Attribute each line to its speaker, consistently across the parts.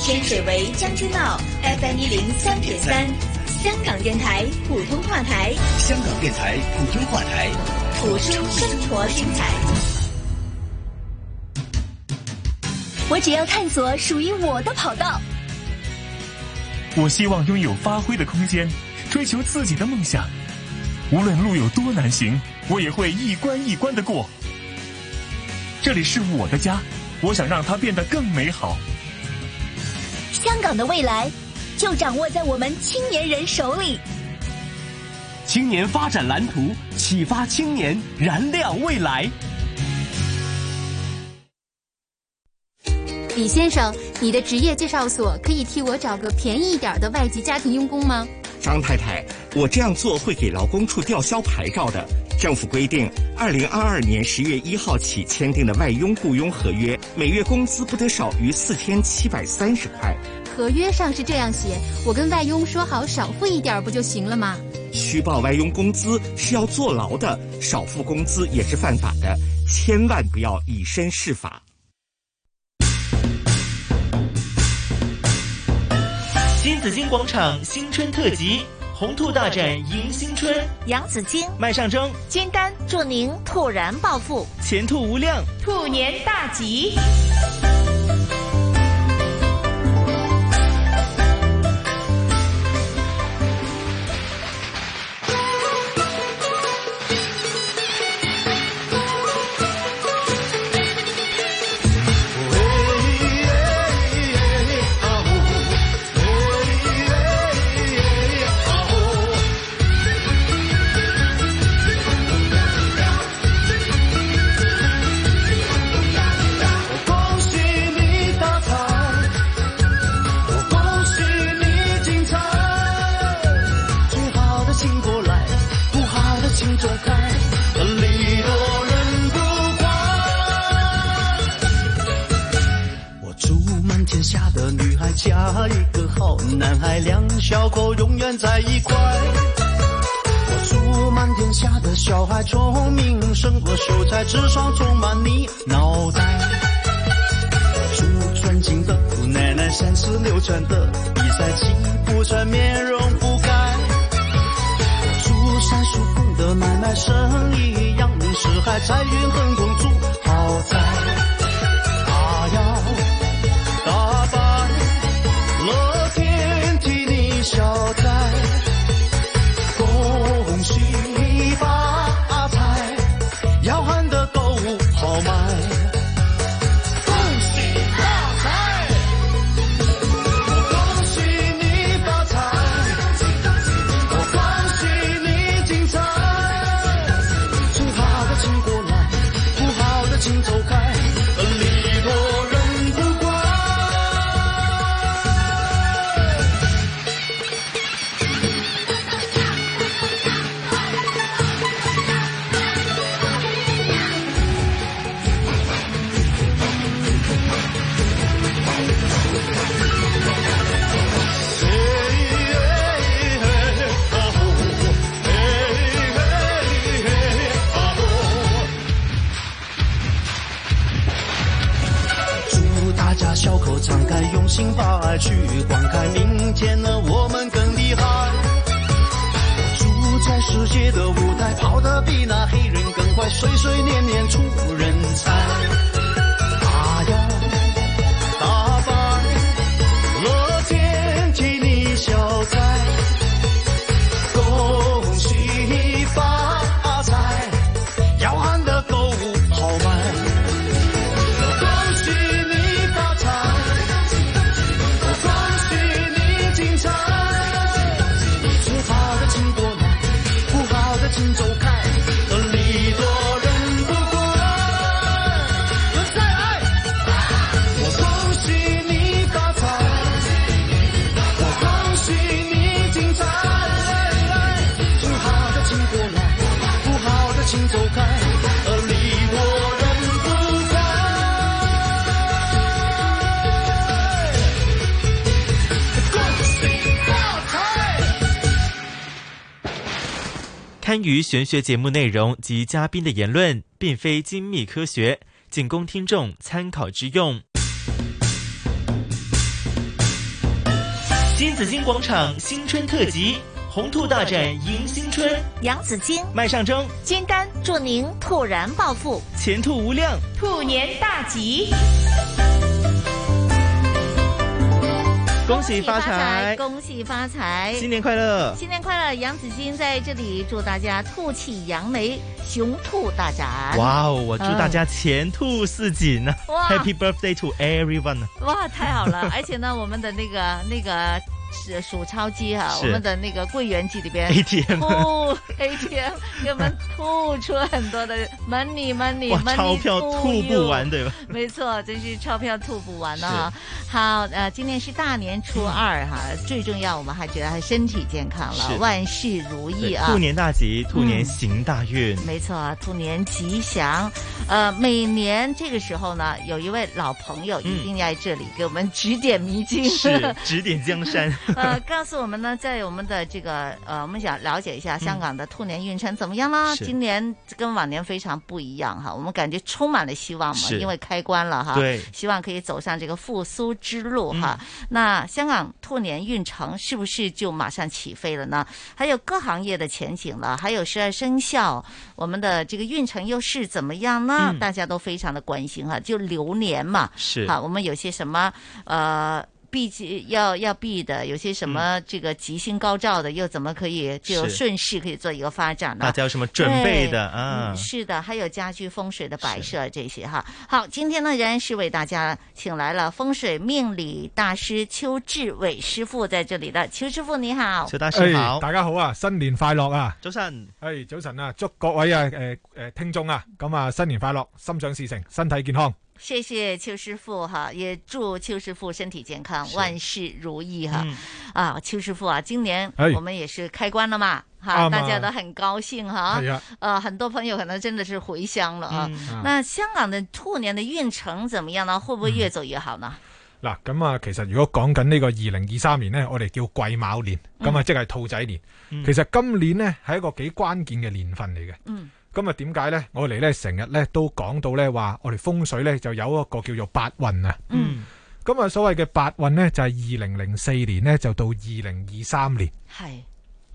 Speaker 1: 天水围将军澳 FM 一零三点三，香港电台普通话台，
Speaker 2: 香港电台普通话台，
Speaker 1: 谱出生活精彩。
Speaker 3: 我只要探索属于我的跑道。
Speaker 4: 我希望拥有发挥的空间，追求自己的梦想。无论路有多难行，我也会一关一关的过。这里是我的家，我想让它变得更美好。
Speaker 3: 香港的未来就掌握在我们青年人手里。
Speaker 5: 青年发展蓝图，启发青年，燃亮未来。
Speaker 6: 李先生，你的职业介绍所可以替我找个便宜一点的外籍家庭佣工吗？
Speaker 7: 张太太，我这样做会给劳工处吊销牌照的。政府规定，二零二二年十月一号起签订的外佣雇佣合约，每月工资不得少于四千七百三十块。
Speaker 6: 合约上是这样写，我跟外佣说好少付一点不就行了吗？
Speaker 7: 虚报外佣工资是要坐牢的，少付工资也是犯法的，千万不要以身试法。
Speaker 8: 新紫金广场新春特辑，红兔大展迎新春。
Speaker 9: 杨紫金、
Speaker 8: 麦上蒸、
Speaker 9: 金丹，祝您突然暴富，
Speaker 8: 前途无量，
Speaker 10: 兔年大吉。
Speaker 11: 恭喜你发财，我恭喜你精彩。最好的请过来，不好的请走开，礼多人不怪。我祝满天下的女孩嫁一个好男孩，两小口永远在一块。我祝满天下的小孩聪明胜过秀才，智商充满你脑袋。祝尊敬的姑奶奶三十六转的比赛气不喘，面容不改。祝三叔公的买卖生意扬名四海，财运亨通，祝好啊财发扬大白，乐天替你消灾，恭喜发财，要喊的都好卖。恭喜发财！我恭喜你发财，我恭喜你精彩。最好的请过来，不好的请走开，礼多人不怪。祝大家笑口常开，用心把爱去灌溉。明天呢，我们更厉害。住在世界的舞台，跑得比那黑人更快，岁岁年年出人才。大摇大摆，乐天替你消灾，恭喜发财，要喊得够豪迈。恭喜你发财，我恭喜你精彩。最好的请过来，不好的请走开，礼多人不怪。再来，我恭喜你发财，我恭喜你精彩。最好的请过来，不好的请走开，礼多人不怪。
Speaker 8: 堪舆玄学节目内容及嘉宾的言论，并非精密科学，仅供听众参考之用。
Speaker 12: 金紫荆广场新春特辑，红兔大展迎新春。
Speaker 13: 杨紫金、
Speaker 12: 麦尚征、
Speaker 13: 金丹，祝您兔然暴富，
Speaker 12: 前途无量，
Speaker 10: 兔年大吉！
Speaker 12: 恭喜发财！
Speaker 13: 恭喜发财！
Speaker 12: 新年快乐！
Speaker 13: 新年快乐！杨紫金在这里祝大家兔气扬眉，雄兔大展！
Speaker 12: 哇哦！我祝大家前兔似锦呐、
Speaker 13: 哇
Speaker 12: h a p p y birthday to everyone！啊
Speaker 13: 嗯哇，太好 了！而且呢，我们的那个那个是数钞机啊，
Speaker 12: 是
Speaker 13: 我们的那个柜员机里边
Speaker 12: ATM
Speaker 13: 吐 ATM 给我们吐出很多的 money
Speaker 8: 哎
Speaker 13: money
Speaker 12: 哇
Speaker 13: money，
Speaker 12: 钞票吐不完对吧？
Speaker 13: 没错，真是钞票吐不完的哈。好，呃，今天是大年初二哈，最重要我们还觉得还身体健康
Speaker 12: 是
Speaker 13: 了，万事如意
Speaker 12: 对
Speaker 13: 啊！
Speaker 12: 兔年大吉，兔年
Speaker 13: 嗯
Speaker 12: 行大运。
Speaker 8: 嗯
Speaker 13: 没错啊，兔年吉祥。呃，每年这个时候呢，有一位老朋友一定要在这里给我们指点迷津，
Speaker 12: 是指点江 山。
Speaker 13: 呃，告诉我们呢，在我们的这个呃，我们想了解一下香港的兔年运程怎么样啦？
Speaker 12: 是
Speaker 13: 今年跟往年非常不一样哈，我们感觉充满了希望嘛，
Speaker 12: 是
Speaker 13: 因为开关了哈，
Speaker 12: 对
Speaker 13: 希望可以走上这个复苏之路
Speaker 12: 嗯
Speaker 13: 哈。那香港兔年运程是不是就马上起飞了呢？还有各行业的前景了，还有十二生肖，我们的这个运程又是怎么样呢？
Speaker 12: 嗯
Speaker 13: 大家都非常的关心哈，就流年嘛，
Speaker 12: 是
Speaker 13: 好，我们有些什么呃。避忌要要避的，有些什
Speaker 12: 嗯
Speaker 13: 么这个吉星高照的，又怎么可以就是顺势可以做一个发展呢？
Speaker 12: 大家有什么准备的
Speaker 13: 对
Speaker 12: 啊
Speaker 13: 嗯是的，还有家居风水的摆设这些哈。好，今天呢仍然是为大家请来了风水命理大师邱志伟师傅在这里的。邱师傅你好，
Speaker 12: 邱大师好
Speaker 14: 哎大家好啊，新年快樂啊！
Speaker 12: 早晨，
Speaker 14: 系早晨啊，祝各位啊，诶、诶、听眾啊，咁啊，新年快樂，心想事成，身體健康。
Speaker 13: 谢谢邱师傅哈，也祝邱师傅身体健康，万事如意哈。
Speaker 14: 嗯
Speaker 13: 啊，邱师傅啊，今年
Speaker 14: 哎
Speaker 13: 我们也是开关了嘛。
Speaker 14: 啱
Speaker 13: 哈，
Speaker 14: 啊
Speaker 13: 大家都很高兴哈
Speaker 14: 係啊，
Speaker 13: 呃，很多朋友可能真的是回乡了啊。
Speaker 14: 嗯
Speaker 13: 那香港的兔年的运程怎么样呢？会不会越走越好呢？
Speaker 14: 嗱，咁啊，其實如果講緊呢個二零二三年呢，我哋叫癸卯年，
Speaker 12: 嗯
Speaker 14: 咁啊，即係兔仔年。嗯其實今年呢，係一個幾關鍵嘅年份嚟嘅。
Speaker 13: 嗯，
Speaker 14: 咁啊，點解呢？我哋呢成日呢都講到呢話，我哋風水呢就有一個叫做八運啊。
Speaker 13: 嗯。
Speaker 14: 咁啊，所謂嘅八運呢，就係二零零四年呢，就到二零二三年。
Speaker 13: 系。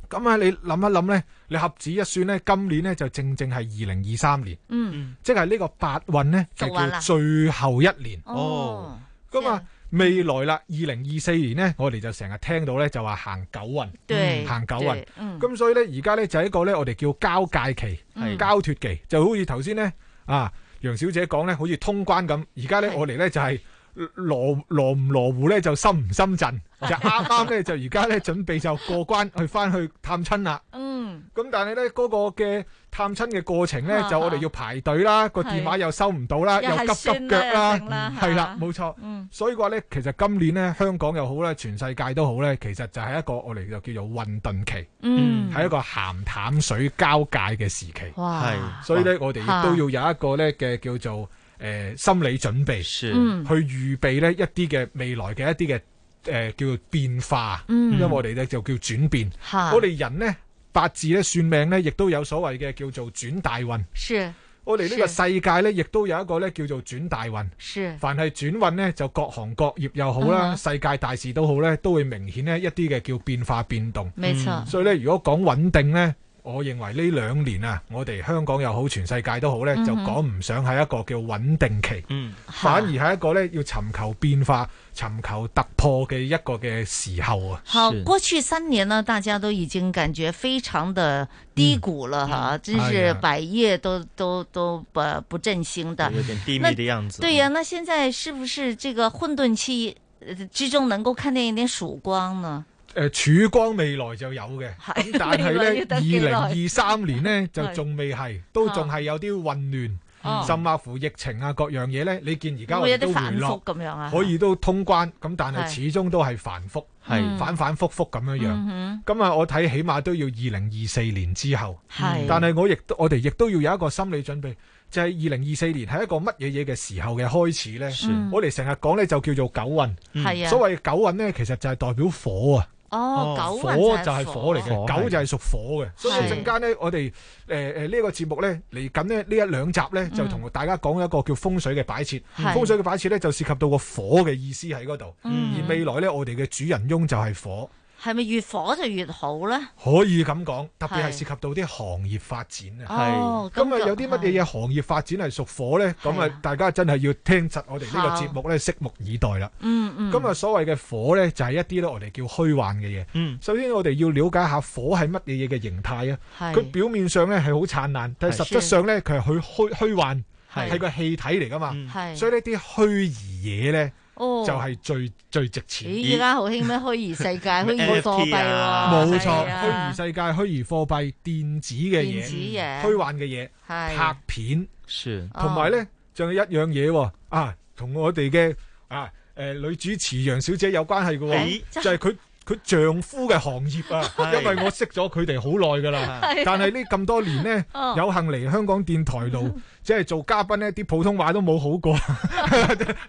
Speaker 14: 咁啊，你諗一諗呢，你合指一算呢，今年呢就正正係二零二三年，
Speaker 15: 음.
Speaker 13: 嗯，
Speaker 14: 即係呢個八運呢，就
Speaker 13: 做完啦
Speaker 14: 叫最後一年。
Speaker 13: 哦，
Speaker 14: 咁啊，未來啦，二零二四年呢，我哋就成日聽到呢，就話行九運，
Speaker 13: 對
Speaker 14: 行九運
Speaker 13: 對。嗯
Speaker 14: 咁所以呢，而家呢，就係一個呢，我哋叫交界期、
Speaker 13: 係
Speaker 14: 交脱期，就好似頭先呢，啊楊小姐講呢，好似通關咁。而家呢，我哋呢，就係羅羅唔羅湖呢，就深唔深 圳，就啱啱呢，就而家呢，準備就過關去翻去探親啦。
Speaker 13: 嗯，
Speaker 14: 咁但係咧嗰個嘅探親嘅過程咧
Speaker 8: 啊，
Speaker 14: 就我哋要排隊啦，個電話又收唔到啦，
Speaker 8: 又
Speaker 14: 又
Speaker 8: 係
Speaker 14: 急
Speaker 8: 酸
Speaker 14: 急腳
Speaker 8: 啦又剩
Speaker 14: 啦嗯
Speaker 8: 啦，嗯
Speaker 14: 係啦，冇錯。所以嘅話咧，其實今年咧，香港又好啦，全世界都好咧，其實就係一個我哋就叫做混沌期，
Speaker 8: 嗯
Speaker 14: 係一個鹹淡水交界嘅時期。
Speaker 8: 哇係
Speaker 14: 所以咧我哋亦都要有一個咧嘅叫做誒心理準備，去
Speaker 8: 嗯
Speaker 14: 預備咧一啲嘅未來嘅一啲嘅誒叫做變化，
Speaker 8: 嗯
Speaker 14: 因為我哋咧就叫轉變。
Speaker 8: 嚇
Speaker 14: 我哋人呢，八字咧算命咧，亦都有所謂嘅叫做轉大運。
Speaker 13: 是
Speaker 14: 我哦哋呢個世界咧，亦都有一個咧叫做轉大運。
Speaker 13: 是
Speaker 14: 凡係轉運呢，就各行各業又好啦
Speaker 8: 嗯哼
Speaker 14: 世界大事都好咧，都會明顯呢一啲嘅叫變化變動。
Speaker 8: 沒錯嗯
Speaker 14: 所以咧，如果講穩定呢，我認為呢兩年啊，我哋香港又好，全世界都好咧，就
Speaker 8: 嗯哼
Speaker 14: 講唔上係一個叫穩定期，
Speaker 12: 嗯、
Speaker 14: 反而係一個咧要尋求變化、尋求突破嘅一個嘅時候啊。
Speaker 13: 好，过去三年呢，大家都已经感觉非常的低谷
Speaker 14: 嗯
Speaker 13: 了哈，真
Speaker 12: 哎
Speaker 13: 是
Speaker 12: 呀
Speaker 13: 百业都、都都不不振兴的，
Speaker 12: 有点低
Speaker 13: 那
Speaker 12: 迷的样子。
Speaker 14: 嗯
Speaker 13: 对呀、那现在是不是这个混沌期呃之中能够看见一点曙光呢？
Speaker 14: 呃誒曙光未來就有嘅，咁但係
Speaker 13: 未來要
Speaker 14: 咧，
Speaker 13: 等幾耐
Speaker 14: 二零二三年呢就
Speaker 13: 係啊
Speaker 14: 仲未係，都仲係有啲混亂，
Speaker 13: 哦
Speaker 14: 甚或乎疫情啊各樣嘢呢。你見而家我
Speaker 13: 會有
Speaker 14: 哋都
Speaker 13: 啲
Speaker 14: 回
Speaker 13: 反
Speaker 14: 落
Speaker 13: 覆，咁樣啊？
Speaker 14: 可以都通關，咁但係
Speaker 13: 係
Speaker 14: 始終都係繁複，
Speaker 13: 係
Speaker 14: 反反覆覆咁樣
Speaker 13: 嗯
Speaker 14: 樣。咁啊，我睇起碼都要二零二四年之後，
Speaker 13: 係
Speaker 14: 但係我亦都我哋亦都要有一個心理準備。就係二零二四年係一個乜嘢嘢嘅時候嘅開始呢？我哋成日講呢，就叫做九運，
Speaker 13: 係啊
Speaker 14: 所謂九運呢，其實就係代表火啊。
Speaker 13: 哦，狗
Speaker 14: 火
Speaker 13: 或者
Speaker 14: 就係火嚟嘅，狗就係屬火嘅。所以陣間咧，我哋誒誒呢個節目咧嚟緊咧呢一兩集咧，就同大家講一個叫風水嘅擺設。
Speaker 13: 係
Speaker 14: 風水嘅擺設咧就涉及到個火嘅意思喺嗰度。
Speaker 13: 嗯
Speaker 14: 而未來咧，我哋嘅主人翁就係火，
Speaker 13: 係咪越火就越好咧？
Speaker 14: 可以咁講。特別係
Speaker 13: 係
Speaker 14: 涉及到啲行業發展啊
Speaker 13: 哦。
Speaker 14: 咁啊，有啲乜嘢嘢行業發展係屬火咧？咁啊，大家真係要聽實我哋呢個節目咧，拭目以待啦。
Speaker 13: 嗯嗯，
Speaker 14: 咁啊，所謂嘅火呢，就係一啲咧，我哋叫虛幻嘅嘢。
Speaker 12: 嗯，
Speaker 14: 首先我哋要了解下火係乜嘢嘢嘅形態啊。
Speaker 12: 係
Speaker 14: 佢表面上呢係好燦爛，但係實質上呢，佢係佢虛虛幻，
Speaker 12: 係
Speaker 14: 係個氣體嚟噶嘛。
Speaker 13: 係
Speaker 14: 所以呢啲虛擬嘢呢，
Speaker 13: 哦
Speaker 14: 就係最最值錢。
Speaker 13: 咦，而家好興咩虛擬世界、虛擬貨幣喎，
Speaker 14: 冇錯，
Speaker 13: 係啊
Speaker 14: 虛擬世界、虛擬貨幣、電子嘅
Speaker 13: 電子嘢
Speaker 14: 嘢、虛幻嘅嘢、
Speaker 13: 係哦
Speaker 14: 拍片。
Speaker 12: 是
Speaker 14: 同埋咧，仲有一樣嘢喎，啊，同我哋嘅啊誒女主持楊小姐有關係嘅
Speaker 13: 哎
Speaker 12: 咦
Speaker 14: 喎，就係佢。佢丈夫嘅行業啊，
Speaker 12: 係
Speaker 14: 因為我識咗佢哋好耐噶啦
Speaker 12: 係，
Speaker 14: 但係呢咁多年 呢，
Speaker 12: 哦
Speaker 14: 有幸嚟香港電台度，即係做嘉賓呢啲普通話都冇好 過，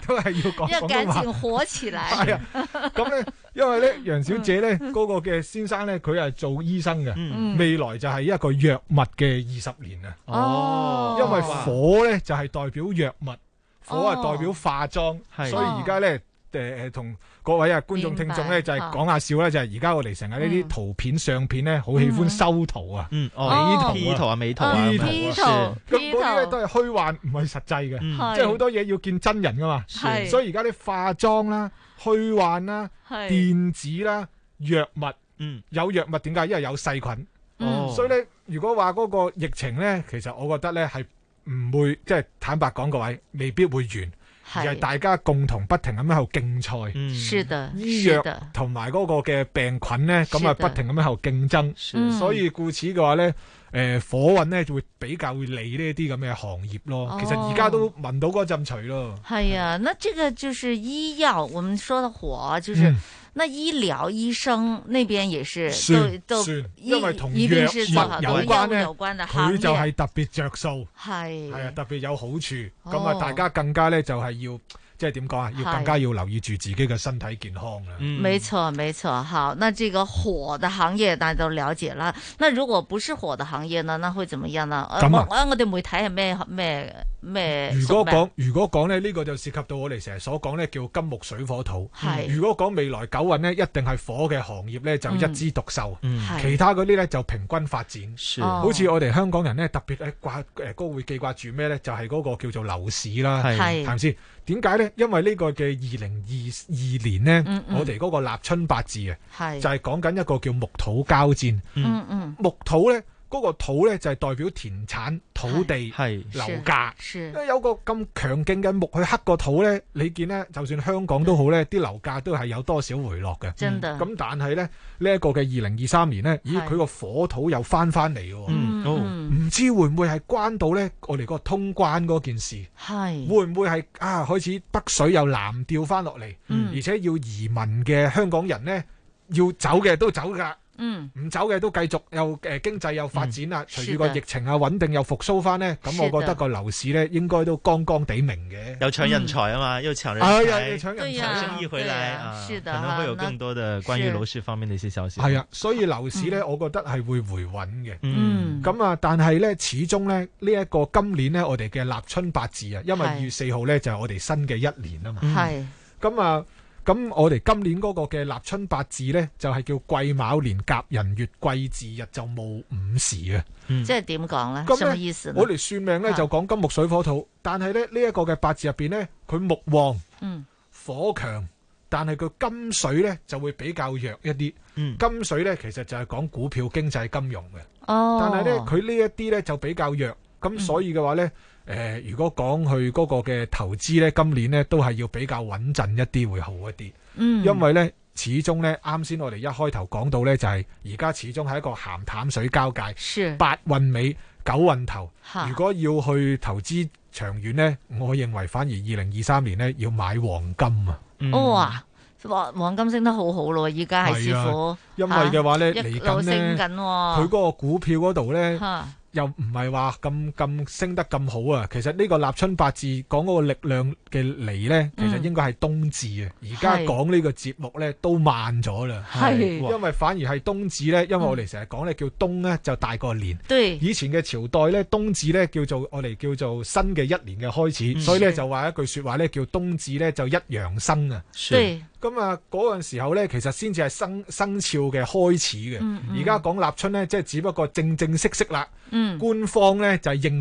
Speaker 14: 都係要講
Speaker 13: 要
Speaker 14: 廣
Speaker 13: 趕
Speaker 14: 東話
Speaker 13: 緊。火起來。
Speaker 14: 係啊，咁咧，因為咧，楊
Speaker 12: 嗯
Speaker 14: 小姐咧，嗰個嘅先生咧，佢係做醫生
Speaker 13: 嗯
Speaker 14: 嘅，未來就係一個藥物嘅二十年啊。
Speaker 12: 哦
Speaker 14: 因為火咧就係代表藥物，火係代表化妝，
Speaker 12: 係
Speaker 14: 所以而家咧。誒誒，同各位啊觀眾聽眾
Speaker 12: 明白
Speaker 14: 咧，就係
Speaker 12: 啊
Speaker 14: 講下笑啦，就係而家我哋成日呢啲圖片相片咧，好喜歡修圖啊，
Speaker 12: 嗯
Speaker 14: 美
Speaker 12: 哦 P 圖啊美圖啊
Speaker 14: P 圖
Speaker 12: P 圖
Speaker 14: 啊
Speaker 12: 是
Speaker 14: 咁嗰啲咧都係虛幻，唔係實際嘅，
Speaker 12: 嗯
Speaker 14: 即係好多嘢要見真人噶嘛，
Speaker 12: 是
Speaker 14: 所以而家啲化妝啦、虛幻啦、
Speaker 12: 係
Speaker 14: 電子啦、藥物，
Speaker 12: 嗯，
Speaker 14: 有藥物點解？因為有細菌，
Speaker 13: 哦
Speaker 12: 嗯
Speaker 14: 所以咧，如果話嗰個疫情咧，其實我覺得咧係唔會，即係坦白講，各位未必會完，
Speaker 13: 係
Speaker 14: 而係大家共同不停咁樣喺度競賽。
Speaker 13: 是的，
Speaker 14: 醫
Speaker 13: 嗯是
Speaker 14: 藥
Speaker 13: 的，
Speaker 14: 同埋嗰個嘅病菌咧，咁啊
Speaker 13: 是的
Speaker 14: 不停咁樣喺度競爭，
Speaker 13: 嗯
Speaker 14: 所以故此嘅話咧，誒、火運咧就會比較理呢啲咁嘅行業咯。
Speaker 13: 哦
Speaker 14: 其實而家都聞到嗰陣除咯，
Speaker 13: 哎
Speaker 14: 嗯
Speaker 13: 呀，那这个就是医药，我们说的火就是。
Speaker 14: 嗯
Speaker 13: 那医疗医生那边也是
Speaker 14: 算
Speaker 13: 都都
Speaker 14: 算，
Speaker 13: 一
Speaker 14: 因為同藥
Speaker 13: 一定是做好
Speaker 14: 物
Speaker 13: 多
Speaker 14: 有
Speaker 13: 藥
Speaker 14: 關
Speaker 13: 物
Speaker 14: 咧
Speaker 13: 有關的，行
Speaker 14: 佢
Speaker 13: 業
Speaker 14: 就係特別着數。
Speaker 13: 係
Speaker 14: 係啊，特別有好處，咁
Speaker 13: 哦
Speaker 14: 啊，大家更加咧就係要，即係點講啊？要
Speaker 13: 係
Speaker 14: 更加要留意住自己嘅身體健康啊啦。
Speaker 13: 没错，没错。好，那这个火的行业大家都了解啦。那如果不是火的行业呢，那会怎么样呢？呃
Speaker 14: 咁啊
Speaker 13: 我我哋媒體係咩咩咩屬咩？
Speaker 14: 如果講如果講咧，呢個就涉及到我哋成日所講咧叫金木水火土。
Speaker 13: 係
Speaker 14: 如果講未來九運呢，一定係火嘅行業咧就一枝獨秀
Speaker 12: 嗯嗯，係
Speaker 14: 其他嗰啲咧就平均發展。
Speaker 12: 哦
Speaker 14: 好似我哋香港人咧特別誒掛誒呃高會記掛住咩咧？就係嗰個叫做樓市啦，
Speaker 12: 係係
Speaker 14: 係咪先？點解咧？因為呢個嘅二零二二年
Speaker 12: 嗯
Speaker 14: 呢，
Speaker 12: 嗯
Speaker 14: 我哋嗰個立春八字啊。
Speaker 13: 係
Speaker 14: 就係講緊一個叫木土交戰。
Speaker 16: Ừ,
Speaker 13: 嗯嗯
Speaker 14: 木土呢嗰、個土呢，就係代表田產、土地、樓價。
Speaker 13: 是
Speaker 14: 因為有個咁強勁嘅木去克個土呢，你見呢，就算香港都好呢，啲樓價都係有多少回落嘅。
Speaker 13: 真的
Speaker 14: 咁、但係呢，呢、一個嘅二零二三年呢，咦
Speaker 13: 係
Speaker 14: 佢個火土又翻翻嚟喎。
Speaker 12: 嗯哦
Speaker 14: 唔知會唔會係關到呢？我哋個通關嗰件事。
Speaker 13: 係
Speaker 14: 會唔會係啊開始北水又南調翻落嚟，
Speaker 13: 嗯
Speaker 14: 而且要移民嘅香港人呢，要走嘅都走㗎，
Speaker 13: 嗯
Speaker 14: 唔走嘅都繼續又誒、呃、經濟又發展
Speaker 12: 嗯
Speaker 14: 啦，隨住個
Speaker 12: 是的
Speaker 14: 疫情啊穩定又復甦翻呢。咁
Speaker 12: 是的
Speaker 14: 我覺得個樓市呢應該都
Speaker 12: 嗯
Speaker 14: 剛剛地明嘅。
Speaker 12: 要搶人才啊嘛，又搶人
Speaker 14: 哎
Speaker 12: 才，
Speaker 14: 呀要搶人才
Speaker 12: 搶
Speaker 14: 對呀
Speaker 12: 生意回来
Speaker 14: 对呀
Speaker 12: 啊，
Speaker 14: 是的
Speaker 12: 可能会有
Speaker 14: 哈
Speaker 12: 更
Speaker 14: 那
Speaker 12: 多的关于
Speaker 14: 是
Speaker 12: 楼市方面的一些消息。
Speaker 14: 係啊，，所以樓市呢，我覺得係會回穩嘅。
Speaker 12: 嗯
Speaker 14: 咁啊，但係呢，始終呢，呢、一個今年呢，我哋嘅立春八字啊，因為
Speaker 12: 係嗯
Speaker 14: 二月四號呢，就係、我哋新嘅一年啊嘛。
Speaker 13: 係
Speaker 14: 咁啊，咁我哋今年嗰個嘅立春八字呢，就係、叫癸卯年甲寅月癸巳日就冇午時啊。
Speaker 12: 嗯
Speaker 13: 即係點講咧？啊什
Speaker 14: 咁
Speaker 13: 麼
Speaker 14: 呢
Speaker 13: 意思呢？啊
Speaker 14: 我哋算命呢，就講金木水火土，但係咧呢一、個嘅八字入邊呢，佢木旺
Speaker 13: 嗯
Speaker 14: 火強，但係佢金水呢就會比較弱一啲。
Speaker 13: 嗯
Speaker 14: 金水呢，其實就係講股票、經濟、金融嘅。
Speaker 13: 哦，嗯
Speaker 14: 但係咧，佢呢一啲咧就比較弱，咁所以嘅話咧，誒、如果講佢嗰個嘅投資咧，今年咧都係要比較穩陣一啲會好一啲，
Speaker 8: 嗯
Speaker 14: 因為咧。始終咧，啱先我哋一開頭講到咧，就係而家始終係一個鹹淡水交
Speaker 13: 界，
Speaker 14: 八運尾九運頭
Speaker 13: 嚇。
Speaker 14: 如果要去投資長遠呢，我認為反而二零二三年呢要買黃金啊！
Speaker 13: 哇！黃黃金升得好好咯，而家係師
Speaker 14: 係啊
Speaker 13: 傅，
Speaker 14: 因為嘅話咧
Speaker 13: 嚇
Speaker 14: 嚟
Speaker 13: 一
Speaker 14: 緊
Speaker 13: 路
Speaker 14: 咧
Speaker 13: 升緊喎，
Speaker 14: 佢嗰個股票嗰度呢，
Speaker 13: 嚇
Speaker 14: 又唔係話咁咁升得咁好啊。其實呢個立春八字講嗰個力量嘅嚟呢，其實
Speaker 8: 嗯
Speaker 14: 應該係冬至啊。而家
Speaker 8: 係
Speaker 14: 講呢個節目呢，都慢咗啦，
Speaker 8: 係
Speaker 14: 因為反而係冬至呢，因為我哋成日講呢，叫冬呢，就大過年。
Speaker 13: 對
Speaker 14: 以前嘅朝代呢，冬至呢叫做我哋叫做新嘅一年嘅開始，
Speaker 8: 嗯
Speaker 14: 所以呢，
Speaker 8: 是
Speaker 14: 就話一句說話呢，叫冬至呢，就一陽生啊。
Speaker 8: 是對
Speaker 14: 咁啊，嗰陣時候呢，其實先至係生生肖嘅開始嘅。
Speaker 8: 嗯嗯
Speaker 14: 而家講立春呢，即係只不過正正式式啦。
Speaker 8: 嗯
Speaker 14: 官方呢，就係、認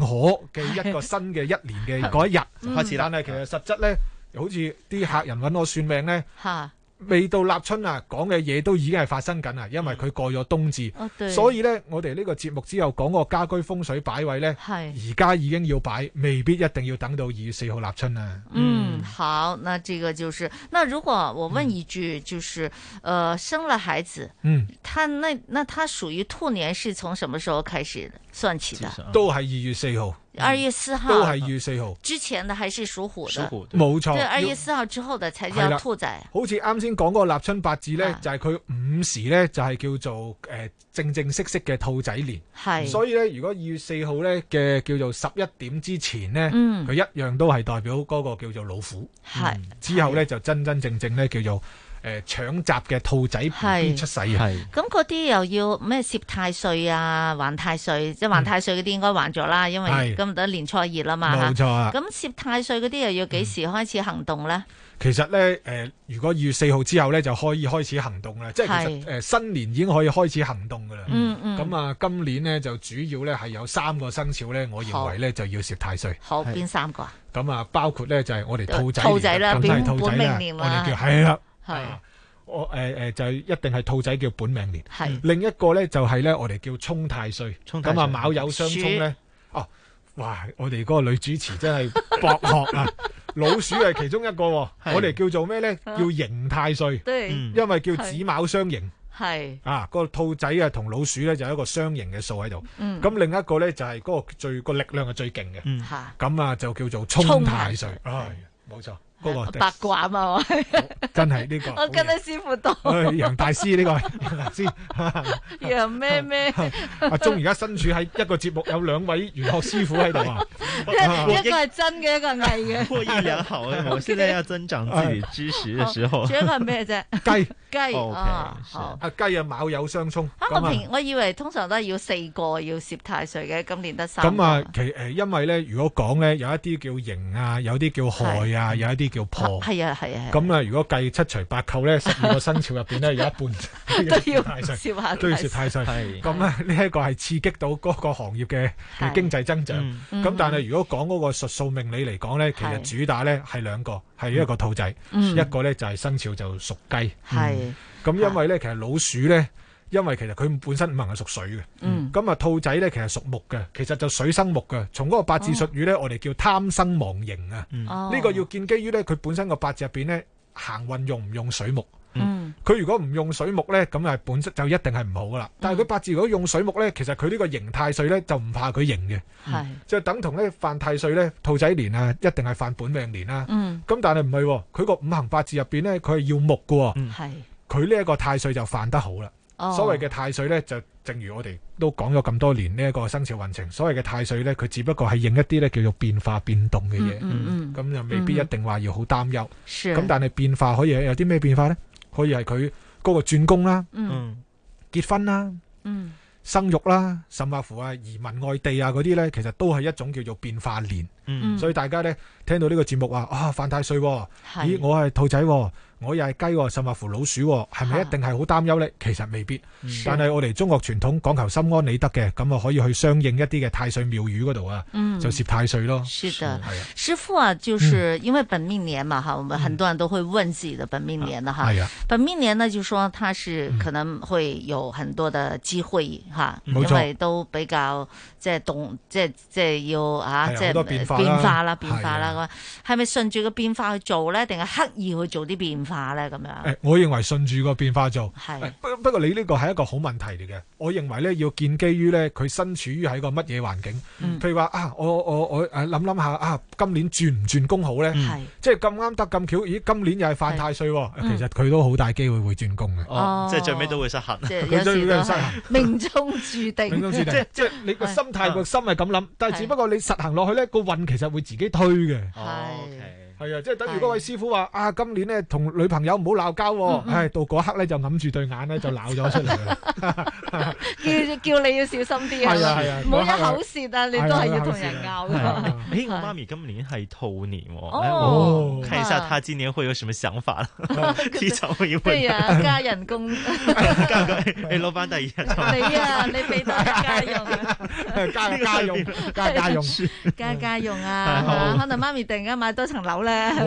Speaker 14: 可嘅一個新嘅一年嘅嗰一日
Speaker 8: 嗯開始啦
Speaker 14: 但係其實實質呢，好似啲客人揾我算命呢。
Speaker 13: 吓，
Speaker 14: 未到立春啊，講嘅嘢都已經係發生緊啊，因為佢過咗冬至，
Speaker 13: 嗯哦對
Speaker 14: 所以呢，我哋呢個節目之後講個家居風水擺位呢，
Speaker 13: 係
Speaker 14: 而家已經要擺，未必一定要等到二月四號立春啊。
Speaker 13: 嗯，好，那这个就是，那如果我问一句，就是、呃，生了孩子，
Speaker 14: 嗯，
Speaker 13: 他那那他属于兔年是从什么时候开始算起的？
Speaker 14: 都係二月四號，
Speaker 13: 二月四號
Speaker 14: 都係二月四號，
Speaker 13: 之前的还是属虎的？
Speaker 14: 冇錯。
Speaker 13: 对，二
Speaker 14: 要
Speaker 13: 月四號之後的才
Speaker 14: 係啦
Speaker 13: 叫兔仔。
Speaker 14: 好似啱先講嗰個立春八字呢，就係佢午時呢，就係叫做誒正正式式嘅兔仔年。
Speaker 13: 係
Speaker 14: 所以呢，如果二月四號呢嘅叫做十一點之前呢，
Speaker 8: 嗯
Speaker 14: 佢一樣都係代表嗰個叫做老虎。嗯
Speaker 8: 係
Speaker 14: 之後呢，就真真正正呢叫做誒搶閘嘅兔仔 B
Speaker 13: 係
Speaker 14: B 出世啊。
Speaker 13: 咁嗰啲又要咩涉太歲啊、還太歲，即係還太歲嗰啲應該還咗啦，因為
Speaker 14: 嗯係
Speaker 13: 咁得年初二啦嘛。
Speaker 14: 冇錯啊
Speaker 13: 咁涉太歲嗰啲又要幾時開始行動咧？
Speaker 14: 其實呢，誒、呃如果二月四號之後呢，就可以開始行動啦。即係其實誒、呃
Speaker 13: 係
Speaker 14: 新年已經可以開始行動噶啦。
Speaker 13: 嗯嗯
Speaker 14: 咁啊，今年呢，就主要呢係有三個生肖呢，我認為呢就要攝太歲。
Speaker 13: 好，
Speaker 14: 係
Speaker 13: 邊三個啊？
Speaker 14: 咁啊，包括呢就係我哋兔仔
Speaker 13: 兔仔啦
Speaker 14: 咁係兔仔啦
Speaker 13: 本本命，年
Speaker 14: 我
Speaker 13: 啦
Speaker 14: 哋叫係啦。
Speaker 13: 係
Speaker 14: 我誒誒就一定係兔仔叫本命年。
Speaker 13: 係
Speaker 14: 另一個呢，就係呢，我哋叫沖太歲。
Speaker 8: 太歲
Speaker 14: 咁啊，卯酉相沖呢。哦，哇！我哋嗰個女主持真係博學 啊！老鼠係其中一個喎，
Speaker 8: 係
Speaker 14: 我哋叫做咩呢？
Speaker 8: 啊
Speaker 14: 叫刑太歲，
Speaker 8: 對嗯
Speaker 14: 因為叫子卯相刑。
Speaker 13: 係
Speaker 14: 啊，個兔仔啊同老鼠呢，就有一個相刑嘅數喺度。
Speaker 8: 嗯
Speaker 14: 咁另一個呢，就係嗰個最個力量係最勁嘅。
Speaker 13: 嚇，
Speaker 14: 咁啊就叫做沖太歲，唉，冇錯，嗰個
Speaker 13: 八卦嘛，我
Speaker 14: 真係呢個
Speaker 13: 我跟得師傅多。
Speaker 14: 唉，楊大師呢個 楊大師，
Speaker 13: 楊咩咩？
Speaker 14: 阿鐘而家身處喺一個節目有兩位玄學師傅喺度啊，
Speaker 8: 我
Speaker 13: 一個係真嘅，一個係偽嘅。
Speaker 8: 破譯良好 哎，我现在要增长自己知识的时候哦
Speaker 13: 仲，有哦一個係咩啫？
Speaker 14: 雞
Speaker 13: 雞
Speaker 8: OK，
Speaker 13: 啊，好。
Speaker 14: 阿雞啊卯酉相沖，
Speaker 13: 啊，我
Speaker 14: 咁啊
Speaker 13: 平我以為通常都係要四個要攝太歲嘅，今年得三
Speaker 14: 咁
Speaker 13: 個。
Speaker 14: 啊其誒因為咧，如果講咧有一啲叫刑啊，有啲叫害啊，有一啲叫破。
Speaker 13: 係啊係啊，係啊
Speaker 14: 咁啊，如果計七除八扣 咧，十二個生肖入邊咧，有一半
Speaker 13: 都要
Speaker 14: 太歲
Speaker 13: 攝下
Speaker 14: 都要
Speaker 13: 太
Speaker 14: 蝕太歲。
Speaker 8: 係
Speaker 14: 咁咧，呢一個係刺激到嗰個行業嘅嘅
Speaker 8: 係
Speaker 14: 經濟增長。
Speaker 8: 嗯
Speaker 14: 咁但係如果講嗰個術數命理嚟講咧，其實
Speaker 8: 係
Speaker 14: 主打咧係兩個，係一個兔仔，
Speaker 8: 嗯
Speaker 14: 一個咧就係生肖就屬雞。
Speaker 8: 係
Speaker 14: 嗯咁，因為咧其實老鼠咧。因為其實佢本身五行係屬水嘅，咁啊、
Speaker 8: 嗯
Speaker 14: 兔仔咧其實屬木嘅，其實就水生木嘅。從嗰個八字術語咧，我哋叫貪生忘形
Speaker 15: 음.
Speaker 14: 啊。
Speaker 8: 嗯
Speaker 15: 哦
Speaker 14: 呢、
Speaker 15: 그러니까
Speaker 14: 個要建基於咧佢本身個八字入邊咧行運用唔用水木。
Speaker 15: 嗯
Speaker 14: 佢如果唔用水木呢，咁係本質就一定係唔好噶啦。但係佢八字如果用水木呢，其實佢呢個刑太歲呢，就唔怕佢刑嘅，
Speaker 13: 係
Speaker 14: 就等同呢犯太歲呢，兔仔年啊，一定係犯本命年啦。
Speaker 13: 嗯
Speaker 14: 咁但係唔係喎，佢個五行八字入邊呢，佢係要木嘅喎。
Speaker 13: 係
Speaker 14: 佢呢一個太歲就犯得好啦。
Speaker 13: 哦
Speaker 14: 所謂嘅太歲呢，就正如我哋都講咗咁多年呢一個生肖運程，所謂嘅太歲呢，佢只不過係應一啲呢叫做變化變動嘅嘢，咁、
Speaker 8: 嗯嗯嗯
Speaker 14: 就未必一定話要好擔憂。
Speaker 8: 是
Speaker 14: 咁但係變化可以有啲咩變化呢？可以係佢嗰個轉工啦，
Speaker 15: 음.
Speaker 8: 嗯、
Speaker 14: 結婚啦。
Speaker 13: 嗯
Speaker 14: 生育啦，甚或乎啊移民外地啊嗰啲呢，其實都係一種叫做變化年。
Speaker 8: 嗯
Speaker 14: 所以大家呢，聽到呢個節目話啊犯太歲喎，
Speaker 8: 係
Speaker 14: 咦我係兔仔喎，我又係雞喎，甚或乎老鼠喎，係咪一定係好擔憂呢？其實未必
Speaker 8: 嗯，
Speaker 14: 但係我哋中國傳統講求心安理得嘅，咁啊可以去相應一啲嘅太歲廟宇嗰度啊
Speaker 13: 嗯，
Speaker 14: 就攝太歲咯。
Speaker 13: 是的
Speaker 14: 係啊，
Speaker 13: 师傅啊，就是
Speaker 14: 嗯
Speaker 13: 因为本命年嘛哈，我们很多人都会问自己的本命年的哈。
Speaker 14: 哎呀
Speaker 13: 本命年呢，就说它是可能会有很多的机会哈，
Speaker 8: 嗯
Speaker 13: 因
Speaker 8: 冇錯
Speaker 13: 为都比较即系动，即系即系要
Speaker 8: 係啊
Speaker 13: 啊，即
Speaker 8: 好
Speaker 13: 系
Speaker 14: 哎
Speaker 8: 多變化啦
Speaker 13: 變
Speaker 8: 係啊
Speaker 13: 化啦，變化啦咁係咪順住個變化去做咧，定係刻意去做啲變化咧？咁樣
Speaker 14: 誒，我認為順住個變化做。
Speaker 13: 係
Speaker 14: 不不過你呢個係一個好問題嚟嘅，我認為咧要建基於咧佢身處於喺個乜嘢環境，
Speaker 9: 嗯
Speaker 14: 譬如話啊，我我我誒諗諗下啊，今年轉唔轉工好咧
Speaker 9: 係？
Speaker 14: 即係咁啱得咁巧，咦，今年又係犯太歲喎，
Speaker 9: 嗯
Speaker 14: 其實佢都好大機會會轉工嘅。
Speaker 8: 哦，即係最尾都會失衡。
Speaker 13: 即係
Speaker 14: 佢
Speaker 13: 有
Speaker 14: 都
Speaker 13: 時都
Speaker 14: 要失
Speaker 13: 係
Speaker 14: 衡。
Speaker 13: 命中注定，
Speaker 14: 命中注定，即係你個心態個心係咁諗，但係只不過你實行落去咧，個運其實會自己推嘅。
Speaker 15: 아,
Speaker 14: 係啊，即係等於嗰位師傅話啊，今年咧同女朋友唔好鬧交喎，唉，到嗰刻咧就揞住對眼咧就鬧咗出嚟啦。
Speaker 13: 叫叫你要小心啲
Speaker 14: 係啊係啊
Speaker 13: 唔好一口舌啊，你都係要同人拗噶。
Speaker 8: 哎，我妈咪今年系兔年喎，
Speaker 13: 哦
Speaker 8: 哎我看一下她今年会有什么想法
Speaker 14: 哦
Speaker 8: 了， 提早问一
Speaker 13: 對
Speaker 8: 问。
Speaker 13: 啊，加人工，你
Speaker 8: 干个 哎，老板大爷，
Speaker 13: 啊， 你俾多啲家用啊。
Speaker 14: 家家用家家用，
Speaker 13: 加家用
Speaker 8: 太
Speaker 13: 啊
Speaker 8: 好，
Speaker 13: 可能媽咪突然間買多層樓咧，
Speaker 8: 哇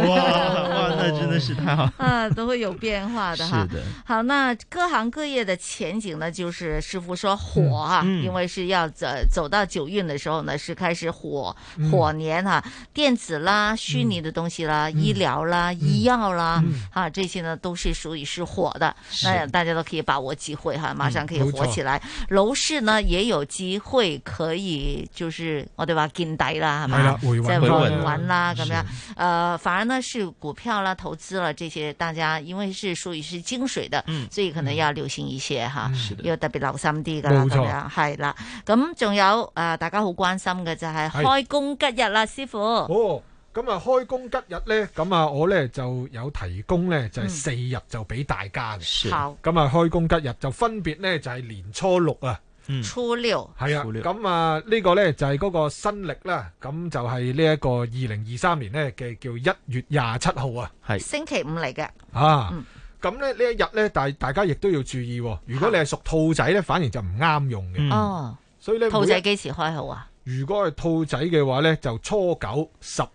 Speaker 8: 哇，那真的是太好。
Speaker 13: 啊，都會有變化的哈。好，那各行各业的前景呢，就是师傅说火啊，
Speaker 17: 嗯嗯
Speaker 13: 因为是要走走到九运的时候呢，是开始火、
Speaker 17: 嗯
Speaker 13: 火年哈、啊，电子啦、虚拟的东西啦、医疗啦、医药啦，啊，这些呢都是属于是火的，
Speaker 17: 是嗯
Speaker 13: 那大家都可以把握机会哈、马上可以
Speaker 17: 没
Speaker 13: 火
Speaker 17: 错
Speaker 13: 起来。楼市呢也有机会可以，就是哦我哋話見底啦，係
Speaker 17: 係
Speaker 13: 嘛
Speaker 17: 啦，回穩
Speaker 13: 即係
Speaker 17: 回
Speaker 13: 回
Speaker 17: 穩
Speaker 13: 穩啦咁樣。呃，反而呢是股票啦、投資啦這些，大家因為是屬於是精水的，所以可能要留心一些哈，要特別留心啲噶啦
Speaker 17: 冇
Speaker 13: 咁
Speaker 17: 錯
Speaker 13: 樣，係啦。咁仲有呃，大家好關心嘅就係
Speaker 14: 係
Speaker 13: 開工吉日啦，師傅。
Speaker 14: 哦，咁啊開工吉日咧，咁啊我咧就有提供咧
Speaker 13: 嗯
Speaker 14: 就係四日就俾大家嘅。
Speaker 13: 好
Speaker 14: 咁啊開工吉日就分別咧就係年初六啊。
Speaker 13: 嗯初六
Speaker 14: 係啊，咁啊呢個呢就係嗰個新歷啦，咁就係呢一個二零二三年呢嘅叫一月廿七號啊，
Speaker 13: 星期五嚟嘅，嗯
Speaker 14: 啊，咁咧呢一日呢，大大家亦都要注意喎，如果你係屬兔仔呢，反而就唔啱用
Speaker 17: 嗯
Speaker 14: 嘅。
Speaker 13: 哦，
Speaker 14: 所以咧
Speaker 13: 兔仔幾時開好啊？
Speaker 14: 如果係兔仔嘅話呢，就初九、十二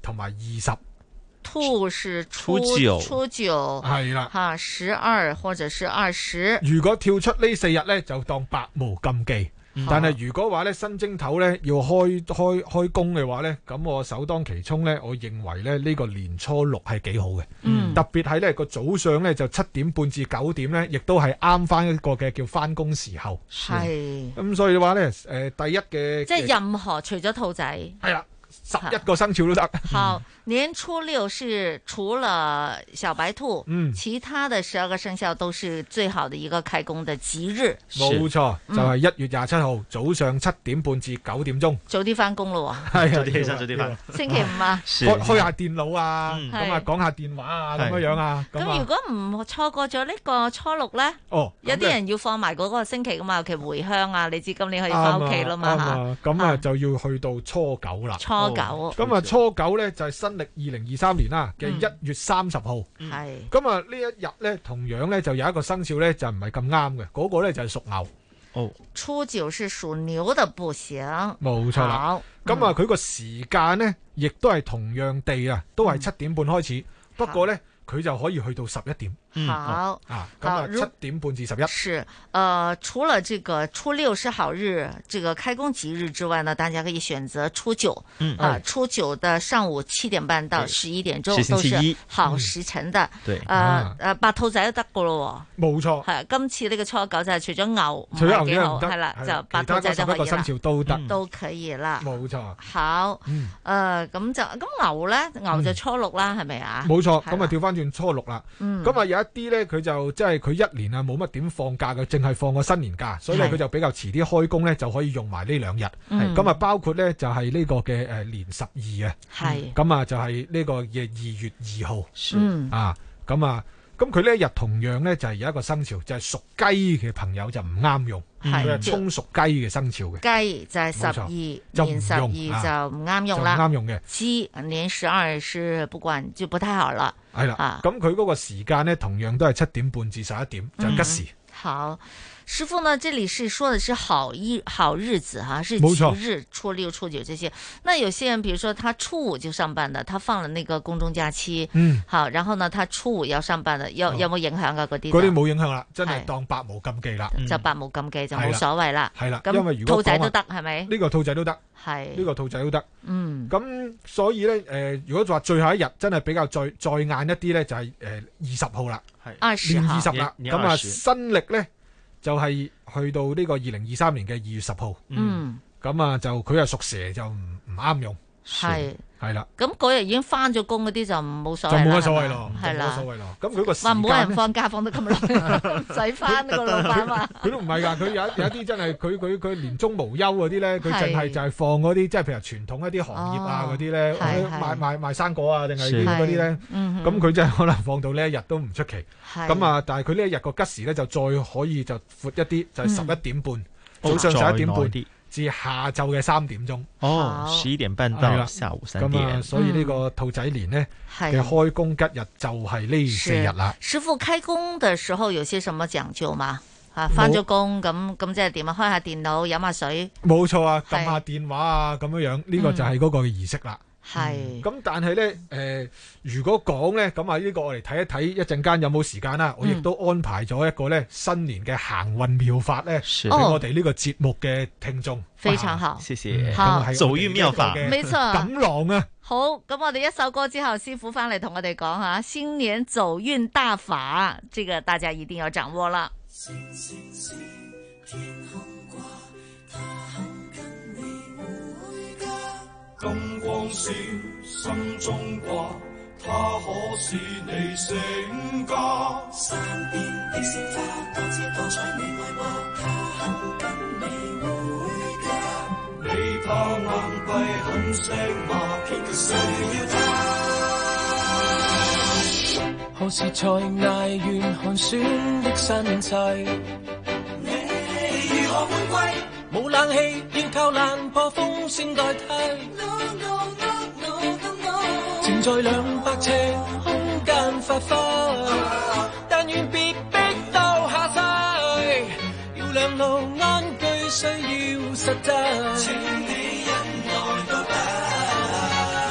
Speaker 14: 同埋二十。
Speaker 13: 兔是初
Speaker 14: 初九
Speaker 13: 初九
Speaker 14: 係啦
Speaker 13: 哈，啊十二或者是二十，
Speaker 14: 如果跳出呢四日呢，就當百無禁忌。
Speaker 13: 嗯
Speaker 14: 但係如果話呢，新正頭呢要開開開工嘅話呢，咁我首當其衝呢，我認為呢呢個年初六係幾好嘅，
Speaker 13: 嗯
Speaker 14: 特別係呢個早上呢，就七點半至九點呢，亦都係啱翻一個嘅叫翻工時候。
Speaker 13: 係
Speaker 14: 咁所以嘅話呢，誒、第一嘅
Speaker 13: 即係任啊何除咗兔仔。
Speaker 14: 係啦，十一個生肖都得。
Speaker 13: 好，年初六是除了小白兔，
Speaker 14: 嗯
Speaker 13: 其他的十二个生肖都是最好的一个开工的吉日。
Speaker 14: 冇錯，就係
Speaker 13: 嗯
Speaker 14: 一月廿七號早上七點半至九點鐘。
Speaker 13: 早啲翻工咯喎，
Speaker 14: 係啊
Speaker 8: 早啲起身早啲瞓
Speaker 13: 星期五啊。
Speaker 8: 是嗯
Speaker 14: 開開下電腦啊，咁啊
Speaker 13: 係
Speaker 14: 講下電話啊，咁
Speaker 8: 係
Speaker 14: 樣樣啊， 咁
Speaker 13: 咁如
Speaker 14: 啊，
Speaker 13: 果唔錯過咗呢個初六咧，
Speaker 14: 哦，
Speaker 13: 有
Speaker 14: 咁
Speaker 13: 啲
Speaker 14: 咧
Speaker 13: 人要放埋嗰個星期噶嘛，尤其回鄉啊，你知今年可以
Speaker 14: 啱啊
Speaker 13: 翻屋企啦嘛
Speaker 14: 啱
Speaker 13: 嚇。
Speaker 14: 啊咁啊就要去到初九啦。
Speaker 13: 初
Speaker 8: 哦
Speaker 13: 九
Speaker 14: 咁啊初九咧就係新歷二零二三年啦嘅
Speaker 13: 嗯
Speaker 14: 一月三十號。
Speaker 13: 係
Speaker 14: 咁啊呢一日咧同樣咧就有一個生肖咧就唔係咁啱嘅，嗰個咧就係屬牛。
Speaker 8: 哦，
Speaker 13: 初九是屬牛的不行，
Speaker 14: 冇錯啦
Speaker 13: 好。
Speaker 14: 咁啊佢個時間咧亦都係同樣地啊，都
Speaker 13: 嗯
Speaker 14: 係七點半開始，不過咧佢就可以去到十一點。
Speaker 8: 嗯
Speaker 13: 好
Speaker 14: 啊，咁啊
Speaker 13: 好如
Speaker 14: 七點半至十一。
Speaker 13: 是，呃，除了这个初六是好日，这个开工吉日之外呢，大家可以选择初九，
Speaker 8: 嗯
Speaker 13: 啊、
Speaker 8: 哎
Speaker 13: 初九的上午七点半到十一点钟
Speaker 8: 是
Speaker 13: 都
Speaker 8: 星期
Speaker 13: 是
Speaker 8: 一
Speaker 13: 好
Speaker 8: 嗯
Speaker 13: 时辰的，
Speaker 8: 对
Speaker 13: 呃
Speaker 8: 啊
Speaker 13: 呃，白兔仔都得噶咯喎，
Speaker 14: 冇錯，
Speaker 13: 係今次呢個初九就係除咗牛，
Speaker 14: 除咗牛
Speaker 13: 之
Speaker 14: 之外唔得
Speaker 13: 係啦，
Speaker 14: 係
Speaker 13: 就
Speaker 14: 啦
Speaker 13: 白兔仔
Speaker 14: 其
Speaker 13: 都
Speaker 14: 他嗰十一個
Speaker 13: 可以啦嗯
Speaker 14: 生肖都得
Speaker 13: 都可以啦，
Speaker 14: 冇
Speaker 13: 啊
Speaker 14: 嗯錯。
Speaker 13: 好，呃，咁就咁牛咧，牛就初六啦，係咪啊？
Speaker 14: 嗯冇錯，
Speaker 13: 係
Speaker 14: 咁啊
Speaker 13: 啦
Speaker 14: 調翻轉初六啦。
Speaker 13: 嗯
Speaker 14: 咁啊有一啲呢，佢就即係佢一年啊冇乜點放假嘅，淨係放個新年假，所以咧
Speaker 9: 係
Speaker 14: 佢就比較遲啲開工呢，就可以用埋呢兩日。
Speaker 9: 嗯
Speaker 14: 咁啊包括呢，就係呢個嘅誒年十二啊，
Speaker 9: 係
Speaker 14: 咁啊就係呢個嘅二月二號。
Speaker 9: 嗯
Speaker 14: 啊，咁啊。咁佢呢一日同樣呢，就係有一個生肖，就係屬雞嘅朋友就唔啱用，
Speaker 13: 係
Speaker 14: 佢係衝屬雞嘅生肖嘅。
Speaker 13: 雞就係十
Speaker 14: 冇錯
Speaker 13: 二，
Speaker 14: 就唔
Speaker 13: 年十二
Speaker 14: 用啊
Speaker 13: 就唔啱用啦，
Speaker 14: 就唔啱用嘅
Speaker 13: 雞年十二是不管就不太好啦，啊嗯
Speaker 14: 係啦，咁佢嗰個時間咧，同樣都係七點半至十一點，就係吉時。
Speaker 13: 好，师傅呢？这里是说的是好日好日子哈、是
Speaker 18: 没
Speaker 13: 初
Speaker 18: 错
Speaker 13: 日、初六、初九这些。那有些人，比如说他初五就上班的，他放了那个公众假期，
Speaker 14: 嗯
Speaker 13: 好，然后呢，他初五要上班的，有有冇影響噶嗰啲？
Speaker 14: 嗰啲冇影響啦，真係
Speaker 13: 係
Speaker 14: 當百無禁忌啦，
Speaker 13: 嗯就百無禁忌就
Speaker 14: 係
Speaker 13: 冇
Speaker 14: 啦
Speaker 13: 所謂啦。
Speaker 14: 係啦
Speaker 13: 咁
Speaker 14: 因為如果
Speaker 13: 兔仔
Speaker 14: 講話
Speaker 13: 都得係咪？
Speaker 14: 呢個兔仔都得，
Speaker 13: 係
Speaker 14: 呢個兔仔都得。
Speaker 13: 嗯
Speaker 14: 咁所以咧，誒，如果話最後一日真係比較再再晏一啲咧，就係誒二十號啦，
Speaker 13: 20
Speaker 14: 年
Speaker 13: 號
Speaker 14: 二十啦。
Speaker 13: 年
Speaker 14: 咁啊，
Speaker 13: 20
Speaker 14: 新歷咧就係去到呢個二零二三年嘅二月十號。
Speaker 13: 嗯，
Speaker 14: 咁啊就佢係屬蛇，就唔唔啱用。
Speaker 13: 係
Speaker 14: 係啦，
Speaker 13: 咁嗰日已經翻咗工嗰啲就冇所
Speaker 14: 就
Speaker 13: 謂啦
Speaker 14: 冇乜所
Speaker 13: 係
Speaker 14: 謂
Speaker 13: 嘛
Speaker 14: 咯，就
Speaker 13: 係
Speaker 14: 冇乜
Speaker 13: 啦
Speaker 14: 所。謂咯。咁佢個時
Speaker 13: 話
Speaker 14: 間
Speaker 13: 冇
Speaker 14: 呢
Speaker 13: 人放假放得咁耐，唔使翻個老闆話。
Speaker 14: 佢都唔係 㗎，佢有一有一啲真係佢佢佢年終無休嗰啲咧，佢淨係
Speaker 13: 係
Speaker 14: 就係放嗰啲即係譬如傳統一啲行業啊
Speaker 13: 哦
Speaker 14: 嗰啲咧，
Speaker 13: 係
Speaker 14: 我
Speaker 13: 係
Speaker 14: 賣賣賣生果啊定係
Speaker 13: 是
Speaker 14: 嗰啲咧
Speaker 13: 係，嗯哼
Speaker 14: 咁佢真係可能放到呢一日都唔出奇。
Speaker 13: 係
Speaker 14: 咁啊，但係佢呢一日個吉時咧就再可以就闊一啲，就係十一點半，
Speaker 8: 嗯
Speaker 14: 早上十一點
Speaker 8: 再耐
Speaker 14: 半
Speaker 8: 啲
Speaker 14: 至下晝嘅三點鐘。
Speaker 8: 哦，十一点半
Speaker 14: 係
Speaker 8: 到
Speaker 14: 啦
Speaker 8: 下午三
Speaker 14: 咁啊，
Speaker 8: 点，
Speaker 14: 所以呢個兔仔年呢
Speaker 13: 嗯
Speaker 14: 嘅開工吉日就係呢四日啦。
Speaker 13: 師傅開工嘅時候有些什麼講究嘛？啊，翻咗工咁咁即係點啊？開下電腦，飲下水，
Speaker 14: 冇錯啊，撳下電話啊，咁樣樣呢
Speaker 13: 嗯
Speaker 14: 個就係嗰個儀式啦。
Speaker 13: 係
Speaker 14: 咁但係咧，誒、如果講咧，咁啊呢個我哋睇一睇一陣間有冇時間啦。我亦都安排咗一個咧新年嘅行運妙法咧，俾
Speaker 13: 哦
Speaker 14: 我哋呢個節目嘅聽眾。
Speaker 13: 非常好。
Speaker 8: 谢谢
Speaker 14: 嗯
Speaker 13: 好
Speaker 14: 咁係
Speaker 8: 走運妙法
Speaker 14: 我哋呢
Speaker 13: 沒
Speaker 14: 個嘅
Speaker 13: 錯
Speaker 14: 錦囊啊，
Speaker 13: 好，咁我哋一首歌之後，師傅翻嚟同我哋講下新年走運大法，這個大家一定要掌握啦。
Speaker 19: 星星星，天空掛，他肯跟你回家。
Speaker 15: 金光閃，心中掛，它可使你醒家。
Speaker 19: 山邊的鮮花，多姿多彩你愛過，他肯跟你回家。
Speaker 15: 你怕硬幣很聲嘛，偏卻需要它。
Speaker 20: 何時才捱完寒酸的新世？
Speaker 19: 你如何換季
Speaker 20: 冇冷氣，要靠冷破風扇代替。
Speaker 19: ？No no no no no no。
Speaker 20: 靜在兩百尺空間發揮，但願別逼到下世。要兩路安居，需要實際。請你忍耐到底。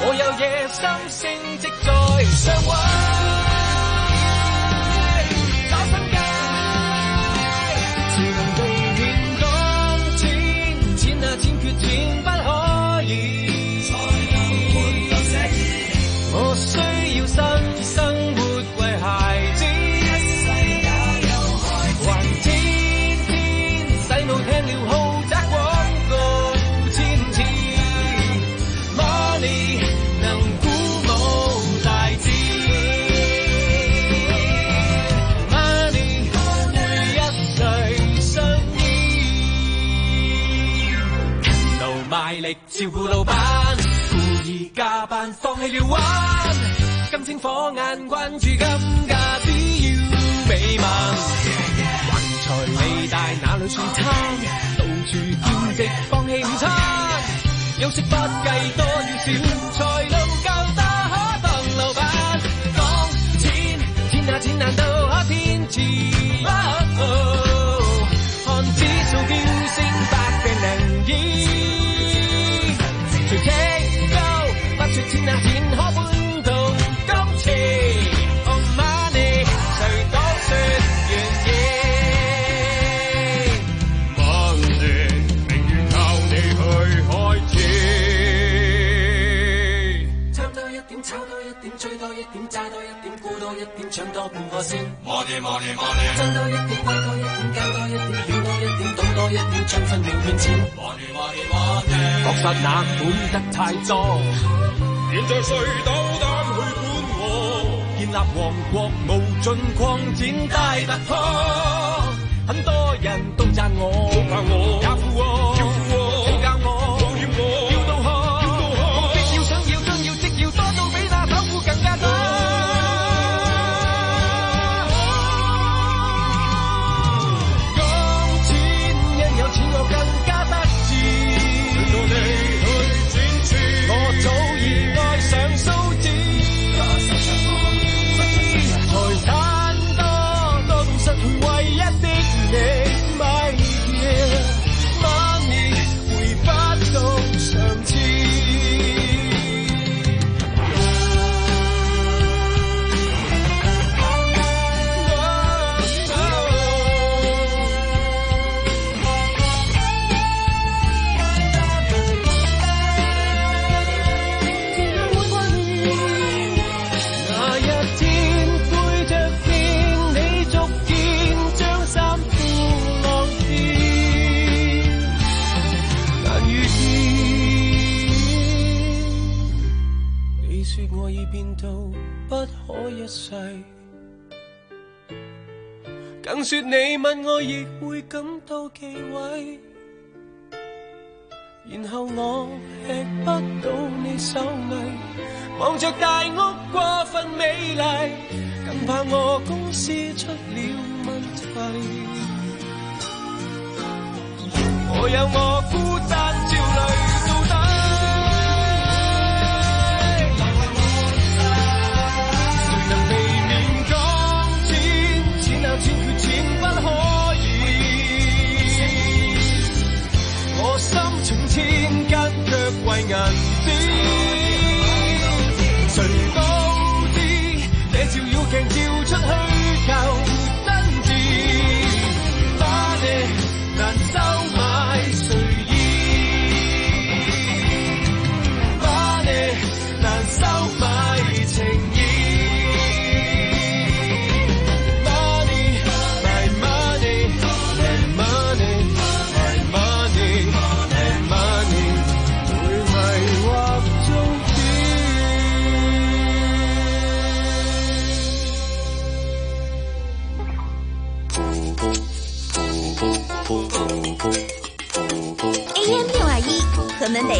Speaker 20: 我有野心，升職在上位，找新界，自能避免講錢，錢啊錢缺錢不可以。才能活到寫意。我需要新生活為孩子，還天天洗腦聽了豪宅廣告千次，Money 能鼓舞大志，Money 每一歲相依。
Speaker 11: 勤劳卖力照顾老板，故意加班放弃了玩，金睛火眼关注金价，只要美满。横財未大哪裏算差，到處兼職放棄午餐，休息不計多與少，才能夠打可當老板。講錢錢啊錢難道可天賜？Oh, oh. 看指數飆升，百病能醫。隨聽高，不説天下錢可搬到金錢。On money，誰都説願意。
Speaker 15: 晚年，明月靠你去開始。
Speaker 11: 貪多一點，炒多一點，追多一點，揸多一點，沽多一點，搶多半個先。
Speaker 15: Money money money，
Speaker 11: 爭多一點，買多一點，交多一點，要多一點，賭多一點，將分秒變錢。
Speaker 15: Money money money，
Speaker 11: 確實那本得太多，
Speaker 15: 現在誰斗膽去管我？
Speaker 11: 建立王國無盡擴展大突破，很多人都讚我，都讚我，也負我，要負我，要教我，要欠我，要到學，要到學，目的要想要將要即要多到比那首富更加多。講錢，因有錢我更加不智。到你去展翅，我早已愛上數字。財產多多到失去唯一的你，更说你吻我亦会感到忌諱，然後我吃不到你手藝，望着大屋過分美麗，更怕我公司出了問題。我有我孤單焦慮到底。誰能避免講錢？錢有錢缺錢不可以。我心情千斤，卻為銀紙。誰都知，這照妖鏡照出虛構真摯。花謝難收買睡意，花謝難收買情意。Money, my money, my money, my money, my money，會迷惑終
Speaker 1: ，AM 六二一，河门北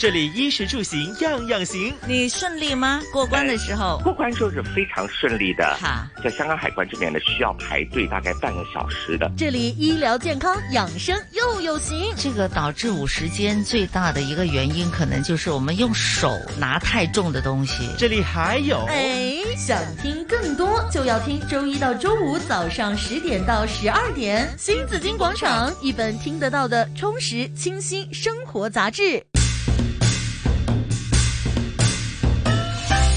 Speaker 12: 这里衣食住行样样行。
Speaker 9: 你顺利吗？过关的时候，
Speaker 21: 哎过关时候是非常顺利的
Speaker 9: 好。
Speaker 21: 在香港海关这边呢，需要排队大概半个小时的。
Speaker 22: 这里医疗健康、养生又有型。
Speaker 13: 这个导致五十肩最大的一个原因，可能就是我们用手拿太重的东西。
Speaker 12: 这里还有
Speaker 22: 哎，想听更多就要听周一到周五早上十点到十二点，新紫金广场一本听得到的充实清新生活杂志。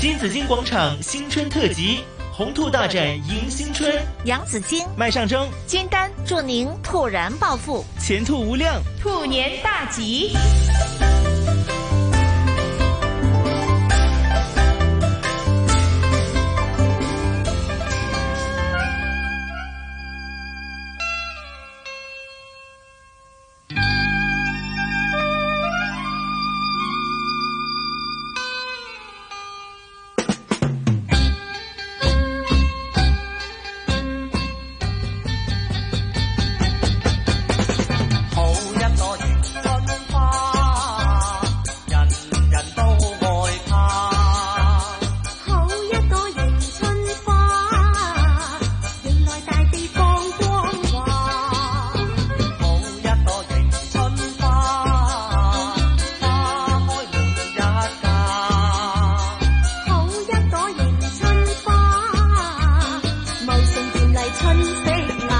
Speaker 12: 新紫金广场新春特辑，红兔大展迎新春，
Speaker 13: 杨紫金、
Speaker 12: 麦上蒸，
Speaker 13: 金丹祝您突然暴富，
Speaker 12: 前途无量。
Speaker 10: 兔年大吉！
Speaker 15: 好一朵迎春花，人人都愛它。
Speaker 23: 好一朵迎春花，迎來大地放光華。
Speaker 15: 好一朵迎春花，花開滿一家。
Speaker 23: 好一朵迎春花，茂盛甜麗春色雅。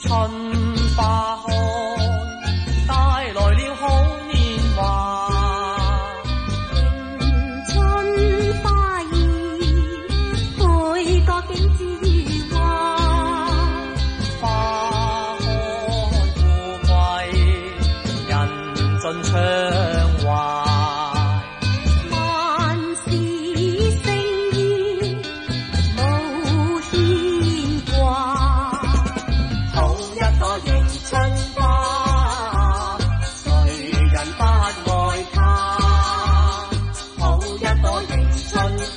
Speaker 15: 春花開，帶來了好年華。
Speaker 23: 迎春花意，每個景致如畫。
Speaker 15: 花開富貴，人盡暢懷。
Speaker 23: 萬事勝意，無牽掛。
Speaker 15: 好一朵迎春花，誰人不愛它？好一朵迎春花，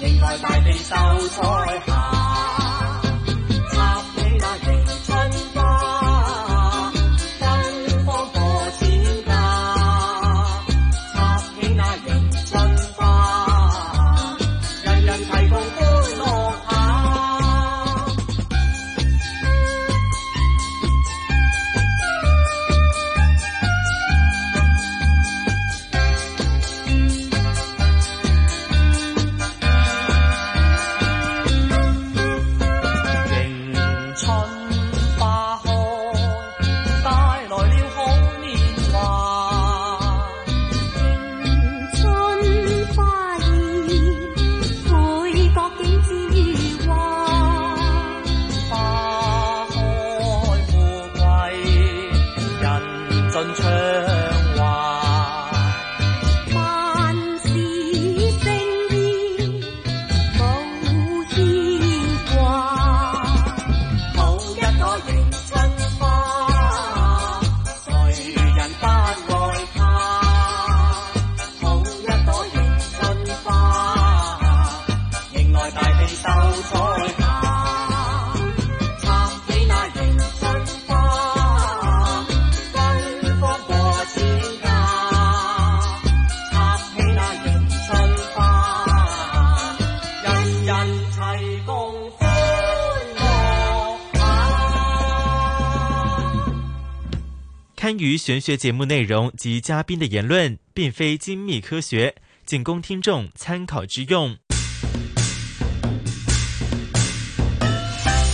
Speaker 15: 迎來大地秀彩霞。插起那迎春花，芬芳過千家。插起那迎春花，人人提供歡樂下。
Speaker 23: 好
Speaker 15: 台下，插起那迎春花，芬芳過千家，插起那迎春花，人人齊共歡樂下。
Speaker 8: 堪舆玄学节目内容及嘉宾的言论，并非精密科学，仅供听众参考之用。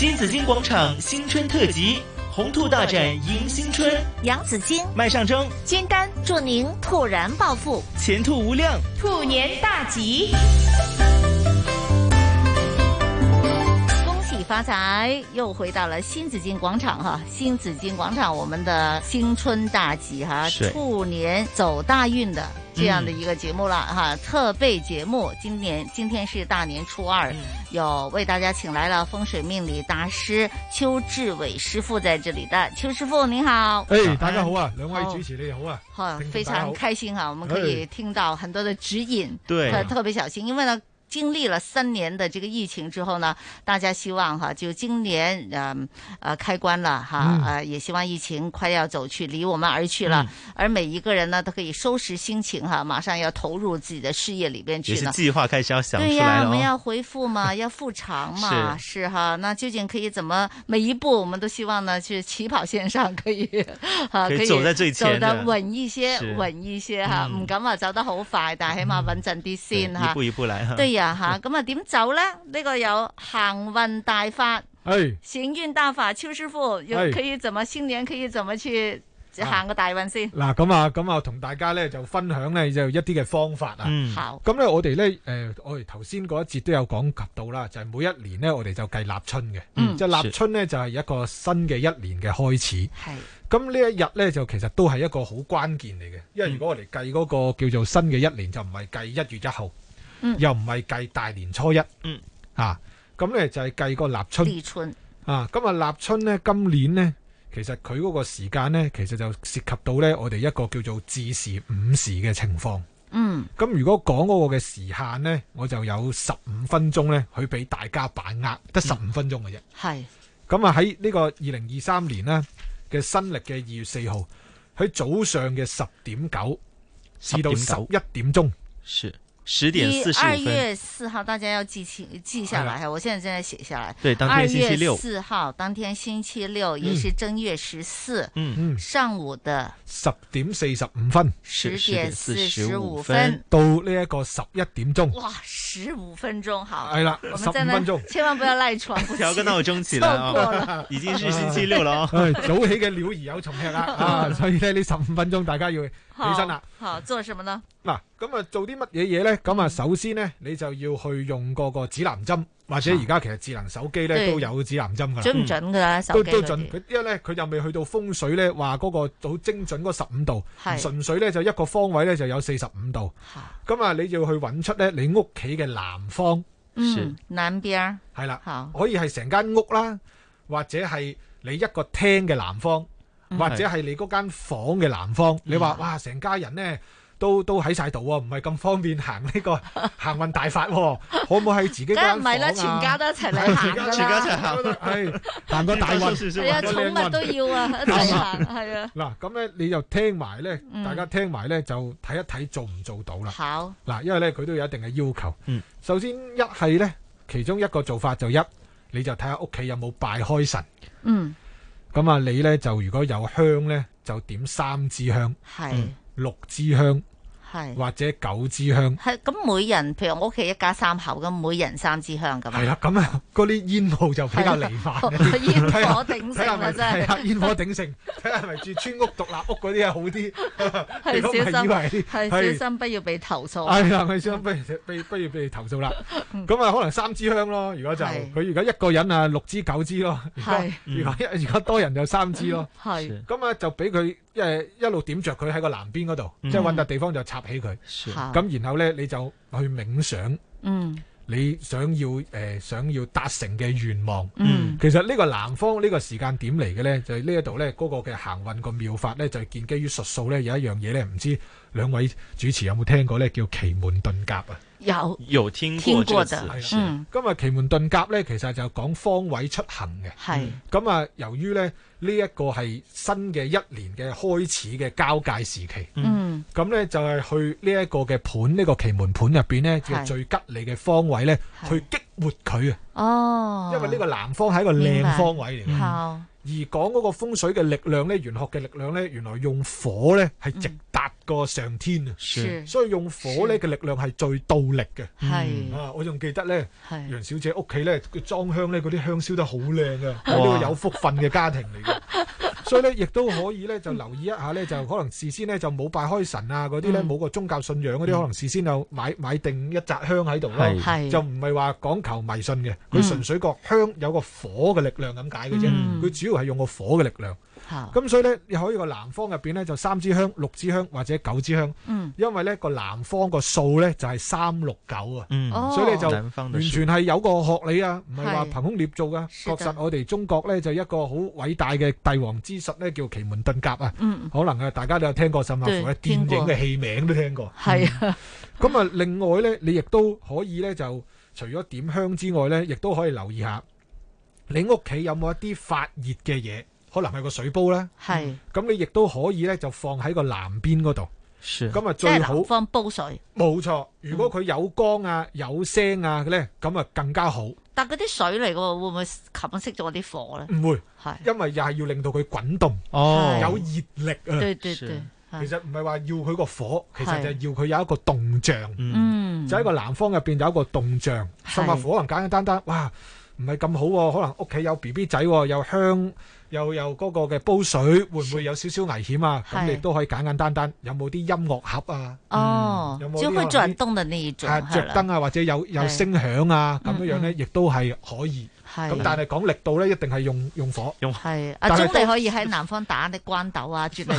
Speaker 12: 新紫金广场新春特辑，红兔大展迎新春，
Speaker 13: 杨紫金、
Speaker 12: 麦上蒸，
Speaker 13: 金丹，祝您突然暴富，
Speaker 12: 前途无量。
Speaker 10: 兔年大吉，
Speaker 13: 恭喜发财！又回到了新紫金广场哈，新紫金广场我们的新春大吉哈，
Speaker 8: 是
Speaker 13: 兔年走大运的这样的一个节目了、哈，特备节目。今年今天是大年初二，有为大家请来了风水命理大师邱志伟师傅在这里的，邱师傅您好，
Speaker 14: 诶，大家好啊，兩位主持你好啊，
Speaker 13: 好，
Speaker 14: 聽眾
Speaker 13: 非
Speaker 14: 大家好
Speaker 13: 常开心啊哈、我们可以听到很多的指引，
Speaker 14: 对
Speaker 13: 特特别小心，因为呢。经历了三年的这个疫情之后呢，大家希望哈，就今年嗯呃开关了哈
Speaker 17: 嗯，
Speaker 13: 呃也希望疫情快要走去，离我们而去了。而每一个人呢，都可以收拾心情哈，马上要投入自己的事业里边去
Speaker 8: 也是
Speaker 13: 了。
Speaker 8: 计划开始要想出
Speaker 13: 对呀、
Speaker 8: 来
Speaker 13: 我
Speaker 8: 了
Speaker 13: 们
Speaker 8: 哦。
Speaker 13: 要恢复嘛，要复常嘛，
Speaker 8: 是
Speaker 13: 是哈。那究竟可以怎么每一步，我们都希望呢，去起跑线上可以啊，
Speaker 8: 可以
Speaker 13: 以
Speaker 8: 走在最前
Speaker 13: 走得
Speaker 8: 的
Speaker 13: 稳一些
Speaker 8: 是，嗯
Speaker 13: 穩一些吓，唔敢話走得好快，但係起碼穩陣啲先
Speaker 8: 一
Speaker 13: 吓。
Speaker 8: 步一步 来哈。
Speaker 13: 對呀吓，咁啊點走咧？呢個有行運大法、
Speaker 8: 哎
Speaker 14: 诶，
Speaker 13: 行運大法，邱師傅又
Speaker 14: 係
Speaker 13: 可以怎麼新年可以怎麼去
Speaker 8: 啊
Speaker 13: 行個大運先？
Speaker 14: 嗱咁啊，咁啊，同大家咧就分享咧就一啲嘅方法啊。
Speaker 8: 嗯
Speaker 13: 好
Speaker 14: 咁咧，我哋咧誒，我哋頭先嗰一節都有講及到啦，就係每一年咧，我哋就計立春嘅。
Speaker 8: 嗯
Speaker 14: 即係立春咧，就係一個新嘅一年嘅開始。
Speaker 13: 係。
Speaker 14: 咁呢一日咧，就其實都係一個好關鍵嚟嘅，因為如果我哋計嗰個叫做新嘅一年，就唔係計一月一號，
Speaker 13: 嗯
Speaker 14: 又唔係計大年初一。
Speaker 8: 嗯。
Speaker 14: 啊，咁咧就係計個立春。
Speaker 13: 立春。
Speaker 14: 啊，咁啊立春咧，今年咧，其實佢嗰個時間咧，其實就涉及到咧我哋一個叫做子時午時嘅情況。
Speaker 13: 嗯，
Speaker 14: 咁如果講嗰個嘅時限呢，我就有十五分鐘呢，去俾大家把握，得十五分鐘嘅啫。
Speaker 13: 嗯係
Speaker 14: 咁啊喺呢個二零二三年呢嘅新歷嘅二月四號，喺早上嘅十點九至到十
Speaker 8: 10.9
Speaker 14: 一點鐘，
Speaker 8: 是十点四十
Speaker 13: 二
Speaker 8: 五分，哎
Speaker 13: 月四號，大家要記清記下
Speaker 8: 係
Speaker 13: 來。我現在正在寫下來。
Speaker 8: 對當天星期六
Speaker 13: 二月四號，當天星期六，也是正月十四。
Speaker 8: 嗯
Speaker 14: 嗯
Speaker 13: 上午的
Speaker 14: 十點四十五分，
Speaker 13: 是10點45分
Speaker 14: 到呢一個十一點鐘。
Speaker 13: 哇，十五分鐘好。
Speaker 14: 係啦
Speaker 13: 我們真
Speaker 14: 15分鐘
Speaker 13: 的千萬不要賴床。 不
Speaker 8: 调个
Speaker 13: 行
Speaker 8: 闹钟起来
Speaker 13: 錯過
Speaker 8: 啊
Speaker 13: 了！
Speaker 8: 已經是星期六 了哦。
Speaker 14: 唉哎早起嘅鳥兒有蟲吃啦，啊， 所以咧呢十五分鐘大家要起身啦。
Speaker 13: 好，好做什麼呢？
Speaker 14: 嗱，咁啊做啲乜嘢嘢呢？咁啊，首先呢，你就要去用嗰個指南針，或者而家其實智能手機呢
Speaker 13: 啊對
Speaker 14: 都有指南針噶啦，
Speaker 13: 準唔準㗎啦
Speaker 14: 嗯
Speaker 13: 手機
Speaker 14: 都
Speaker 13: 嗰啲
Speaker 14: 都準，佢因為呢，佢又未去到風水呢，話嗰個好精準嗰十五度，
Speaker 13: 係
Speaker 14: 純粹呢就一個方位呢就有四十五度，咁啊你要去揾出呢你屋企嘅南方，
Speaker 13: 嗯，南邊儿
Speaker 14: 係啦
Speaker 13: 好，
Speaker 14: 可以係成間屋啦，或者係你一個廳嘅南方，
Speaker 13: 嗯
Speaker 14: 或者係你嗰間房嘅南方。你話哇，成家人呢都都喺晒度喎，唔係咁方便行呢、 個行運大法喎、可唔可以喺自己
Speaker 13: 梗係
Speaker 14: 間
Speaker 13: 唔
Speaker 14: 房
Speaker 13: 係啦，
Speaker 14: 啊？
Speaker 13: 全家都一齊嚟行㗎啦，
Speaker 14: 全家一齊行 係行個大運，
Speaker 13: 係啊，寵物都要啊，一齊行，係啊。
Speaker 14: 嗱，咁咧你就聽埋咧，
Speaker 13: 嗯
Speaker 14: 大家聽埋咧就睇一睇做唔做到啦。
Speaker 13: 好，
Speaker 14: 嗱，因為咧佢都有一定嘅要求。
Speaker 8: 嗯，
Speaker 14: 首先一係咧，其中一個做法就一，你就睇下屋企有冇拜開神。
Speaker 13: 嗯，
Speaker 14: 咁啊，你咧就如果有香咧，就點三支香，
Speaker 13: 係
Speaker 14: 六支香
Speaker 13: 係。
Speaker 14: 或者九支香。
Speaker 13: 係咁，每人譬如我屋企一家三口咁，每人三支香咁
Speaker 14: 係啦，咁啊，嗰啲煙霧就比較離化啲，
Speaker 13: 煙
Speaker 14: 睇下
Speaker 13: 火鼎盛
Speaker 14: 睇下
Speaker 13: 啊
Speaker 14: 咪
Speaker 13: 真係
Speaker 14: 係啦，煙火鼎盛，睇下係咪住村屋獨立屋嗰啲係好啲，
Speaker 13: 係
Speaker 14: 如果唔
Speaker 13: 小
Speaker 14: 以
Speaker 13: 心，
Speaker 14: 為
Speaker 13: 係小心，不要被投訴。
Speaker 14: 係啊啦，哎咪想不如不如不如 被投訴啦。咁啊，可能三支香咯，如果就
Speaker 13: 嗯係
Speaker 14: 佢而家一個人啊，六支九支咯。如果
Speaker 13: 係
Speaker 14: 如果一如果多人就三支咯。
Speaker 13: 係
Speaker 14: 咁啊，就俾佢誒一路點着佢喺個南邊嗰度，
Speaker 13: 嗯
Speaker 14: 即係揾笪地方就插起佢。
Speaker 13: 好
Speaker 14: 咁然後咧，你就去冥想
Speaker 16: Ừ.
Speaker 13: 嗯
Speaker 14: 你想要誒、呃想要達成嘅願望。
Speaker 13: 嗯
Speaker 14: 其實呢個南方呢個時間點嚟嘅咧，就係呢一度咧嗰個嘅行運個妙法咧，就係建基於術數咧有一樣嘢咧，唔知兩位主持有冇聽過咧，叫奇門遁甲啊？
Speaker 13: 有
Speaker 8: 有聽過這個詞
Speaker 14: 係啊
Speaker 13: 嗯
Speaker 14: 今日奇門遁甲咧，其實就講方位出行嘅。
Speaker 13: 係
Speaker 14: 咁啊，由於咧呢一個係新嘅一年嘅開始嘅交界時期。
Speaker 13: 嗯，
Speaker 14: 咁咧就係去呢一個嘅盤，呢個奇門盤入邊咧嘅
Speaker 13: 係
Speaker 14: 最吉利嘅方位咧，去激活佢啊！
Speaker 13: 哦，
Speaker 14: 因為呢個南方係一個靚方位嚟嘅。
Speaker 13: 明白嗯好，
Speaker 14: 而講嗰個風水嘅力量咧，玄學嘅力量咧，原來用火咧係直達個上天
Speaker 13: 嗯
Speaker 14: 啊！
Speaker 13: 是
Speaker 14: 所以用火咧嘅力量係最到力嘅。
Speaker 13: 係
Speaker 14: 啊，我仲記得咧，
Speaker 13: 係
Speaker 14: 楊小姐屋企咧，佢裝香咧，嗰啲香燒得好靚嘅，
Speaker 13: 哇
Speaker 14: 呢個有福分嘅 家庭嚟嘅。所以咧，亦都可以咧，就留意一下咧， 就可能事先咧就冇拜開神啊，嗰啲咧
Speaker 13: 嗯
Speaker 14: 冇個宗教信仰嗰啲，
Speaker 13: 嗯
Speaker 14: 可能事先就買買定一扎香喺度
Speaker 13: 係
Speaker 14: 咯，
Speaker 13: 係
Speaker 14: 就唔係話講求迷信嘅，
Speaker 13: 嗯
Speaker 14: 佢純粹個香有個火嘅力量咁解嘅啫，
Speaker 13: 嗯哦
Speaker 14: 佢主要係用個火嘅力量。
Speaker 13: 好，
Speaker 14: 咁所以咧，你可以個南方入邊咧就三支香、六支香或者九支香，
Speaker 13: 嗯
Speaker 14: 因為咧個南方個數咧就係三六九啊，
Speaker 8: 嗯哦
Speaker 14: 所以咧就
Speaker 8: 南方
Speaker 14: 完
Speaker 8: 的數
Speaker 14: 全係有個學理啊，唔係話
Speaker 8: 係
Speaker 14: 憑空捏造噶。
Speaker 8: 的
Speaker 14: 確實我哋中國咧就一個好偉大嘅帝王之術咧叫奇門遁甲啊，
Speaker 13: 嗯
Speaker 14: 可能啊大家都有聽過，甚至乎咧
Speaker 13: 對
Speaker 14: 電
Speaker 13: 聽
Speaker 14: 影
Speaker 13: 過
Speaker 14: 嘅戲名都聽過。
Speaker 13: 係啊，
Speaker 14: 咁啊，另外咧，你亦都可以咧，就除咗點香之外咧，亦都可以留意下你屋企有冇一啲發熱嘅嘢，可能係個水煲啦。
Speaker 13: 係
Speaker 14: 咁你亦都可以咧，就放喺個南邊嗰度。咁啊，
Speaker 13: 即係
Speaker 14: 最好
Speaker 13: 南方煲水，
Speaker 14: 冇錯。如果佢有光啊、有聲啊咧，咁啊更加好。
Speaker 13: 但嗰啲水嚟嘅喎，會唔會冚熄咗啲火咧？
Speaker 14: 唔會，
Speaker 13: 係
Speaker 14: 因為又係要令到佢滾動，
Speaker 8: 哦
Speaker 14: 有熱力啊。
Speaker 13: 對對對，
Speaker 14: 其實唔係話要佢個火，其實
Speaker 13: 係
Speaker 14: 就係要佢有一個動像。
Speaker 13: 嗯
Speaker 14: 就喺個南方入邊有一個動像，甚至乎可能簡簡單單，哇，唔係咁好喎、可能屋企有 B B 仔喎，又香，又又嗰個嘅煲水，會唔會有少少危險啊？咁
Speaker 13: 係
Speaker 14: 你都可以簡簡單單，有冇啲音樂盒啊？
Speaker 13: 哦
Speaker 14: 有，冇
Speaker 13: 就
Speaker 14: 呢
Speaker 13: 會
Speaker 14: 個
Speaker 13: 轉動的那一種，
Speaker 14: 啊，
Speaker 13: 係
Speaker 14: 着
Speaker 13: 啦
Speaker 14: 燈啊，或者有有
Speaker 13: 係
Speaker 14: 聲響啊，咁樣樣
Speaker 13: 嗯
Speaker 14: 咧，亦都係可以。
Speaker 13: 係
Speaker 14: 咁但係講力度咧，一定係用用火。
Speaker 8: 用
Speaker 13: 係阿
Speaker 14: 但
Speaker 13: 鐘
Speaker 14: 係
Speaker 13: 啊你可以 喺南方打啲關斗啊，轉嚟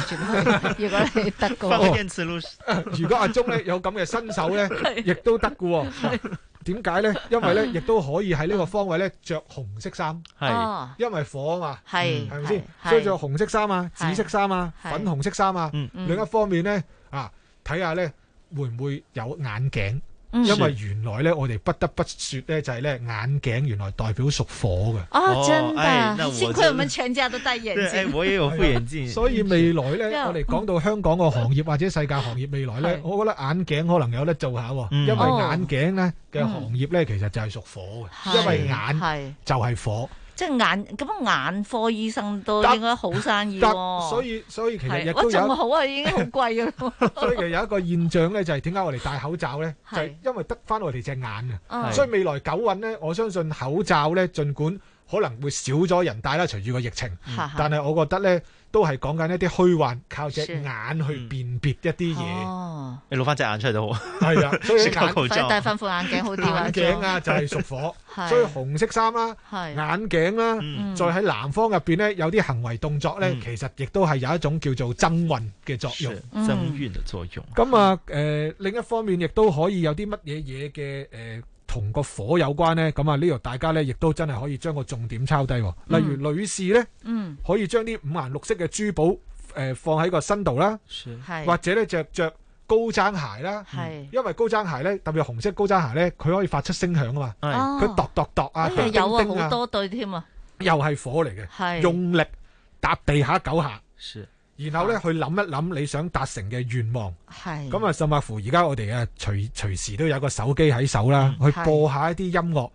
Speaker 13: 轉去，如果哦你得
Speaker 14: 放
Speaker 13: 嘅
Speaker 14: 個
Speaker 13: 話
Speaker 14: 電磁哦 如果阿鐘咧有咁嘅身手咧，亦都得㗎喎。點解咧？因為咧，亦都可以喺呢個方位咧着紅色衫，
Speaker 8: 係嗯哦
Speaker 14: 因為火啊嘛，
Speaker 8: 係
Speaker 14: 係咪先？
Speaker 8: 係
Speaker 14: 所以着紅色衫啊、
Speaker 8: 係
Speaker 14: 紫色衫啊、
Speaker 8: 係
Speaker 14: 粉紅色衫啊。
Speaker 8: 嗯
Speaker 14: 另一方面咧，啊睇下咧會唔會有眼鏡？
Speaker 13: 嗯
Speaker 14: 因為原來咧，我哋不得不說咧，就係咧眼鏡原來代表屬火嘅。
Speaker 13: 哦，真
Speaker 8: 哎那我
Speaker 13: 的，幸虧我們全家都戴眼
Speaker 8: 對哎
Speaker 13: 鏡。
Speaker 8: 我也 有副眼鏡
Speaker 14: 所以未來咧，
Speaker 13: 嗯
Speaker 14: 我哋講到香港個行業或者世界行業未來咧
Speaker 13: 係，
Speaker 14: 我覺得眼鏡可能有得做下喎，
Speaker 8: 嗯
Speaker 14: 因為
Speaker 13: 哦嗯
Speaker 14: 眼鏡咧嘅行業咧其實就係屬火
Speaker 13: 係
Speaker 14: 嘅，因為
Speaker 13: 係
Speaker 14: 眼就係火。
Speaker 13: 即係眼咁眼科醫生都應該好生意喎。
Speaker 14: 得所以所以其實
Speaker 13: 係
Speaker 14: 亦都有
Speaker 13: 哇仲好啊，已經好貴噶啦。
Speaker 14: 所以其實有一個現象咧，就係點解我哋戴口罩咧，就係因為得翻我哋隻眼啊。
Speaker 13: 嗯
Speaker 14: 所以未來九運咧，我相信口罩咧，儘管可能會少咗人戴啦，隨住個疫情
Speaker 13: 嗯，
Speaker 14: 但係我覺得咧，都係講緊一啲虛幻，靠隻眼去辨
Speaker 8: 嗯
Speaker 14: 別一啲嘢。
Speaker 13: 哦，
Speaker 8: 你攞翻隻眼出嚟都好，
Speaker 14: 係 啊，所以
Speaker 8: 識靠
Speaker 14: 眼
Speaker 8: 口
Speaker 13: 快
Speaker 8: 罩，
Speaker 13: 戴翻副眼鏡好啲啊！
Speaker 14: 眼鏡啊，就係屬火
Speaker 13: 係，
Speaker 14: 所以紅色衫啦、
Speaker 13: 係嗯
Speaker 14: 眼鏡啦，再喺南方入邊咧，有啲行為動作
Speaker 8: 嗯
Speaker 14: 咧，其實亦都係有一種叫做增運嘅作用。
Speaker 13: 嗯
Speaker 8: 增運的作用。
Speaker 14: 咁啊，誒另一方面，亦都可以有啲乜嘢嘢嘅誒同個火有關呢？咁啊，呢度大家呢，亦都真係可以將個重點抄低喎。
Speaker 13: 嗯
Speaker 14: 例如女士呢，
Speaker 13: 嗯，
Speaker 14: 可以將啲五顏六色嘅珠寶誒放喺個身度啦，
Speaker 13: 係
Speaker 14: 或者呢着着高踭鞋啦
Speaker 13: 係，
Speaker 14: 因為高踭鞋呢，特別係紅色高踭鞋呢，佢可以發出聲響啊
Speaker 13: 係
Speaker 14: 嘛，
Speaker 13: 哦
Speaker 14: 佢度度度啊，
Speaker 13: 哎呀
Speaker 14: 叮
Speaker 13: 有啊，
Speaker 14: 叮
Speaker 13: 好多對添啊。
Speaker 14: 又係火嚟
Speaker 13: 係
Speaker 14: 嘅，用力踏地下九下，
Speaker 8: 是，
Speaker 14: 然
Speaker 13: 啊
Speaker 14: 後呢，去諗一諗你想達成嘅願望。
Speaker 13: 係
Speaker 14: 咁啊，甚至乎而家我哋啊，隨隨時都有個手機喺手啦，
Speaker 13: 嗯
Speaker 14: 去播下一啲音樂，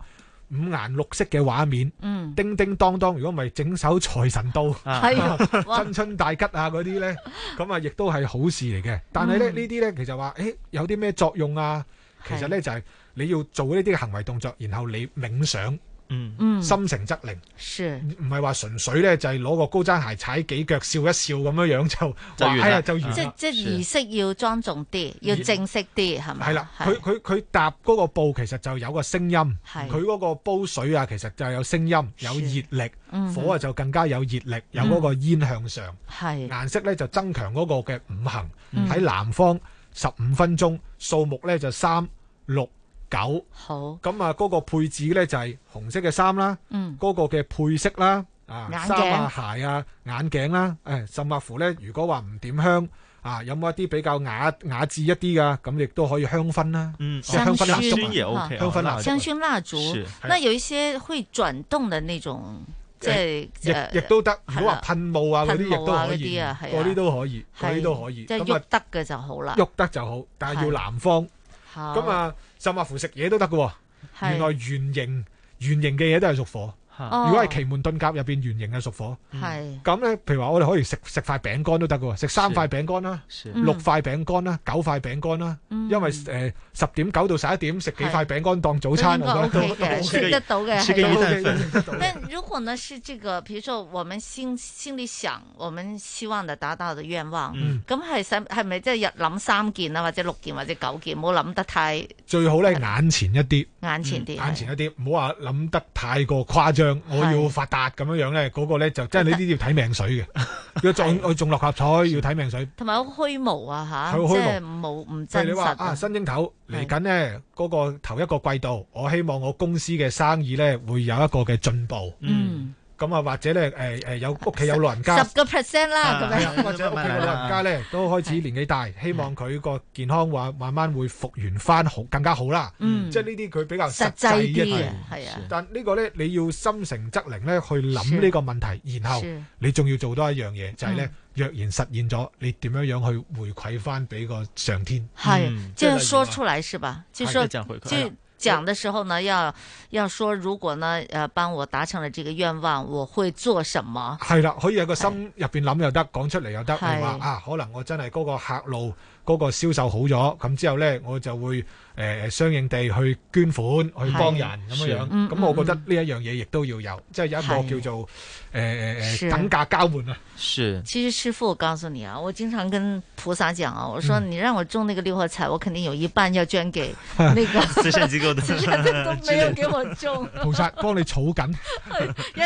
Speaker 14: 五顏六色嘅畫面，
Speaker 13: 嗯
Speaker 14: 叮叮當當。如果唔係整首財神到，
Speaker 13: 係啊 哇
Speaker 14: 新春大吉啊嗰啲呢，咁啊亦都係好事嚟嘅。但係呢，
Speaker 13: 嗯
Speaker 14: 呢啲呢，其實話，誒有啲咩作用啊？其實呢，就係你要做呢啲行為動作，然後你冥想，
Speaker 8: 嗯
Speaker 13: 嗯
Speaker 14: 心誠則靈。
Speaker 13: 是
Speaker 14: 唔係話純粹呢，就係攞個高踭鞋踩幾腳笑一笑咁樣樣就，
Speaker 8: 就完啦
Speaker 14: 哇哎呀就完啦
Speaker 13: 即即儀式要莊重啲，要正式啲，係咪？
Speaker 14: 係啦，佢佢佢搭嗰個布其實就有個聲音，
Speaker 13: 係
Speaker 14: 佢嗰個煲水啊，其實就有聲音，有熱力
Speaker 13: 嗯，
Speaker 14: 火啊就更加有熱力，有嗰個煙向上，
Speaker 13: 係
Speaker 14: 顏色咧就增強嗰個嘅五行
Speaker 13: 嗯
Speaker 14: 喺南方十五分鐘，數目咧就三六九，
Speaker 13: 好
Speaker 14: 咁啊嗰個配置咧就係紅色嘅衫啦，
Speaker 13: 嗯
Speaker 14: 嗰個嘅配色啦，啊
Speaker 13: 眼鏡
Speaker 14: 衫啊鞋啊眼鏡啦，誒甚或乎咧，如果話唔點香啊，有冇一啲比較雅雅致一啲噶？咁亦都可以香薰啦，
Speaker 8: 嗯
Speaker 14: 香薰蠟燭
Speaker 8: 香薰也 OK 啊
Speaker 14: 香薰蠟燭，
Speaker 13: 哦香薰蠟燭
Speaker 14: 是，
Speaker 13: 那有一些會轉動的那種，即呃係
Speaker 14: 亦亦都得。如果話噴霧啊嗰啲，亦都可以，
Speaker 13: 噴霧啊嗰啲啊係啊
Speaker 14: 嗰啲都可以，嗰啲都可以。
Speaker 13: 即係
Speaker 14: 咁
Speaker 13: 喐
Speaker 14: 啊，
Speaker 13: 得嘅就好啦。
Speaker 14: 喐得就好，但係要
Speaker 13: 係
Speaker 14: 南方。
Speaker 13: 好
Speaker 14: 咁，啊，甚或乎食嘢都得嘅喎。
Speaker 13: 係
Speaker 14: 原來圓形圓形嘅嘢都係屬火。
Speaker 13: 哦
Speaker 14: 如果係奇門遁甲入邊圓形嘅屬火。
Speaker 13: 係
Speaker 14: 咁咧，譬如話我哋可以食食塊餅乾都得嘅喎，食三塊餅乾啦，
Speaker 13: 嗯
Speaker 14: 六塊餅乾啦，九塊餅乾啦，
Speaker 13: 嗯
Speaker 14: 因為誒十點九到十一點食幾塊
Speaker 13: 係嗯
Speaker 14: 餅乾當早餐，
Speaker 13: 都
Speaker 14: 我
Speaker 13: 應
Speaker 14: 覺
Speaker 13: 該
Speaker 14: 得
Speaker 13: OK 嘅，
Speaker 14: 都
Speaker 13: 吃得到嘅，
Speaker 14: 吃個
Speaker 13: 係
Speaker 14: 雞
Speaker 13: 啊
Speaker 14: 蛋粉。
Speaker 13: 但如果呢是這個，比如說我們心心裏想，我們希望的達到的願望
Speaker 14: 嗯，
Speaker 13: 咁係使係咪即係日諗三件啊，或者六件或者九件，唔好諗得太
Speaker 14: 最好咧眼前一啲，
Speaker 13: 眼前
Speaker 14: 嗯
Speaker 13: 啲
Speaker 14: 眼前一啲，唔好話諗得太過誇張。我要發達咁樣樣咧，嗰個咧就真係呢啲要睇命 水嘅。要中我中六合彩要睇命水。
Speaker 13: 同埋好虛無啊吓，
Speaker 14: 係好虛無
Speaker 13: 即係冇
Speaker 14: 譬
Speaker 13: 唔真
Speaker 14: 如你
Speaker 13: 實
Speaker 14: 話啊，
Speaker 13: 啊。
Speaker 14: 新英頭嚟緊呢嗰個頭一個季度，我希望我公司嘅生意咧會有一個嘅進步。
Speaker 13: 嗯，
Speaker 14: 咁啊或者咧誒誒有屋企有老人家
Speaker 13: 十。個 percent 啦，咁
Speaker 14: 係啊
Speaker 13: 樣
Speaker 14: 或者屋企嘅老人家咧都開始年紀大，希望佢個健康話慢慢會復原翻好更加好啦。
Speaker 13: 嗯
Speaker 14: 即係呢啲佢比較
Speaker 13: 實
Speaker 14: 實
Speaker 13: 際
Speaker 14: 際
Speaker 13: 啲
Speaker 14: 一
Speaker 13: 嘅
Speaker 14: 啲。
Speaker 13: 係啊。
Speaker 14: 但呢個咧，你要心誠則靈咧去諗呢個問題，然後
Speaker 13: 是
Speaker 14: 你仲要做多一樣嘢，就係咧
Speaker 13: 嗯，
Speaker 14: 若然實現咗，你點樣樣去回饋翻俾個上天？
Speaker 13: 嗯
Speaker 14: 嗯
Speaker 13: 係，就要說出來是吧？就
Speaker 14: 哎
Speaker 13: 說
Speaker 14: 要
Speaker 13: 就
Speaker 14: 講回饋了
Speaker 13: 講的時候呢，要要說，如果呢，呃，幫我達成了這個願望，我會做什麼？
Speaker 14: 係啦，可以有個心入邊諗又得，講出嚟又得。你
Speaker 13: 係
Speaker 14: 話啊，可能我真係嗰個客路嗰個銷售好咗，咁之後呢，我就會誒、呃相應地去捐款去幫人咁樣樣。
Speaker 13: 是
Speaker 14: 咁、
Speaker 13: 嗯嗯
Speaker 14: 我覺得呢一樣嘢亦都要有，即係有一
Speaker 13: 係
Speaker 14: 個叫做誒誒
Speaker 13: 是
Speaker 14: 誒等價交換啊。
Speaker 8: 是
Speaker 13: 其實師傅，我告訴你啊，我經常跟菩薩講啊，我說
Speaker 8: 嗯
Speaker 13: 你讓我中那個六合彩，我肯定有一半要 捐給 那個
Speaker 8: 慈善機構的
Speaker 13: 慈善的都沒有 給我中，
Speaker 14: 菩薩幫你儲緊，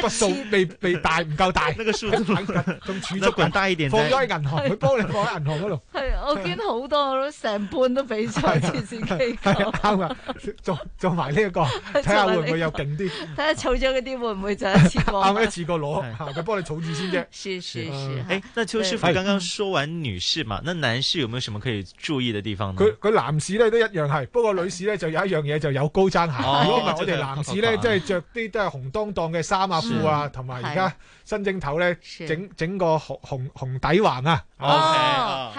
Speaker 14: 個數未未大唔夠大，
Speaker 8: 呢個數
Speaker 14: 仲 仲儲
Speaker 8: 那
Speaker 14: 足
Speaker 8: 滾
Speaker 14: 緊，
Speaker 8: 大一點
Speaker 14: 放
Speaker 8: 再
Speaker 14: 咗喺銀行，佢幫你 放喺銀行 嗰度。
Speaker 13: 係啊我捐好多，成半都俾咗慈善
Speaker 14: 係
Speaker 13: 機構
Speaker 14: 啊，啱啊，做做埋呢一 個，睇下會唔會有勁啲，
Speaker 13: 睇下儲咗嗰啲會唔會就一次 過？
Speaker 14: 啱一次過攞，嚇佢幫你儲住先啫。
Speaker 13: 是是
Speaker 8: 嗯哎，那邱师傅
Speaker 14: 對
Speaker 8: 刚刚说完女士嘛，那男士有没有什么可以注意的地方呢？
Speaker 14: 佢佢男士咧都一樣係，不過女士咧就有一樣嘢就有高踭鞋。
Speaker 8: 哦
Speaker 14: 如果唔係我哋男士咧，
Speaker 8: 真係
Speaker 14: 即係着啲都係紅當當嘅衫啊褲啊，
Speaker 8: 嗯
Speaker 14: 同埋而家新正頭咧
Speaker 13: 是
Speaker 14: 整整個紅紅紅底環啊。
Speaker 13: 哦
Speaker 14: OK，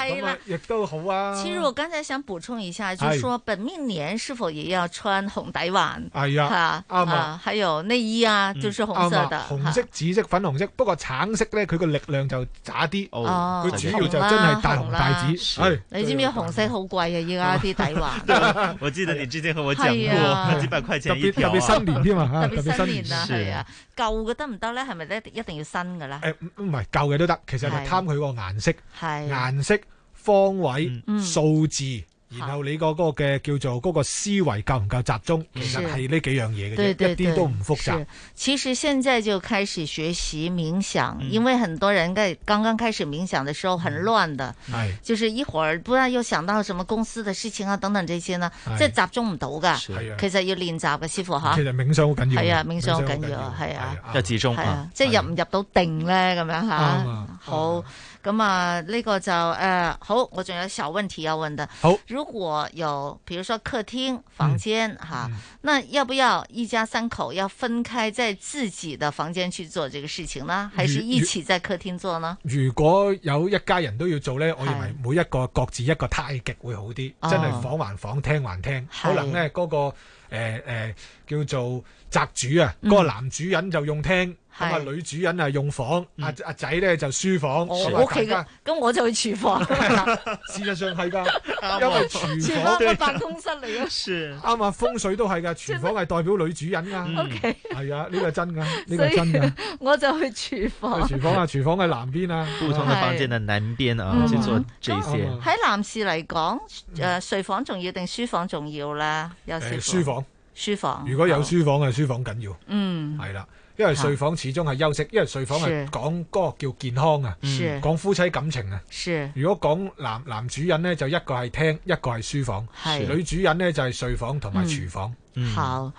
Speaker 13: 係
Speaker 14: 咁
Speaker 13: 啦
Speaker 14: 啊亦都好啊。哎
Speaker 13: 其實我剛才想補充一下，就是
Speaker 14: 是
Speaker 13: 說本命年是否也要穿紅底環？
Speaker 14: 係啊
Speaker 13: 哈
Speaker 14: 啱啊
Speaker 13: 還有內衣啊，
Speaker 14: 嗯
Speaker 13: 就是紅色
Speaker 14: 啱
Speaker 13: 的
Speaker 14: 啊，紅色、紫色、粉紅色，不過橙色咧佢個力量就渣啲，
Speaker 13: 哦
Speaker 14: 佢主要就
Speaker 13: 紅
Speaker 14: 真
Speaker 13: 啦
Speaker 14: 係大紅大紫。
Speaker 13: 紅
Speaker 14: 係
Speaker 13: 你知唔知紅色好貴啊？而家啲 底環，
Speaker 8: 对我记得你之前和我讲
Speaker 13: 哎呀
Speaker 8: 过，几百块
Speaker 14: 啊特
Speaker 8: 钱一
Speaker 14: 別特
Speaker 8: 条啊，
Speaker 14: 別新年 添啊，
Speaker 13: 特別新年啊，
Speaker 14: 是哎
Speaker 13: 係啊，舊嘅得唔得咧？係咪咧一定要新嘅啦？
Speaker 14: 誒唔唔係舊嘅都得，其實係
Speaker 13: 係
Speaker 14: 貪佢個顏色、
Speaker 13: 係
Speaker 14: 顏色、方位
Speaker 13: 嗯、
Speaker 14: 數字，然後你嗰個嘅叫做嗰個思維夠唔夠集中，其實
Speaker 13: 是
Speaker 14: 係呢幾樣嘢嘅
Speaker 13: 對
Speaker 14: 啫，
Speaker 13: 對
Speaker 14: 一
Speaker 13: 對，
Speaker 14: 啲都唔複雜
Speaker 13: 是。其實現在就開始學習冥想，
Speaker 14: 嗯
Speaker 13: 因為很多人在剛剛開始冥想的時候很亂的，
Speaker 14: 係
Speaker 13: 就是一會兒不然又想到什麼公司的事情啊等等這些呢，
Speaker 14: 係
Speaker 13: 即係集中唔到噶。
Speaker 14: 是係啊
Speaker 13: 其實要練習嘅師傅吓。
Speaker 14: 其實冥想好緊要嘅，
Speaker 13: 係啊，冥想好緊
Speaker 14: 冥
Speaker 13: 要
Speaker 14: 想
Speaker 13: 啊，係啊。
Speaker 8: 要集中
Speaker 13: 係啊
Speaker 8: 啊，，
Speaker 13: 即係入唔入到定咧咁樣吓
Speaker 8: 啊。
Speaker 13: 好，咁啊呢個就誒好，我仲有小問題要問的。
Speaker 14: 好，
Speaker 13: 如果有，比如說客廳、房間哈，那要不要一家三口要分開在自己的房間去做這個事情呢？還是一起在客廳做呢？
Speaker 14: 如果有一家人都要做呢，我認為每一個各自一個太極會好啲，
Speaker 13: 哦
Speaker 14: 真係房還房，廳還廳。
Speaker 13: 係
Speaker 14: 可能呢嗰、個誒、呃呃叫做宅主啊，
Speaker 13: 嗯
Speaker 14: 嗰、個男主人就用廳，咁啊
Speaker 13: 係
Speaker 14: 女主人啊用房，阿阿仔呢就書房。
Speaker 13: 我
Speaker 14: 咁啊
Speaker 13: 嗯哦我屋企
Speaker 14: 大
Speaker 13: 嘅
Speaker 14: 家，
Speaker 13: 咁我就去廚房，
Speaker 14: 事實上係㗎，
Speaker 13: 啊
Speaker 14: 因為廚
Speaker 13: 廚
Speaker 14: 房
Speaker 13: 房個辦公室嚟嘅。
Speaker 8: 是
Speaker 14: 啱啊，風水都係㗎，廚房係代表女主人㗎。
Speaker 13: 嗯 OK
Speaker 14: 係啊，呢個真㗎，呢
Speaker 13: 所
Speaker 14: 個
Speaker 13: 以
Speaker 14: 真 㗎。
Speaker 13: 我就去廚房。
Speaker 14: 廚房啊，廚房嘅南邊啊，
Speaker 8: 不同的房間的南邊啊，
Speaker 13: 嗯
Speaker 8: 去做这些。
Speaker 13: 喺男士嚟講，誒、睡房重要定書房重要咧？有時
Speaker 14: 誒書房。
Speaker 13: 書房，
Speaker 14: 如果有書房嘅書房緊要。
Speaker 13: 嗯
Speaker 14: 係啦，因為睡房始終係休息，因為睡房係
Speaker 13: 是
Speaker 14: 講嗰個叫健康啊，
Speaker 13: 是
Speaker 14: 講夫妻感情啊。
Speaker 13: 是
Speaker 14: 如果講男男主人呢，就一個係廳，一個係書房；
Speaker 13: 係嗯
Speaker 14: 嗯女主人呢，就係睡房同埋廚房。
Speaker 13: 好。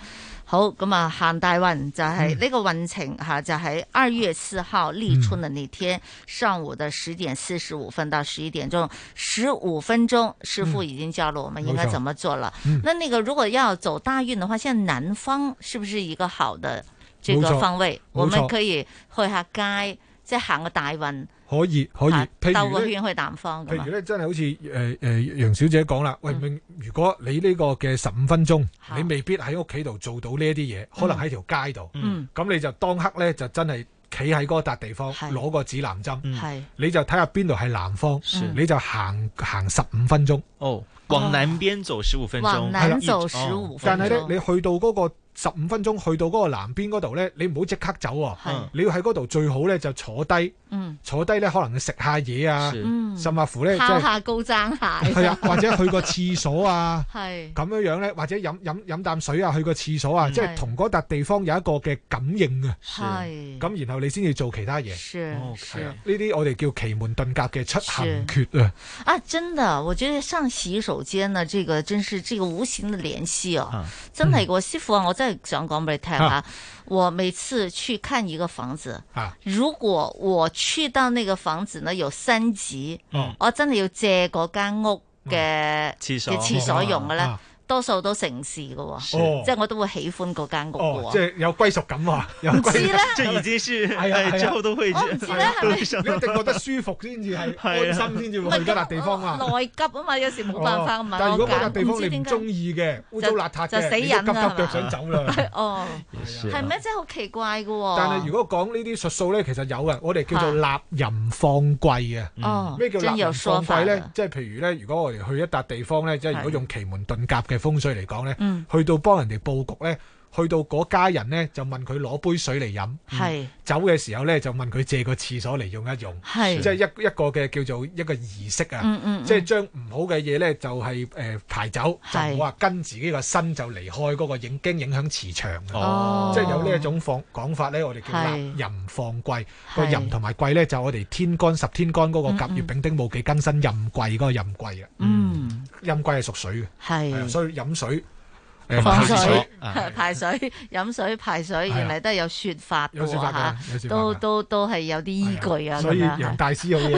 Speaker 13: 好咁啊，行大運就係、
Speaker 14: 嗯
Speaker 13: 呢個運程哈，就喺二月四號立春的那天、上午的十點四十五分到十一點鐘，十五分鐘，師傅已經教了我們應該怎麼做了。
Speaker 9: 嗯冇錯嗯
Speaker 13: 那那個如果要走大運的話，現在南方是不是一個好的這
Speaker 14: 冇
Speaker 13: 個
Speaker 14: 錯
Speaker 13: 方位？
Speaker 14: 冇錯
Speaker 13: 我們可以去下街，即係行個大運，
Speaker 14: 可以可以
Speaker 13: 啊，
Speaker 14: 譬
Speaker 13: 兜
Speaker 14: 如
Speaker 13: 個
Speaker 14: 咧
Speaker 13: 圈。去南方
Speaker 14: 譬
Speaker 13: 咁啊
Speaker 14: 如。咧，真係好似誒誒楊小姐講啦，
Speaker 13: 嗯
Speaker 14: 喂，明如果你呢個嘅十五分鐘，你未必喺屋企度做到呢一啲嘢，可能喺條街度，
Speaker 13: 嗯
Speaker 14: 咁你就當刻咧就真係企喺嗰笪地方攞個指南針
Speaker 13: 係，
Speaker 14: 你就睇下邊度係南方
Speaker 8: 嗯是，
Speaker 14: 你就行行十五分鐘。
Speaker 8: 哦，往南邊走十五分鐘，哦
Speaker 13: 往南走
Speaker 8: 一直
Speaker 13: 15
Speaker 14: 哦但
Speaker 13: 分
Speaker 14: 係
Speaker 13: 鐘
Speaker 14: 咧，你去到嗰個十五分鐘，去到嗰個南邊嗰度咧，你唔好即刻走喎
Speaker 8: 係，
Speaker 14: 你要喺嗰度最好咧就坐低，
Speaker 13: 嗯，
Speaker 14: 坐低咧可能食下嘢啊
Speaker 13: 是，嗯
Speaker 14: 甚或乎咧即
Speaker 13: 拋
Speaker 14: 係
Speaker 13: 下高踭 鞋，。
Speaker 14: 係啊，或者去個廁所啊
Speaker 13: 係
Speaker 14: 咁樣樣咧，或者飲飲飲啖水啊，去個廁所啊，
Speaker 13: 嗯
Speaker 14: 即係同嗰笪地方有一個嘅感應啊，
Speaker 13: 係
Speaker 14: 咁然後你先至做其他嘢。
Speaker 13: 是
Speaker 8: 哦
Speaker 13: 是
Speaker 14: 係啊呢啲我哋叫奇門遁甲嘅出行
Speaker 13: 是
Speaker 14: 訣啊。
Speaker 13: 啊，真的，我觉得上洗手间呢，这个真是这个无形的联系哦。
Speaker 14: 啊
Speaker 8: 啊
Speaker 13: 真
Speaker 14: 嗯
Speaker 13: 系我师傅啊，我真系想讲俾你听啊
Speaker 9: 啊，
Speaker 13: 我每次去看一个房子
Speaker 14: 啊，
Speaker 13: 如果我去到那个房子呢有三级
Speaker 14: 哦
Speaker 8: 嗯，
Speaker 13: 我真系要借嗰间屋嘅
Speaker 14: 嗯
Speaker 8: 廁所
Speaker 13: 嘅厕所用嘅咧
Speaker 8: 啊。
Speaker 13: 多數都城市嘅喎，
Speaker 8: 是哦
Speaker 13: 即係我都會喜歡嗰間屋嘅
Speaker 14: 哦
Speaker 13: 喎，
Speaker 14: 即係有歸屬感啊，有歸屬 感。
Speaker 8: 這已經 是
Speaker 14: 係啊
Speaker 8: 哎
Speaker 14: 係啊
Speaker 8: 之後都會哎
Speaker 13: 我唔知咧係咪
Speaker 8: 都上
Speaker 14: 你一定覺得舒服先至 係
Speaker 8: 係啊
Speaker 14: 安心先至會去嗰笪地方啊。
Speaker 13: 內急啊嘛，有時冇辦法啊嘛。
Speaker 14: 哦但係如果嗰笪地
Speaker 13: 我
Speaker 14: 方你
Speaker 13: 知
Speaker 14: 唔
Speaker 13: 點解
Speaker 14: 中意嘅，污糟邋遢
Speaker 13: 就
Speaker 14: 嘅，
Speaker 13: 死
Speaker 14: 你都
Speaker 13: 人
Speaker 14: 急
Speaker 13: 啦
Speaker 14: 急腳想走啦。
Speaker 13: 哦，
Speaker 8: 是
Speaker 13: 係咩？真係好奇怪嘅喎。
Speaker 14: 啊但係如果講呢啲術數咧，其實有嘅，我哋叫做納淫放貴啊。
Speaker 13: 哦
Speaker 14: 咩叫納
Speaker 13: 真有
Speaker 14: 淫
Speaker 13: 說
Speaker 14: 放
Speaker 13: 法
Speaker 14: 貴
Speaker 13: 嘅
Speaker 14: 咧？即係譬如咧，如果我哋去一笪地方咧，即係如果
Speaker 13: 係
Speaker 14: 用奇門遁甲嘅風水嚟講咧
Speaker 13: 嗯，
Speaker 14: 去到幫人哋佈局咧。去到嗰家人咧，就問佢攞杯水嚟飲。嗯
Speaker 13: 係
Speaker 14: 走嘅時候咧，就問佢借個廁所嚟用一用。
Speaker 13: 係
Speaker 14: 即係一一個嘅叫做一個儀式啊。
Speaker 13: 嗯嗯嗯
Speaker 14: 即係將唔好嘅嘢咧，就係、誒排走，就
Speaker 13: 係
Speaker 14: 唔好話跟自己個身就離開嗰個影驚影響磁場啊。
Speaker 13: 哦
Speaker 14: 即係有呢一種放講法咧，我哋叫納
Speaker 13: 係
Speaker 14: 淫放貴。
Speaker 13: 係
Speaker 14: 個淫同埋貴咧，就我哋天干十天干嗰個甲
Speaker 13: 嗯
Speaker 14: 乙丙丁戊己庚辛壬癸嗰個壬癸啊。
Speaker 13: 嗯，
Speaker 14: 壬癸係屬水嘅，
Speaker 13: 係
Speaker 14: 啊所以飲水
Speaker 13: 放
Speaker 14: 排
Speaker 13: 水
Speaker 14: 啊
Speaker 13: 排水、飲水、排水，
Speaker 14: 係啊
Speaker 13: 原嚟都係有說法嘅
Speaker 14: 有說
Speaker 13: 喎
Speaker 14: 法㗎有說法
Speaker 13: 嚇
Speaker 14: 㗎
Speaker 13: 都都都係有啲依據啊。
Speaker 14: 所以
Speaker 13: 咁樣
Speaker 14: 楊大師 好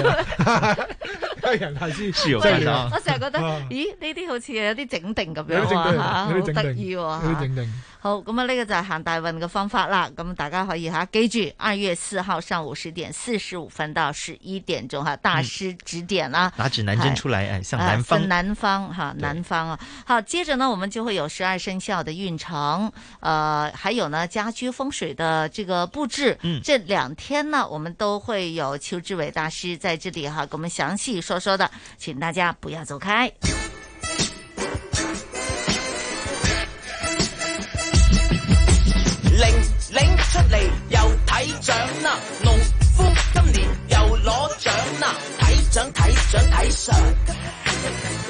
Speaker 14: 嘢，楊大師
Speaker 8: 是有
Speaker 14: 真
Speaker 8: 關
Speaker 14: 係
Speaker 8: 係啊
Speaker 13: 我成日覺得，
Speaker 14: 啊
Speaker 13: 咦呢啲好似有啲整定咁
Speaker 14: 有啲
Speaker 13: 樣
Speaker 14: 整定，
Speaker 13: 啊
Speaker 14: 有
Speaker 13: 嚇
Speaker 14: 啲
Speaker 13: 好
Speaker 14: 整
Speaker 13: 得
Speaker 14: 定，
Speaker 13: 意
Speaker 14: 有
Speaker 13: 喎
Speaker 14: 啲
Speaker 13: 嚇
Speaker 14: 整定。
Speaker 13: 好，咁啊呢個就係行大運嘅方法啦。咁大家可以吓記住，二月四號上午十點四十五分到十一點鐘吓，大師指點啦。
Speaker 14: 嗯
Speaker 8: 拿指南針出來，哎，向南方
Speaker 13: 啊、分南方哈，南方啊。好，接着呢，我们就会有十二生肖的运程，呃，还有呢家居风水的这个布置。嗯，这两天呢，我们都会有邱志伟大师在这里哈，给我们详细说说的，请大家不要走开。
Speaker 11: 零零出嚟又睇獎啦，農夫今年又攞獎啦，睇獎睇獎睇相，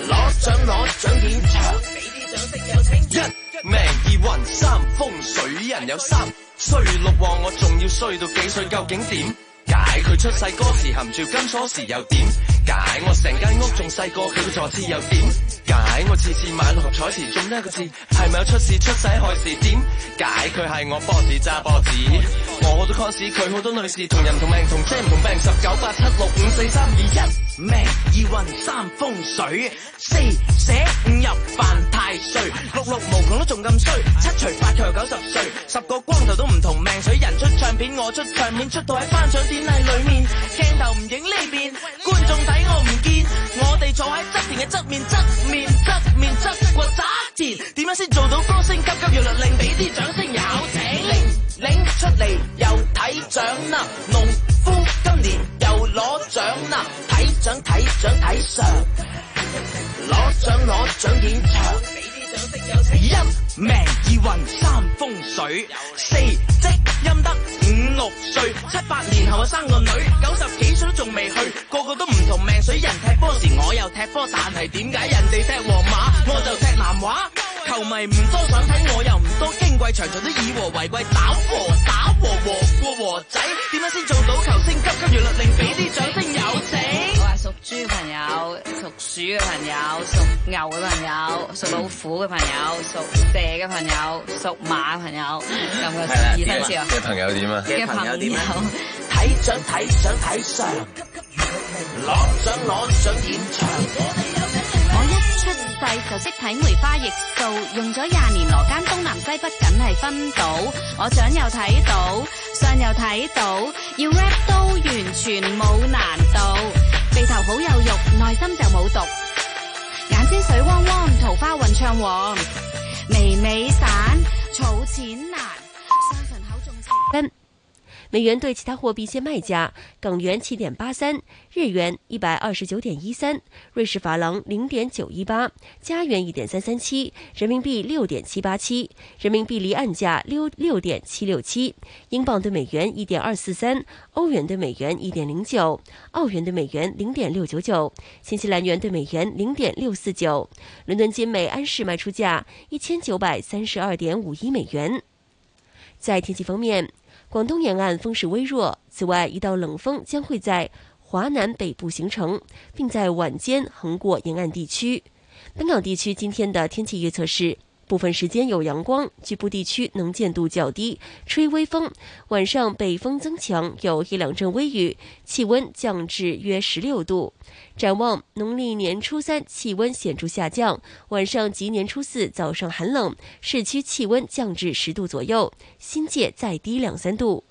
Speaker 11: 攞獎攞獎現場，俾啲掌聲有請。
Speaker 24: 一命二運三風水人有三衰六旺，我仲要衰到幾歲？究竟點解佢出世嗰時含住金鎖匙又點解我成間屋仲細過佢個坐廁又點解我次次買六合彩時中呢個字係咪有出事出世害事點解佢係我 boss 揸波子？我好多 cons 佢好多女士同人唔同命同姐唔同病十九八七六五四三二一。
Speaker 11: 一命二運三風水，四捨五入犯太歲，六六無窮都仲咁衰，七除八卻九十歲，十個光頭都唔同命水，人出唱片我出唱片，出到喺頒獎典禮裏面，鏡頭唔影呢邊，觀眾睇我唔見，我哋坐喺側田嘅側面側面側面側過側田，點樣先做到歌聲急急要律令，俾啲掌聲有請令。領出嚟又睇獎啦，農夫今年又攞獎啦，睇獎睇獎睇相，攞獎攞獎現場，俾啲掌聲有請。一命二運三風水，四積陰德五六歲，七八年後啊生個女，九十幾歲都仲未去，個個都唔同命水，人踢波時我又踢波，但係點解人哋踢皇馬我就踢南華？球迷唔多想睇，我又唔多矜貴，場場都以和為貴，打和打和和過和仔，點樣先做到球星急急如律令，俾啲掌聲有請。
Speaker 6: 我係屬豬嘅朋
Speaker 8: 友、
Speaker 6: 友，
Speaker 8: 屬鼠嘅朋友、屬牛嘅朋友、屬老虎嘅朋友、屬蛇嘅朋友、屬馬嘅朋友，有冇
Speaker 25: 係
Speaker 8: 二
Speaker 25: 啦
Speaker 8: 生肖
Speaker 25: 嘅哎朋友點啊
Speaker 8: 嘅朋友
Speaker 25: 嘅朋友點啊
Speaker 8: 睇獎睇獎睇相，
Speaker 11: 攞獎攞獎點唱？
Speaker 6: 我一出世就識睇梅花易數，用咗廿年羅間東南西北梗係分到，我獎又睇到，相又睇到，要 rap 都完全冇難度，鼻頭好有肉，內心就冇毒，眼睛水汪汪，桃花運暢旺，微尾散，儲錢難。
Speaker 26: 三，美元对其他货币现卖价：港元七点八三，日元一百二十九点一三，瑞士法郎零点九一八，加元一点三三七，人民币六点七八七，人民币离岸价六六点七六七，英镑对美元一点二四三，欧元对美元一点零九，澳元对美元零点六九九，新西兰元对美元零点六四九。伦敦金每安士卖出价一千九百三十二点五一美元。在天气方面，广东沿岸风势微弱，此外，一道冷锋将会在华南北部形成，并在晚间横过沿岸地区。本港地区今天的天气预测是。部分时间有阳光，局部地区能见度较低，吹微风。晚上北风增强，有一两阵微雨，气温降至约十六度。展望农历年初三，气温显著下降，晚上及年初四早上寒冷，市区气温降至十度左右，新界再低两三度。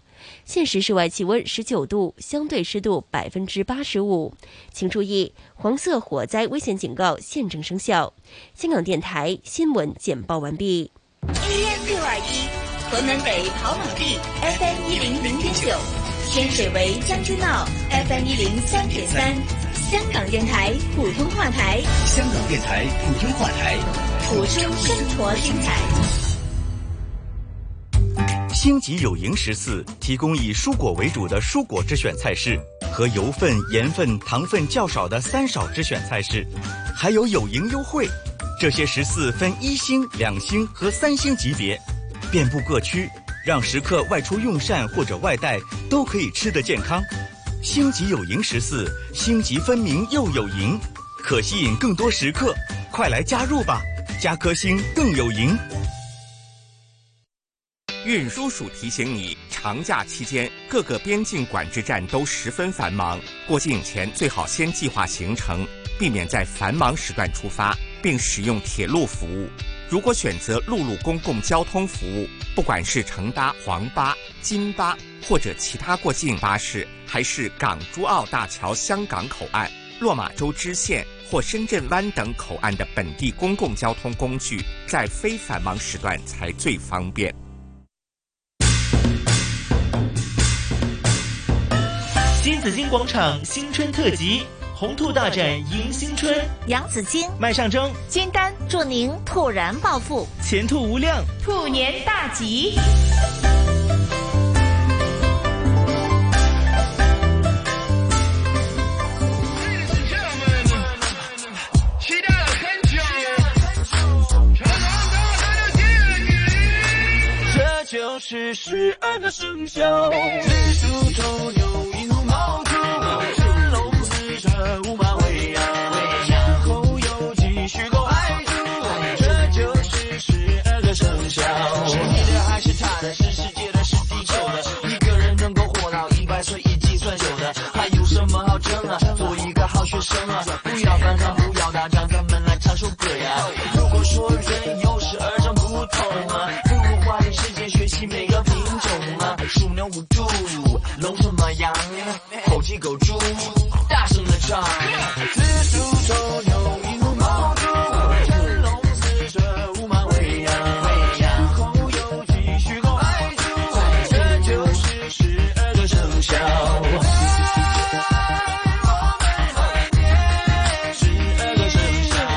Speaker 26: 现时室外气温十九度，相对湿度百分之八十五，请注意黄色火灾危险警告现正生效。香港电台新闻简报完毕。
Speaker 1: AM 六二一，河南北跑马地，FM 一零零点九，天水围将军澳，FM 一零三点三，香港电台普通话台，
Speaker 5: 香港电台普通话台，
Speaker 1: 谱出生活精彩。
Speaker 5: 星级有营食肆提供以蔬果为主的蔬果之选菜式，和油分、盐分、糖分较少的三少之选菜式，还有有营优惠。这些食肆分一星、两星和三星级别，遍布各区，让食客外出用膳或者外带都可以吃得健康。星级有营食肆，星级分明又有营，可吸引更多食客，快来加入吧！加颗星更有营。
Speaker 7: 运输署提醒你，长假期间各个边境管制站都十分繁忙，过境前最好先计划行程，避免在繁忙时段出发，并使用铁路服务。如果选择陆路公共交通服务，不管是乘搭黄巴、金巴或者其他过境巴士，还是港珠澳大桥香港口岸、落马洲支线或深圳湾等口岸的本地公共交通工具，在非繁忙时段才最方便。
Speaker 12: 新紫金广场新春特辑，红兔大展迎新春。
Speaker 9: 杨紫金、
Speaker 12: 麦尚征、
Speaker 9: 金丹，祝您突然暴富，
Speaker 12: 前途无量。
Speaker 27: 兔年大吉！
Speaker 11: 这就是十二个生肖。紫苏州有一头毛猪，神龙四射五马未央，然后有几许狗亥猪，这就是十二个生肖。是你的还是他的？是世界的，是地球的。一个人能够活到一百岁已经算久的，还有什么好争啊？做一个好学生啊！不要反抗，不要打仗，咱们来唱首歌呀！如果说人有十二张不同啊，不如花点时间学习每个品种啊。鼠牛虎兔，龙什么羊，猴鸡狗猪，大声的唱。紫苏州有一头毛猪，神龙四射五马未央，然后有几许狗亥猪，这就是十二个生肖。十二个生肖，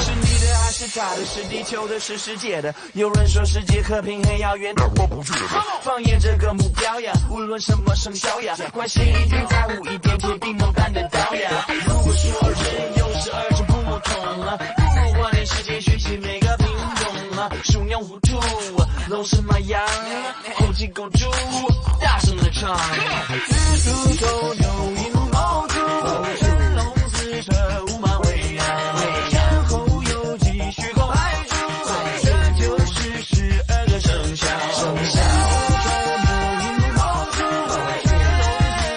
Speaker 11: 是你的还是他的？是地球的，是世界的。有人说世界和平很遥远，但我不觉得。放眼这个目标呀，无论什么生肖呀，关心一点，在乎一点，铁定能办得到呀。如果说人有十二种不同啊，不如花点时间学习每个品种啊，鼠牛虎兔，龙什么羊，猴鸡狗猪，大声上，紫苏州有云毛肚，青龙寺舍五马未央，然后又继续逛海珠，这就是十二个生肖。苏州有云毛肚，青龙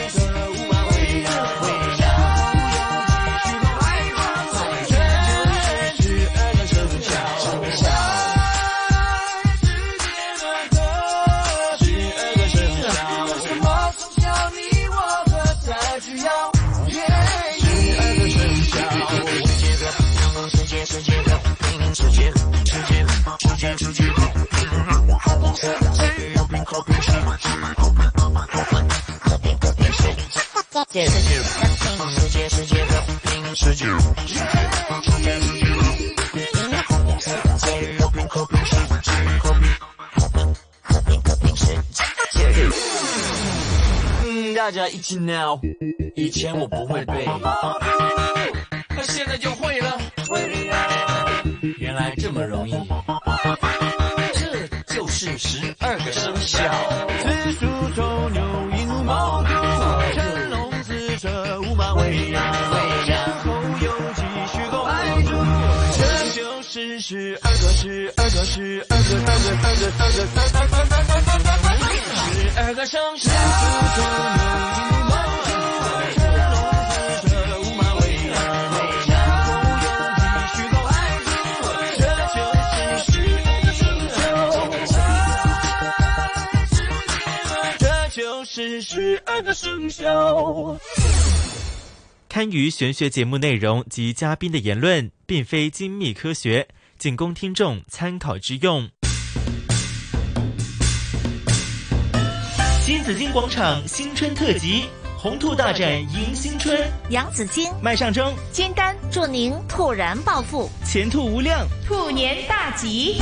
Speaker 11: 寺舍五马未央，然后又继续逛海珠，这就是十二个生肖。十二个生肖，什么生肖你我和才知道。十二个生肖，世界和阳光，世界世界和平民，世界世界世界世界和平民，好不好？只要变好变好，好吧好吧好吧，特别特别是世界世界和平民，世界世界和平民，世界世界世界和平民，好不好？只要变好变好，好吧。嗯，大家一起闹。以前我不会背，那现在就会了。原来这么容易，这就是十二个生肖。紫苏州牛银乌毛肚，真龙紫蛇乌马未央，然后又继续购买猪，这就是十二个十二个十二个二个二个二个三三三三三三三三十二个生肖。紫苏州牛银乌毛肚，真龙紫蛇乌马未央，然后又继续购买猪，这就是十二个生肖。这就是十二个生肖。
Speaker 8: 堪舆玄学节目内容及嘉宾的言论，并非精密科学，仅供听众参考之用。
Speaker 12: 新紫金广场新春特辑，红兔大展迎新春。
Speaker 9: 杨紫金、
Speaker 12: 麦尚征、
Speaker 9: 金丹，祝您突然暴富，
Speaker 12: 前途无量。
Speaker 10: 兔年大吉！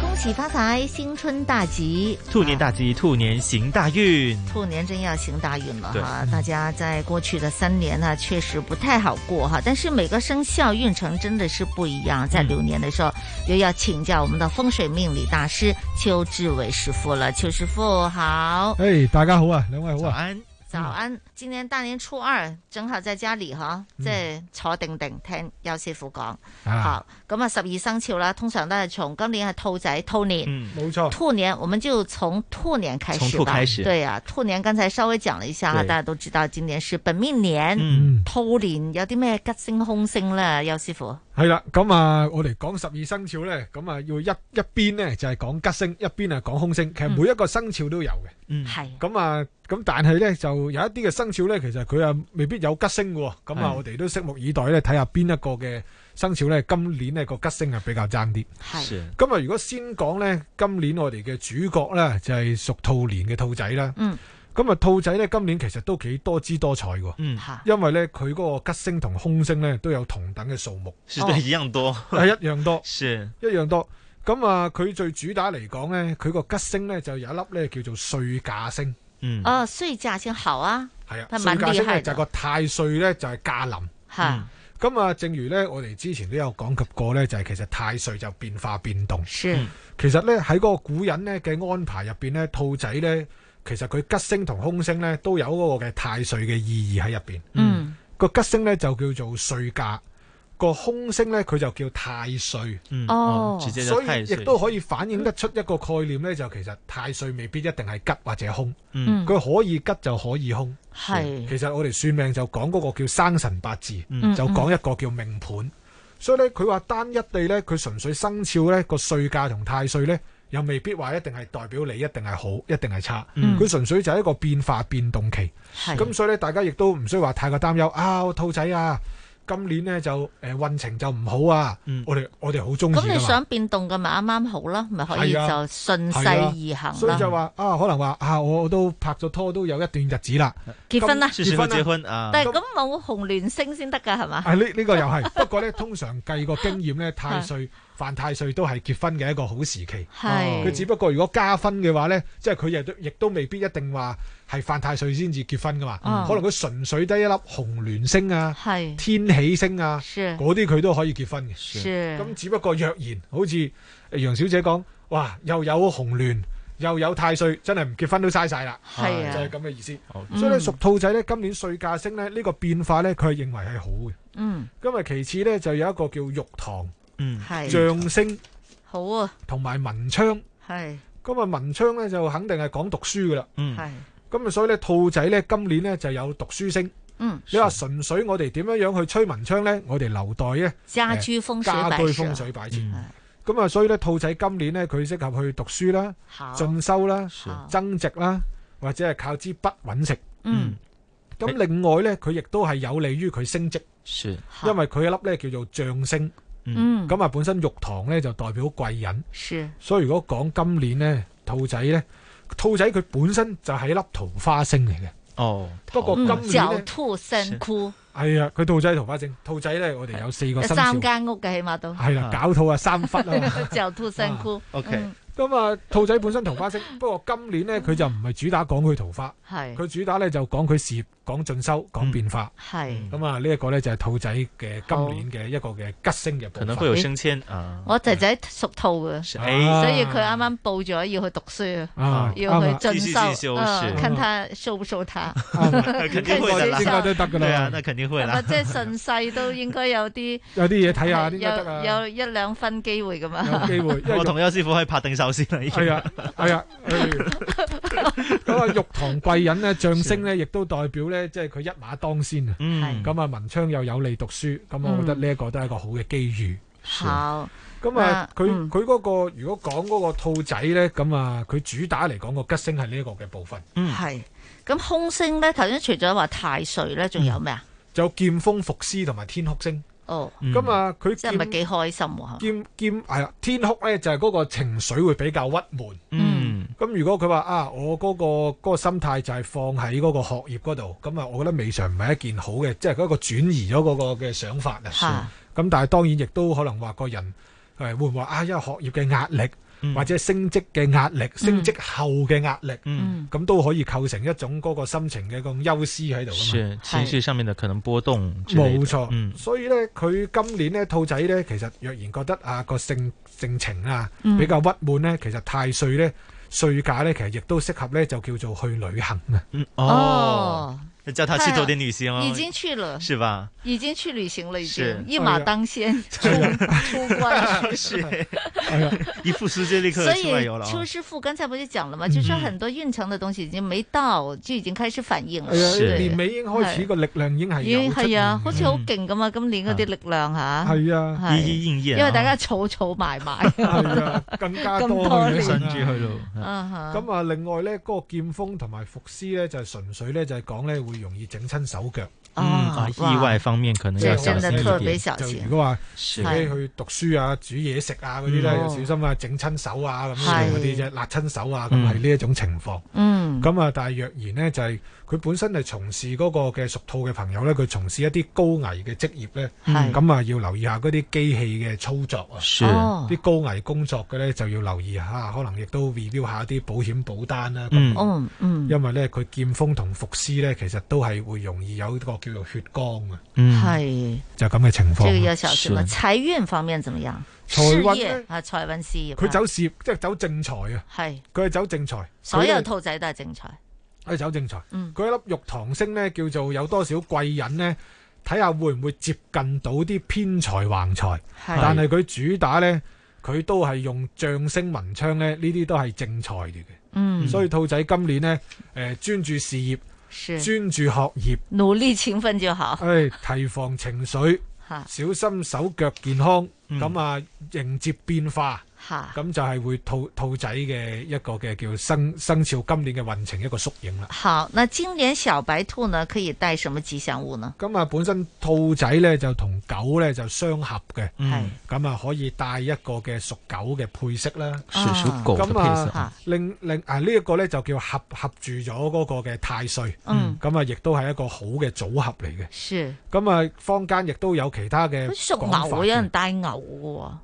Speaker 13: 恭喜发财，新春大吉，
Speaker 8: 兔年大吉，兔年行大运。
Speaker 13: 兔年真要行大运了
Speaker 8: 对
Speaker 13: 哈！大家在过去的三年呢，确实不太好过哈。但是每个生肖运程真的是不一样，在流年的时候，又要请教我们的风水命理大师邱志伟师傅了。邱师傅好，
Speaker 14: 诶，大家好啊，两位好
Speaker 8: 早
Speaker 14: 啊。
Speaker 8: 安。
Speaker 13: 早安！今年大年初二，正好在家里哈，即係坐定定聽邱師傅講。
Speaker 14: 嗯啊
Speaker 13: 好，咁啊十二生肖啦，通常都係從今年係兔仔兔年，
Speaker 14: 冇錯。
Speaker 13: 兔年，我們就從兔年開始吧。
Speaker 14: 從兔開始
Speaker 13: 對啊，兔年剛才稍微講了一下，
Speaker 14: 對
Speaker 13: 大家都知道今年是本命年。
Speaker 14: 嗯
Speaker 13: 兔年有啲咩吉星凶星咧？邱師傅，
Speaker 14: 系啦，咁啊，我哋讲十二生肖咧，咁啊要一一边咧就系讲吉星，一边啊讲凶星。其实每一个生肖都有嘅。
Speaker 8: 嗯，
Speaker 13: 系。
Speaker 14: 咁啊，咁但系咧就有一啲嘅生肖咧，其实佢啊未必有吉星嘅喎。咁啊，
Speaker 8: 係
Speaker 14: 我哋都拭目以待咧，睇下边一个嘅生肖咧，今年呢个吉星啊比较争啲。
Speaker 8: 是
Speaker 14: 咁啊，如果先講呢，今年我哋嘅主角呢，就係屬兔年嘅兔仔啦。
Speaker 16: Ừ.
Speaker 13: 嗯。
Speaker 14: 咁啊，兔仔呢，今年其實都幾多姿多彩喎。
Speaker 8: 嗯
Speaker 13: 嚇
Speaker 14: 因為呢，佢嗰個吉星同凶星呢，都有同等嘅數目。
Speaker 8: 是的，一樣多，
Speaker 13: 哦
Speaker 14: 係哎一樣多，
Speaker 8: 是
Speaker 14: 一樣多。咁啊，佢最主打嚟講呢，佢個吉星呢，就有一粒呢叫做歲駕星。
Speaker 8: 嗯
Speaker 13: 哦，歲駕星好啊，
Speaker 14: 係啊，
Speaker 13: 佢
Speaker 14: 歲
Speaker 13: 蠻
Speaker 14: 駕
Speaker 13: 厲
Speaker 14: 星呢，
Speaker 13: 害
Speaker 14: 就係
Speaker 13: 的，
Speaker 14: 個太歲呢，就係駕臨。
Speaker 13: 嚇
Speaker 14: 咁啊，正如咧，我哋之前都有講及過咧，就係、其實太歲就變化變動。
Speaker 13: 是嗯
Speaker 14: 其實咧喺嗰個古人咧嘅安排入邊咧，兔仔咧其實佢吉星同凶星咧都有嗰個嘅太歲嘅意義喺入邊。
Speaker 13: 嗯，
Speaker 14: 個吉星咧就叫做歲駕，個凶星咧佢就叫太歲。
Speaker 8: 嗯哦哦直接就
Speaker 14: 所以
Speaker 8: 太歲
Speaker 14: 亦都可以反映得出一個概念咧，就其實太歲未必一定係吉或者凶，佢、
Speaker 8: 嗯
Speaker 14: 可以吉就可以凶。
Speaker 13: 係
Speaker 14: 其實我哋算命就講嗰個叫生辰八字，
Speaker 8: 嗯
Speaker 14: 就講一個叫命盤。所以咧，佢話單一地咧，佢純粹生肖咧個歲價同太歲咧，又未必話一定係代表你一定係好，一定係差。
Speaker 8: 嗯
Speaker 14: 佢純粹就係一個變化變動期。
Speaker 8: 係
Speaker 14: 咁所以咧，大家亦都唔需要話太過擔憂啊，兔仔啊，今年咧就誒、呃、運程就唔好啊。我哋我哋好中意
Speaker 13: 嗯咁
Speaker 14: 㗎
Speaker 13: 你
Speaker 14: 嘛
Speaker 13: 想變動嘅咪啱啱好啦，咪可以
Speaker 14: 係
Speaker 13: 就
Speaker 14: 啊
Speaker 13: 順勢
Speaker 14: 係
Speaker 13: 而
Speaker 14: 啊
Speaker 13: 行
Speaker 14: 所以就
Speaker 13: 啦。
Speaker 14: 話啊，可能話啊，我都拍咗拖都有一段日子啦，
Speaker 13: 結婚啦，啊
Speaker 14: 咁結婚啦
Speaker 8: 啊
Speaker 13: 但係咁冇紅鸞星先得㗎，係嘛？
Speaker 14: 啊，呢呢個又係， 不過咧通常計個經驗咧，太歲犯太歲都係結婚嘅一個好時期。
Speaker 13: 係
Speaker 14: 佢只不過如果加分嘅話咧，即係佢亦都亦都未必一定話係犯太歲先至結婚噶嘛。
Speaker 8: 嗯
Speaker 14: 可能佢純粹得一粒紅鸞星啊
Speaker 13: 係、
Speaker 14: 天喜星啊，嗰啲佢都可以結婚嘅。
Speaker 13: 是
Speaker 14: 咁只不過若然好似呃楊小姐講，哇，又有紅鸞。又有太歲，真係唔結婚都嘥晒啦。
Speaker 13: 係啊
Speaker 14: 就係咁嘅意思
Speaker 13: 好。
Speaker 14: 所以咧，屬兔仔咧，今年歲價升咧，呢個變化咧，佢係認為係好嘅。
Speaker 13: 嗯，
Speaker 14: 因為其次咧，就有一個叫玉堂、
Speaker 8: 嗯
Speaker 13: 係
Speaker 14: 象星
Speaker 13: 好啊，
Speaker 14: 同埋文昌。
Speaker 13: 係
Speaker 14: 咁啊，文昌咧就肯定係講讀書噶啦。
Speaker 8: 嗯
Speaker 13: 係
Speaker 14: 咁啊，所以咧，兔仔咧今年咧就有讀書星。
Speaker 13: 嗯，
Speaker 16: Ừ.
Speaker 14: 你話純粹我哋點樣樣去吹文昌咧？我哋留待咧
Speaker 13: 家居風水
Speaker 14: 家
Speaker 13: 擺
Speaker 14: 居
Speaker 13: 設啊嗯
Speaker 14: 風水擺設。咁啊，所以咧，兔仔今年咧，佢適合去讀書啦
Speaker 13: 好、
Speaker 14: 進修啦
Speaker 13: 是、
Speaker 14: 增值啦，或者係靠支筆揾食。
Speaker 13: 嗯，
Speaker 14: 咁另外咧，佢亦都係有利於佢升職，
Speaker 8: 是
Speaker 14: 因為佢一粒咧叫做象星。
Speaker 13: 嗯
Speaker 14: 咁啊，本身玉堂咧就代表貴人，
Speaker 13: 是
Speaker 14: 所以如果講今年咧，兔仔咧，兔仔佢本身就係一粒桃花星嚟嘅。
Speaker 8: 哦，
Speaker 14: 不過今
Speaker 13: 嗯，
Speaker 14: 年
Speaker 13: 狡
Speaker 14: 咧，
Speaker 13: 兔三窟，
Speaker 14: 係啊，佢兔仔桃花星，兔仔咧我哋有四個
Speaker 13: 有
Speaker 14: 生
Speaker 13: 三
Speaker 14: 肖，
Speaker 13: 間屋嘅起碼都
Speaker 14: 係啦，狡兔啊三忽啊嘛。
Speaker 13: 狡兔三窟。嗯
Speaker 14: 咁啊，兔仔本身桃花星，不過今年呢，佢就唔係主打講佢桃花，
Speaker 13: 係
Speaker 14: 佢主打呢就講佢事業、講進修、
Speaker 8: 嗯
Speaker 14: 講變化。
Speaker 13: 係
Speaker 14: 咁啊，呢一個呢，就係兔仔嘅今年嘅一個嘅吉星嘅部分，
Speaker 8: 可能會有升遷啊。
Speaker 13: 我仔仔屬兔嘅，
Speaker 14: 啊
Speaker 8: 哎
Speaker 13: 所以佢啱啱報咗要去讀書
Speaker 8: 啊
Speaker 13: 要去
Speaker 8: 繼
Speaker 13: 進
Speaker 8: 續進
Speaker 13: 修，
Speaker 8: 修
Speaker 13: 嗯
Speaker 8: 是
Speaker 13: 看他收不收他，
Speaker 14: 啊
Speaker 8: 肯定會的啦，
Speaker 14: 應該都得㗎啦
Speaker 8: 對啊，那肯定會
Speaker 13: 咁啊，
Speaker 8: 啦。
Speaker 13: 即係順勢都應該有啲
Speaker 14: 有啲嘢睇下應該得啊
Speaker 13: 有有一兩分機會噶嘛，
Speaker 14: 有機 會因為
Speaker 8: 我同邱師傅可以拍定手先啦，已經。
Speaker 14: 係啊，係啊，咁啊，玉堂貴人呢，象星呢，亦都代表呢，即係佢一馬當先啊。
Speaker 8: 嗯
Speaker 14: 咁啊，文昌又有利讀書，咁我覺得呢一個都係一個好嘅機遇。
Speaker 13: 嗯好，嗯
Speaker 14: 咁啊，佢佢嗰個如果講嗰個兔仔呢，咁啊，佢主打嚟講個吉星係呢一個嘅部分。
Speaker 8: 嗯
Speaker 13: 係咁空星咧，頭先除咗話太歲咧，仲有咩啊？
Speaker 14: 有劍鋒伏屍同埋天哭星。
Speaker 13: 哦，
Speaker 8: 嗯
Speaker 14: 咁啊，佢
Speaker 13: 即係咪幾開心喎？
Speaker 14: 劍劍哎係啦，天哭咧就係嗰個情緒會比較鬱悶。
Speaker 8: 嗯，
Speaker 14: 咁如果佢話啊，我嗰、個嗰個心態就係放喺嗰個學業嗰度，咁啊，我覺得未嘗唔係一件好嘅，即係嗰個轉移咗嗰個嘅想法啊。咁但係當然亦都可能話個人誒會唔會話啊，因為學業嘅壓力。或者升職嘅壓力、升職後嘅壓力，咁、
Speaker 8: 嗯
Speaker 14: 都可以構成一種嗰個心情嘅咁憂思喺度㗎
Speaker 8: 是
Speaker 14: 嘛。
Speaker 8: 情緒上面的可能波動之類的。
Speaker 14: 冇錯，
Speaker 8: 嗯
Speaker 14: 所以咧，佢今年咧兔仔咧，其實若然覺得啊個性性情啊
Speaker 8: 嗯
Speaker 14: 比較鬱悶咧，其實太歲咧歲價咧，其實亦都適合咧就叫做去旅行啊。
Speaker 8: 嗯哦，叫他去做點旅行哦，
Speaker 13: 啊已經去了，
Speaker 8: 是吧？
Speaker 13: 已經去旅行了，已
Speaker 8: 是哎
Speaker 13: 經一馬當先， 出出關
Speaker 8: 是，
Speaker 14: 啊
Speaker 8: 一副世界立刻
Speaker 13: 所
Speaker 8: 去
Speaker 13: 以
Speaker 8: 外遊了哦。
Speaker 13: 邱师傅刚才不是讲
Speaker 8: 嗯
Speaker 13: 了吗？就说很多运程的东西已经没到，就已经开始反应
Speaker 8: 嗯
Speaker 13: 了。
Speaker 14: 係啊，
Speaker 13: 對
Speaker 14: 年尾已經開始個力量已經係
Speaker 13: 已經
Speaker 14: 有出
Speaker 13: 係啊，好似好
Speaker 14: 嗯
Speaker 13: 勁咁啊！今年嗰啲力量吓，
Speaker 14: 係啊
Speaker 13: 係
Speaker 14: 依依應驗啊
Speaker 13: 因為大家儲儲埋埋，
Speaker 14: 更加
Speaker 13: 咁
Speaker 14: 多
Speaker 13: 多
Speaker 14: 嘅
Speaker 13: 年
Speaker 14: 信
Speaker 8: 住去咯
Speaker 13: 嗯哼
Speaker 14: 咁啊，另外咧，嗰個劍鋒同埋伏屍咧，就係純粹咧，就係講咧會容易整親手腳。
Speaker 8: 嗯啊，意外方面可能要小心一點。
Speaker 14: 就如果話
Speaker 8: 是
Speaker 14: 自己去讀書啊、煮嘢食啊嗰啲咧，
Speaker 8: 嗯
Speaker 14: 要小心啊，整親手啊咁樣
Speaker 8: 係
Speaker 14: 嗰啲啫，辣親手啊，咁
Speaker 8: 嗯
Speaker 14: 係呢一種情況。
Speaker 13: 嗯
Speaker 14: 咁啊，但係若然呢，就係佢本身係從事嗰個嘅屬兔嘅朋友咧，佢從事一啲高危嘅職業咧，
Speaker 8: 係
Speaker 14: 咁啊要留意下嗰啲機器嘅操作啊，
Speaker 8: 是哦
Speaker 14: 啲高危工作嘅咧就要留意下，可能亦都 review 下啲保險保單啦。咁
Speaker 8: 嗯
Speaker 13: 哦嗯
Speaker 14: 因為咧佢劍鋒同伏屍咧，其實都係會容易有一個叫做血光啊。
Speaker 8: 嗯
Speaker 13: 係
Speaker 14: 就咁嘅情況。啊
Speaker 13: 這個要小心了。財運方面怎麼樣？
Speaker 14: 財
Speaker 13: 事
Speaker 14: 運
Speaker 13: 業啊，財運事業啊，
Speaker 14: 佢走事業，即係走正財啊。
Speaker 13: 係
Speaker 14: 佢係走正財，
Speaker 13: 所有
Speaker 14: 佢呢
Speaker 13: 兔仔都係正財，
Speaker 14: 佢走正財。
Speaker 13: 嗯
Speaker 14: 佢一粒玉堂星咧，叫做有多少貴人咧？睇下會唔會接近到啲偏財橫財，但係佢主打咧，佢都係用象星文昌咧，呢啲都係正財嚟嘅。
Speaker 13: 嗯
Speaker 14: 所以兔仔今年咧，誒、專注事業，
Speaker 13: 是
Speaker 14: 專注學業，
Speaker 13: 努力勤奮就好。
Speaker 14: 誒、提防情緒
Speaker 13: 嚇，
Speaker 14: 小心手腳健康，咁啊、迎接變化。
Speaker 13: 嚇
Speaker 14: 咁就係會兔兔仔嘅一個嘅叫生生肖今年嘅運程一個縮影啦。
Speaker 13: 好，那今年小白兔呢，可以帶什麼吉祥物呢？
Speaker 14: 咁啊，本身兔仔咧就同狗咧就相合嘅，
Speaker 13: 嗯
Speaker 14: 咁啊可以帶一個嘅屬狗嘅配飾啦，
Speaker 8: 是屬狗嘅
Speaker 14: 咁
Speaker 8: 配嗯飾
Speaker 14: 啊，另另啊呢一個咧就叫合合住咗嗰個嘅太歲，
Speaker 13: 嗯
Speaker 14: 咁啊亦都係一個好嘅組合嚟嘅。
Speaker 13: 是，
Speaker 14: 咁啊，坊間亦都有其他嘅
Speaker 13: 好似屬
Speaker 14: 講法
Speaker 13: 牛
Speaker 14: 嘅
Speaker 13: 有人帶牛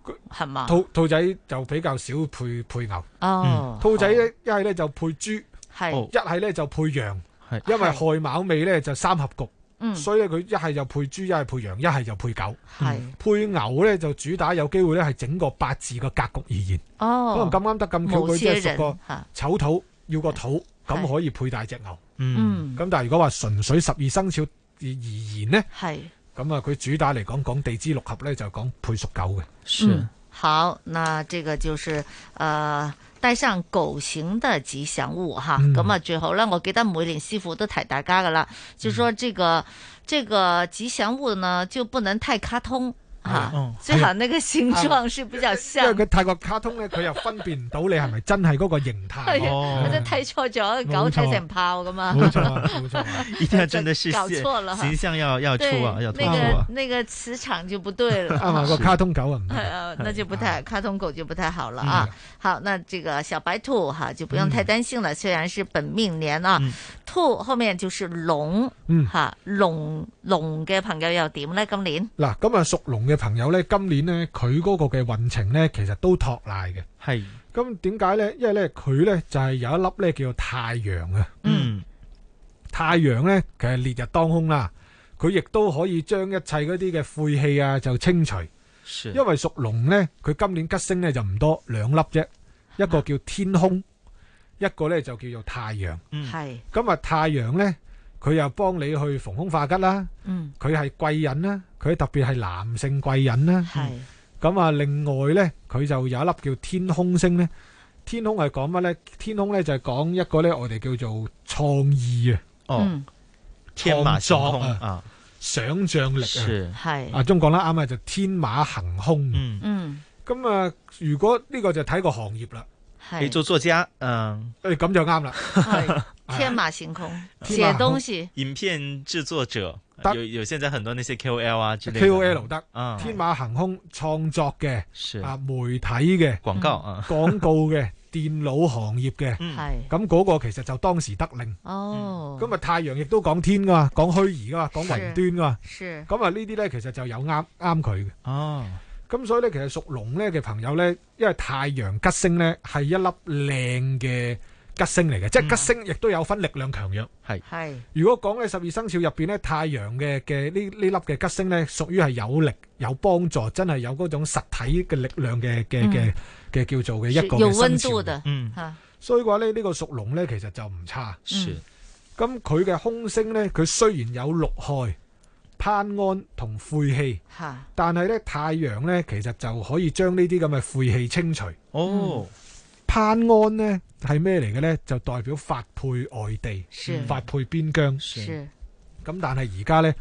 Speaker 13: 嘅喎，係嘛？
Speaker 14: 兔兔仔就比較少配配牛，
Speaker 13: 啊哦
Speaker 14: 兔仔咧一係咧就配豬，
Speaker 13: 係
Speaker 14: 一係咧就配羊
Speaker 8: 係，
Speaker 14: 因為亥卯尾咧就三合局，
Speaker 13: 嗯
Speaker 14: 所以咧佢一係就配豬，一係配羊，一係就配狗。
Speaker 13: 係
Speaker 14: 配牛咧就主打有機會咧係整個八字個格局而言。
Speaker 13: 哦
Speaker 14: 可能咁啱得咁巧，
Speaker 13: 某
Speaker 14: 佢即
Speaker 13: 些
Speaker 14: 係
Speaker 13: 人
Speaker 14: 十個
Speaker 13: 嚇
Speaker 14: 丑土要個土，咁可以配大隻牛。
Speaker 13: 嗯
Speaker 14: 咁但係如果話純粹十二生肖而言呢，
Speaker 13: 係
Speaker 14: 咁啊佢主打嚟講講地支六合咧就講配屬狗嘅。
Speaker 13: 嗯，好，那这个就是呃。帶上狗型的吉祥物哈，
Speaker 14: 嗯
Speaker 13: 咁啊、最好啦，我記得每年師傅都提大家噶啦，就說這個、這個吉祥物呢就不能太卡通哈，
Speaker 8: 哦
Speaker 14: 嗯
Speaker 13: 最好那個形
Speaker 8: 啊
Speaker 13: 狀是比較
Speaker 14: 因
Speaker 13: 像
Speaker 14: 為。佢太過卡通咧，佢又分辨唔到你係咪真係嗰個形 態。
Speaker 13: 係啊，我真睇錯
Speaker 8: 哦
Speaker 13: 咗，狗
Speaker 14: 冇錯
Speaker 13: 睇成炮咁啊！
Speaker 14: 冇錯冇錯，
Speaker 8: 一定要真的是
Speaker 13: 搞
Speaker 8: 现
Speaker 13: 错了哈
Speaker 8: 形象要要出
Speaker 13: 对
Speaker 8: 啊，要突出
Speaker 13: 那个
Speaker 8: 啊。
Speaker 13: 那个磁场就不对 了，
Speaker 14: 啊嘛，個卡 通狗啊唔得。
Speaker 13: 哎呀，那就不太卡通狗就不太好了啊。好，那这个小白兔哈就不用太担心了，虽然是本命年啊，兔后面就是龙，
Speaker 14: 嗯
Speaker 13: 哈，龙龙嘅朋友又点呢？今年
Speaker 14: 嗱，咁啊屬龍嘅朋友咧，今年咧佢嗰個嘅運程咧，其實都托賴嘅。
Speaker 8: 係。
Speaker 14: 咁點解咧？因為咧佢咧就係、有一粒咧叫做太陽啊。
Speaker 8: 嗯。
Speaker 14: 太陽咧，其實烈日當空啦，佢亦都可以將一切嗰啲嘅晦氣啊就清除。
Speaker 8: 是
Speaker 14: 因為屬龍咧，佢今年吉星咧就唔多，兩粒啫，一個叫天空，一個咧就叫做太陽。
Speaker 8: 嗯
Speaker 13: 系
Speaker 14: 咁啊，太陽咧，佢又幫你去逢凶化吉啦。
Speaker 13: 嗯
Speaker 14: 佢係貴人啦，佢特別係男性貴人啦。咁啊，另外呢，佢就有一粒叫天空星呢。天空係講乜呢？天空呢就係講一個呢，我哋叫做創意啊。
Speaker 8: 哦嗯天馬
Speaker 14: 創
Speaker 8: 行
Speaker 14: 作
Speaker 8: 空
Speaker 14: 啊
Speaker 8: 啊，
Speaker 14: 想像力
Speaker 8: 是
Speaker 14: 啊，
Speaker 8: 哎
Speaker 13: 係
Speaker 14: 啊，中國啦，啱啊，就天馬行空。嗯
Speaker 13: 嗯，
Speaker 14: 咁啊，如果呢個就睇個行業啦。
Speaker 8: 你做作家，嗯，
Speaker 14: 誒咁就啱啦。
Speaker 13: 天马行空，
Speaker 8: 天马
Speaker 13: 写
Speaker 8: 行空
Speaker 13: 东西
Speaker 8: 影片制作者
Speaker 14: 得
Speaker 8: 有有现在很多那些 KOL 啊之类的
Speaker 14: KOL 得
Speaker 8: 啊，，
Speaker 14: 天馬行空創作嘅
Speaker 8: 是，
Speaker 14: 啊媒體嘅
Speaker 8: 廣告嗯啊
Speaker 14: 廣告嘅電腦行業嘅，
Speaker 13: 係
Speaker 14: 咁嗰個其實就當時得令。
Speaker 13: 哦，
Speaker 14: 咁啊，太陽亦都講天噶嘛，講虛擬噶嘛，講雲端噶嘛。
Speaker 13: 是
Speaker 14: 咁啊，呢啲咧其實就有啱啱佢嘅。
Speaker 8: 哦，
Speaker 14: 咁所以咧，其實屬龍咧嘅朋友咧，因為太陽吉星咧係一粒靚嘅吉星嚟嘅，即係吉星亦都有分力量強弱。
Speaker 8: 嗯係
Speaker 13: 系
Speaker 14: 如果講咧十二生肖入邊咧，太陽嘅嘅呢呢粒嘅吉星咧，屬於係有力、有幫助，真係有嗰種實體嘅力量嘅嘅嘅嘅叫做嘅一個
Speaker 13: 有
Speaker 14: 嘅生
Speaker 13: 温
Speaker 14: 肖
Speaker 13: 度的，
Speaker 8: 嗯
Speaker 13: 哈，
Speaker 14: 所以嘅話咧，呢、呢個屬龍咧其實就唔差。
Speaker 13: 是
Speaker 14: 咁佢嘅空星咧，佢雖然有六害、攀安同晦氣，
Speaker 13: 哈，
Speaker 14: 但係咧太陽咧其實就可以將呢啲咁嘅晦氣清除。
Speaker 8: 哦，
Speaker 14: 攀安咧係咩嚟嘅咧？就代表發配外地
Speaker 13: 是、
Speaker 14: 發配邊疆。
Speaker 13: 是
Speaker 14: 咁但係而家呢，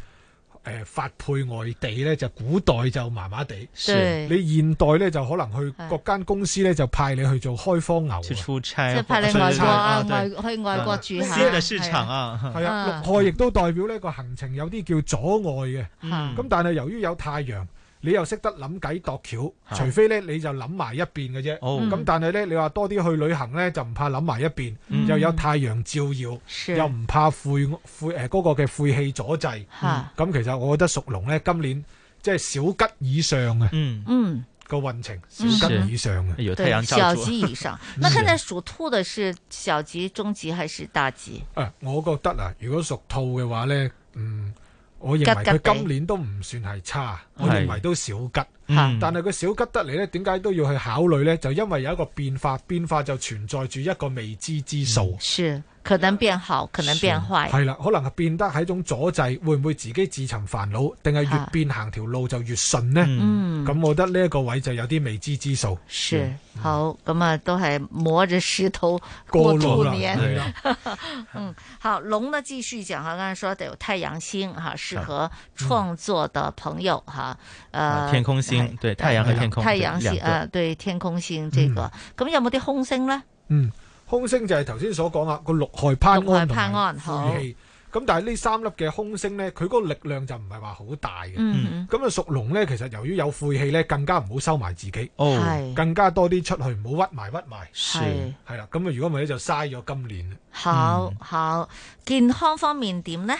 Speaker 14: 誒發配外地呢，就古代就麻麻地，
Speaker 13: 是
Speaker 14: 你現代呢，就可能去各間公司呢，就派你去做開荒牛啊，
Speaker 8: 去出差，
Speaker 13: 即係派你
Speaker 8: 或者
Speaker 13: 外國啊，
Speaker 8: 出差
Speaker 13: 外
Speaker 8: 對嗯
Speaker 13: 去外國住下，
Speaker 8: 新的市場啊，
Speaker 14: 係
Speaker 13: 嗯
Speaker 14: 啊，六害亦都代表呢個行程有啲叫阻礙嘅，
Speaker 8: 嗯
Speaker 14: 咁但係由於有太陽。你又識得諗計度橋，
Speaker 8: 係
Speaker 14: 除非呢，你就諗埋一邊嘅啫。
Speaker 13: 嗯
Speaker 8: 哦
Speaker 14: 咁但係呢，你話多啲去旅行呢，就唔怕諗埋一邊，
Speaker 8: 嗯
Speaker 14: 又有太陽照耀，又唔怕晦晦誒嗰個嘅晦氣阻滯。咁
Speaker 13: 嚇
Speaker 14: 其實我覺得屬龍呢，今年即係小吉以上嘅
Speaker 8: 嗯
Speaker 13: 嗯
Speaker 14: 個運程，小
Speaker 13: 嗯
Speaker 14: 吉以上啊嘅。
Speaker 8: 哎有
Speaker 13: 对，小吉 以上。那看在屬兔的是小吉、中吉還是大吉？
Speaker 14: 啊，我覺得啊，如果屬兔嘅話呢，嗯，我認為
Speaker 13: 吉吉地嗯
Speaker 14: 佢今年都唔算係差，我
Speaker 8: 係
Speaker 14: 認為都小吉。
Speaker 8: 嗯
Speaker 14: 但係佢小吉得嚟呢，點解都要去考慮呢？就因為有一個變化，變化就存在住一個未知之數。
Speaker 13: 嗯是可能變好，可能變壞。
Speaker 14: 係啦，可能係變得係一種阻滯，會唔會自己自尋煩惱，定係越
Speaker 13: 嚇
Speaker 14: 變行條路就越順呢？
Speaker 13: 嗯
Speaker 14: 咁我覺得呢一個位就有啲未知之數。
Speaker 13: 是好，咁啊都係摸着石頭過
Speaker 14: 過
Speaker 13: 兔
Speaker 14: 龍啦
Speaker 13: 年
Speaker 14: 係啦。
Speaker 13: 嗯，好，龍呢繼續講哈，剛才說得有太陽星哈，適合創作的朋友哈。呃，
Speaker 8: 啊天空星
Speaker 13: 係
Speaker 8: 對太陽和天空
Speaker 13: 太陽
Speaker 8: 對
Speaker 13: 星
Speaker 8: 兩個嗯
Speaker 13: 啊，對天空星這個，咁有冇啲空星呢？
Speaker 14: 嗯，空星就係頭先所講啦，個六害攀安同
Speaker 13: 攀
Speaker 14: 埋
Speaker 13: 安好
Speaker 14: 晦氣。咁但係呢三粒嘅空星呢，佢嗰個力量就唔係話好大嘅。
Speaker 13: 嗯
Speaker 14: 咁啊，屬龍呢，其實由於有晦氣呢，更加唔好收埋自己，
Speaker 13: 嗯
Speaker 8: 哦係
Speaker 14: 更加多啲出去，唔好屈埋屈埋。
Speaker 8: 是係
Speaker 14: 係啦，咁啊，如果唔係咧，就嘥咗今年啦。嗯
Speaker 8: 嗯
Speaker 13: 好好，健康方面點呢？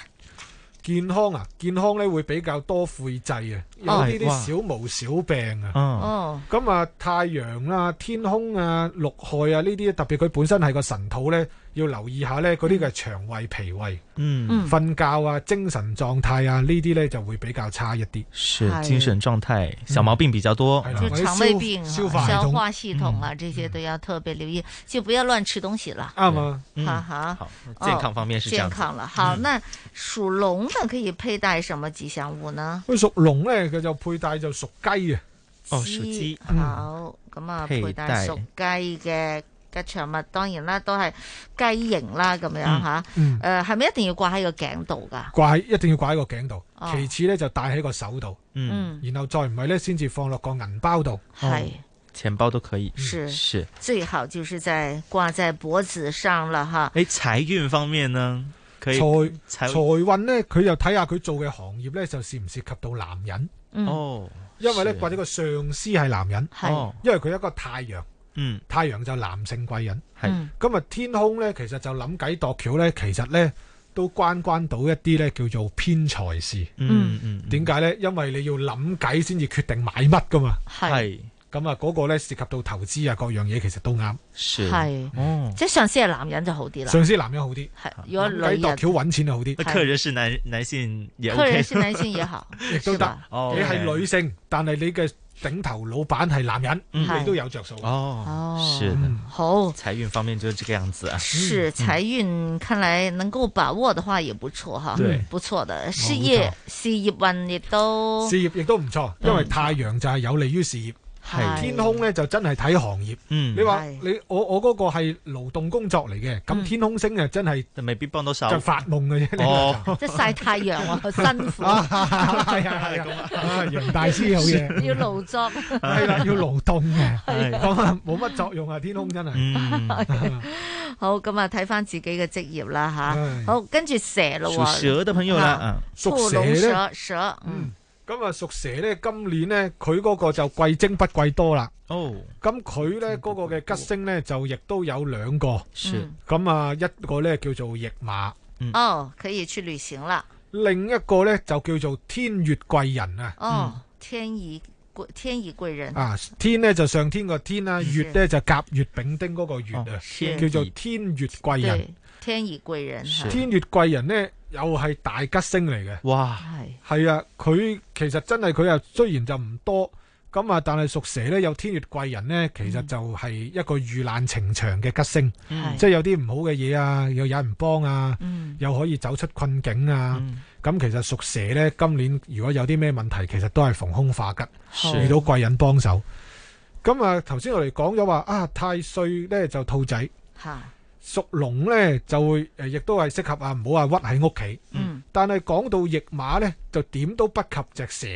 Speaker 14: 健康啊，健康呢會比較多晦滯啊，有呢
Speaker 13: 哦哇
Speaker 14: 啲小毛小病啊。
Speaker 13: 哦
Speaker 14: 咁啊，太陽啊、天空啊、六害啊呢啲，特別佢本身係個神土呢，要留意下呢嗰啲嘅腸胃、脾胃，
Speaker 8: 嗯嗯
Speaker 14: 瞓覺啊、精神狀態啊呢啲呢就會比較差一啲。
Speaker 8: 是精神状态小毛病比较多，
Speaker 14: 嗯
Speaker 13: 就肠胃病、
Speaker 14: 消
Speaker 13: 啊、
Speaker 14: 化系
Speaker 13: 消
Speaker 14: 统
Speaker 13: 化系统
Speaker 8: 嗯
Speaker 13: 啊，这些都要特别留意，就不要乱吃东西了。
Speaker 14: 啱啊
Speaker 8: 嗯
Speaker 13: 哈哈。
Speaker 8: 好
Speaker 13: 哦
Speaker 8: 健康方面是这样子嗯
Speaker 13: 健康了。好，那属龙的可以佩戴什么吉祥物呢？
Speaker 14: 佢屬龍呢，佢就佩戴就屬雞啊。
Speaker 8: 哦
Speaker 13: 雞
Speaker 8: 屬雞
Speaker 14: 嗯
Speaker 13: 好，咁啊
Speaker 14: 佩
Speaker 13: 佩
Speaker 14: 戴
Speaker 13: 戴屬雞嘅吉祥物，當然啦，都係雞形啦，咁樣
Speaker 14: 嗯
Speaker 13: 吓。
Speaker 14: 嗯
Speaker 13: 誒，係咪一定要掛喺個頸度㗎？
Speaker 14: 掛喺一定要掛喺個頸度，
Speaker 13: 哦
Speaker 14: 其次呢就戴喺個手度，
Speaker 13: 嗯
Speaker 14: 然後再唔係呢，先至放落個銀包度。
Speaker 13: 係
Speaker 8: 钱包都可以，嗯
Speaker 13: 是
Speaker 8: 是。
Speaker 13: 最好就是在挂在脖子上了哈。
Speaker 8: 哎，财运方面呢，可以
Speaker 14: 財
Speaker 8: 财
Speaker 14: 財運呢，佢就睇下佢做嘅行業呢，就涉唔涉及到男人。
Speaker 13: 嗯
Speaker 8: 哦，
Speaker 14: 因為呢，
Speaker 8: 是
Speaker 14: 或者個上司係男人
Speaker 8: 係哦，
Speaker 14: 因為佢一個太陽，
Speaker 8: 嗯，
Speaker 14: 太陽就男性貴人。
Speaker 8: 係嗯
Speaker 14: 咁啊，天空呢，其實就諗計度橋呢，其實呢都關關到一啲呢叫做偏財事。
Speaker 8: 嗯嗯，
Speaker 14: 點解呢？因為你要諗計先至決定買乜噶嘛。
Speaker 8: 係
Speaker 14: 咁啊，嗰個呢涉及到投資啊，各樣嘢其實都啱。
Speaker 8: 是
Speaker 13: 係
Speaker 8: 哦，
Speaker 13: 即係上司係男人就好啲啦。
Speaker 14: 嗯上司男人好啊啲，
Speaker 13: 如果女
Speaker 14: 計度
Speaker 13: 人，
Speaker 14: 橋揾錢就好
Speaker 8: 那
Speaker 14: 啲。
Speaker 8: 客人是男男性也 OK，
Speaker 13: 客人是男性也好，
Speaker 14: 亦都得。
Speaker 8: 哦
Speaker 14: 你係女性，但係你嘅頂頭老闆係男人，
Speaker 8: 嗯
Speaker 14: 你都有着數。
Speaker 8: 哦
Speaker 13: 哦，
Speaker 8: 是的，
Speaker 14: 嗯
Speaker 13: 好，
Speaker 8: 财运方面就是这个样子啊，
Speaker 13: 是财运，看來能夠把握的話也不錯哈，
Speaker 8: 對
Speaker 13: 不錯的事
Speaker 14: 哦冇
Speaker 13: 業
Speaker 14: 錯
Speaker 13: 事業運亦都
Speaker 14: 事業亦都唔錯，因為太陽就係有利於事業。
Speaker 13: 係
Speaker 14: 天空咧就真係睇行業。
Speaker 8: 嗯
Speaker 14: 你話你我我嗰個係勞動工作嚟嘅，咁天空星啊真係
Speaker 8: 就未必幫到手，
Speaker 14: 就發夢嘅啫。
Speaker 8: 哦
Speaker 13: 即係曬太陽啊，好辛 苦，
Speaker 14: 係啊係啊，啊楊大師好嘢。
Speaker 13: 要勞作，
Speaker 14: 係啦，要勞動嘅，
Speaker 13: 係
Speaker 14: 咁啊冇乜作用啊！天空真 係，
Speaker 13: 好咁啊，睇翻自己嘅職業啦吓，好，跟住蛇咯喎，
Speaker 8: 屬蛇的朋友啦啊
Speaker 14: 屬
Speaker 13: 兔
Speaker 14: 蛇
Speaker 13: 龍
Speaker 14: 呢
Speaker 13: 蛇蛇，嗯，
Speaker 14: 咁啊屬蛇咧，今年咧佢嗰個就貴精不貴多啦。
Speaker 8: 哦，
Speaker 14: 咁佢咧嗰個嘅吉星咧就亦都有兩個，
Speaker 8: 是
Speaker 14: 咁啊一個咧叫做驛馬，
Speaker 13: 哦，可以去旅行啦，
Speaker 14: 另一個咧就叫做天月貴人啊。
Speaker 13: 哦，天乙貴天乙貴人
Speaker 14: 啊，天咧就上天個天啦，
Speaker 13: 是
Speaker 14: 月咧就甲乙丙丁嗰個月
Speaker 13: 是
Speaker 8: 哦
Speaker 14: 啊，叫做天月貴人
Speaker 13: 對。，天乙貴人哈，
Speaker 14: 天月貴人咧又係大吉星嚟嘅。
Speaker 8: 哇，
Speaker 14: 係啊，佢其實真係佢又雖然就唔多。咁啊，但係屬蛇咧有天月貴人咧，其實就係一個遇難情長嘅吉星，
Speaker 8: 嗯
Speaker 14: 即係有啲唔好嘅嘢啊，又有人幫啊，
Speaker 8: 嗯
Speaker 14: 又可以走出困境啊。咁、其實屬蛇咧，今年如果有啲咩問題，其實都係逢凶化吉，
Speaker 8: 是
Speaker 14: 遇到貴人幫手。咁啊，頭先我哋講咗話啊，太歲咧就兔仔，
Speaker 13: 吓，
Speaker 14: 屬龍咧就會誒，亦都係適合啊，唔好話屈喺屋企。
Speaker 13: 嗯，
Speaker 14: 但係講到驛馬咧，就點都不及隻蛇，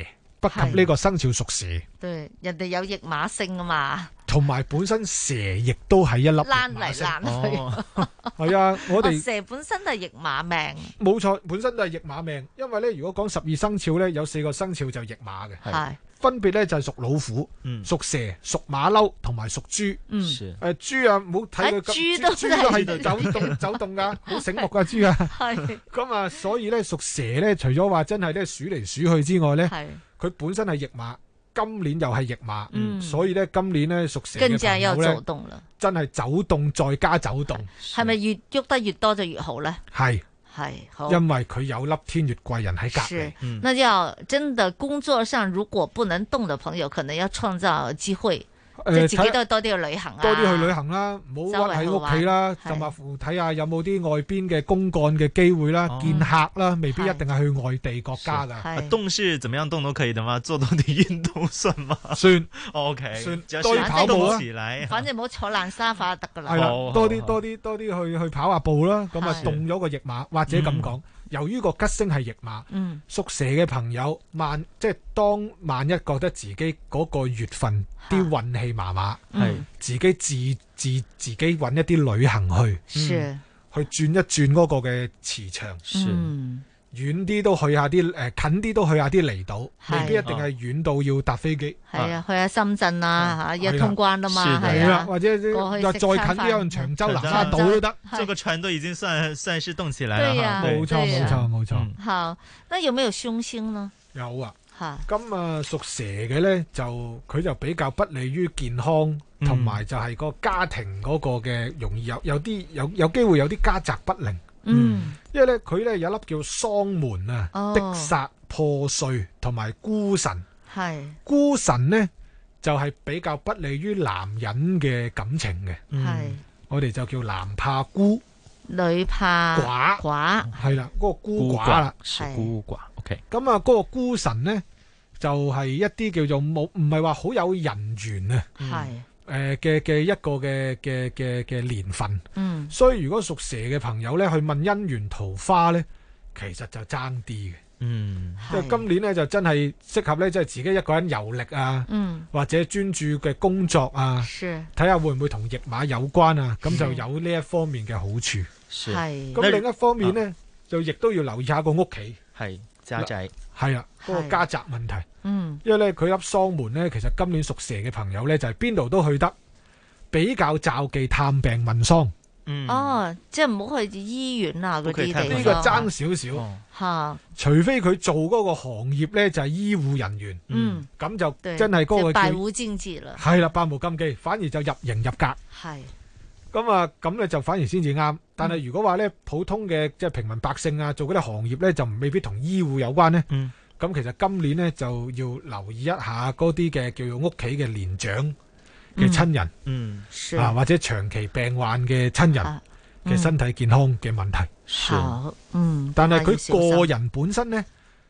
Speaker 14: 不及呢個生肖屬蛇，
Speaker 13: 對，人哋有驛馬星啊嘛，
Speaker 14: 同埋本身蛇亦都係一粒
Speaker 13: 躝
Speaker 14: 驛馬
Speaker 13: 嚟
Speaker 14: 星。
Speaker 13: 躝 去。
Speaker 14: 係啊，我
Speaker 13: 哦
Speaker 14: 哋
Speaker 13: 蛇本身就係驛馬命，
Speaker 14: 冇錯，本身都係驛馬命，因為咧，如果講十二生肖咧，有四個生肖就驛馬嘅，
Speaker 13: 係
Speaker 14: 分別咧就係屬老虎、屬蛇、屬馬騮同埋屬豬。
Speaker 13: 嗯，
Speaker 8: 是
Speaker 14: 誒豬啊，唔好睇佢
Speaker 13: 誒豬
Speaker 14: 咁，
Speaker 13: 都
Speaker 14: 豬都
Speaker 13: 係
Speaker 14: 係走動走動 噶，好醒目噶豬啊。
Speaker 13: 係
Speaker 14: 咁啊，所以咧屬蛇咧，除咗話真係咧鼠嚟鼠去之外咧，
Speaker 13: 係
Speaker 14: 佢本身係驛馬，今年又係驛馬，
Speaker 13: 嗯
Speaker 14: 所以咧今年咧屬蛇
Speaker 13: 更
Speaker 14: 嘅
Speaker 13: 加
Speaker 14: 朋
Speaker 13: 要
Speaker 14: 友
Speaker 13: 走
Speaker 14: 咧，
Speaker 13: 動啦。
Speaker 14: 真係走動再加走動，
Speaker 13: 係咪越喐得越多就越好咧？
Speaker 14: 係
Speaker 13: 係好。
Speaker 14: 因為佢有粒天月貴人喺隔
Speaker 13: 是
Speaker 14: 離，，
Speaker 13: 那就要真的工作上如果不能動的朋友，可能要創造機會，即
Speaker 14: 誒
Speaker 13: 係自己
Speaker 14: 睇
Speaker 13: 都多啲去旅行啊，
Speaker 14: 多啲去旅行啦，唔
Speaker 13: 周
Speaker 14: 好屈
Speaker 13: 圍
Speaker 14: 喺
Speaker 13: 去
Speaker 14: 屋企啦，甚至乎睇下有冇啲外邊嘅公幹嘅機會啦，見客啦，未必一定係去外地國家㗎。
Speaker 8: 啊动是怎么样动都可以的吗？做多啲运动算吗？ 哦
Speaker 14: 算
Speaker 8: OK，
Speaker 14: 算
Speaker 8: 只要
Speaker 14: 多啲
Speaker 8: 是
Speaker 14: 跑步
Speaker 8: 動
Speaker 14: 啊
Speaker 8: 起来，
Speaker 13: 反正唔好坐爛沙發就得噶啦。
Speaker 14: 係啦，多啲
Speaker 8: 好
Speaker 14: 多啲多啲去去跑下步啦，咁啊
Speaker 13: 係
Speaker 14: 動咗個驛馬，或者咁講，由於個吉星係驛馬，
Speaker 13: 嗯
Speaker 14: 屬蛇嘅朋友，萬即係當萬一覺得自己嗰個月份啲運氣麻麻，
Speaker 13: 嗯
Speaker 8: 係
Speaker 14: 自己自自自己揾一啲旅行去，
Speaker 13: 是
Speaker 14: 去轉一轉嗰個嘅磁場，
Speaker 8: 是
Speaker 13: 嗯
Speaker 14: 遠啲都去下啲誒近啲都去下啲離島，
Speaker 13: 係
Speaker 14: 未必一定係遠到要搭飛機，
Speaker 13: 係啊，去下深圳啊，嚇約通關啊嘛，係
Speaker 14: 係啦，
Speaker 13: 啊，
Speaker 14: 或者
Speaker 13: 過去
Speaker 14: 再
Speaker 13: 食
Speaker 14: 近
Speaker 13: 餐
Speaker 14: 啲
Speaker 13: 飯
Speaker 14: 可能長洲南沙島都得。
Speaker 8: 坐个船都已经算算是动起来
Speaker 13: 對
Speaker 8: 了
Speaker 13: 呀
Speaker 8: 哈。嗯
Speaker 13: 冇錯對呀冇錯
Speaker 14: 冇錯
Speaker 13: 好，那有沒有凶星呢？
Speaker 14: 有啊，
Speaker 13: 吓
Speaker 14: 咁啊，屬蛇嘅呢，就佢就比較不利於健康，
Speaker 13: 嗯
Speaker 14: 同埋就係個家庭嗰個嘅容易有有啲有有機會有啲家宅不寧。
Speaker 13: 嗯，
Speaker 14: 因為呢，佢呢有一粒叫喪門啊、
Speaker 13: 哦
Speaker 14: 的煞破碎同埋孤神。
Speaker 13: 系
Speaker 14: 孤神呢，就係、比較不利於男人嘅感情嘅。
Speaker 13: 系
Speaker 14: 我哋就叫男怕孤
Speaker 13: 女怕
Speaker 14: 寡
Speaker 13: 啊寡，
Speaker 14: 係啦，嗰、個孤寡啦。
Speaker 13: 系
Speaker 8: 孤寡，OK，
Speaker 14: 咁啊，嗰個孤神呢，就係、一啲叫做冇，唔係話好有人緣啊，
Speaker 13: 系
Speaker 14: 誒嘅嘅一個嘅嘅嘅嘅年份。
Speaker 13: 嗯
Speaker 14: 所以如果屬蛇嘅朋友呢，去問姻緣桃花呢，其實就爭啲嘅。
Speaker 8: 嗯，
Speaker 14: 即係今年呢，就真係適合呢，即係自己一個人遊歷啊，
Speaker 13: 嗯
Speaker 14: 或者專注嘅工作啊，
Speaker 13: 是
Speaker 14: 睇下會唔會同驛馬有關啊，咁就有呢一方面嘅好處。
Speaker 8: 嗯是
Speaker 13: 係
Speaker 14: 咁另一方面呢，就亦都要留意下個屋企。
Speaker 8: 系家仔，
Speaker 14: 係啦，嗰、個
Speaker 8: 係
Speaker 14: 家宅問題。
Speaker 13: 嗯
Speaker 14: 因為咧佢粒喪門咧，其實今年屬蛇嘅朋友咧，就係邊度都去得，比較罩忌探病問喪，
Speaker 8: 嗯
Speaker 13: 哦，即系唔好去醫院啊嗰啲地方，
Speaker 14: 呢個爭少少。
Speaker 8: 哦
Speaker 13: 吓，
Speaker 14: 除非佢做嗰個行業咧就係醫護人員，
Speaker 13: 嗯，
Speaker 14: 咁就
Speaker 13: 對
Speaker 14: 真係嗰
Speaker 13: 就
Speaker 14: 個
Speaker 13: 百
Speaker 14: 叫
Speaker 13: 無禁忌啦，
Speaker 14: 係啦，百無禁忌，反而就入型入格。
Speaker 13: 系
Speaker 14: 咁啊，咁咧就反而先至啱。但係如果話咧普通嘅即係平民百姓啊，做嗰啲行業咧就未必同醫護有關咧。
Speaker 8: 嗯
Speaker 14: 咁其實今年咧就要留意一下嗰啲嘅叫做屋企嘅年長嘅親人。
Speaker 8: 嗯，
Speaker 13: 是
Speaker 14: 啊，或者長期病患嘅親人
Speaker 13: 嗯
Speaker 14: 嘅身體健康嘅問題。
Speaker 13: 好，嗯，
Speaker 14: 但係
Speaker 13: 大家要
Speaker 14: 佢
Speaker 13: 小
Speaker 14: 個
Speaker 13: 心
Speaker 14: 人本身呢，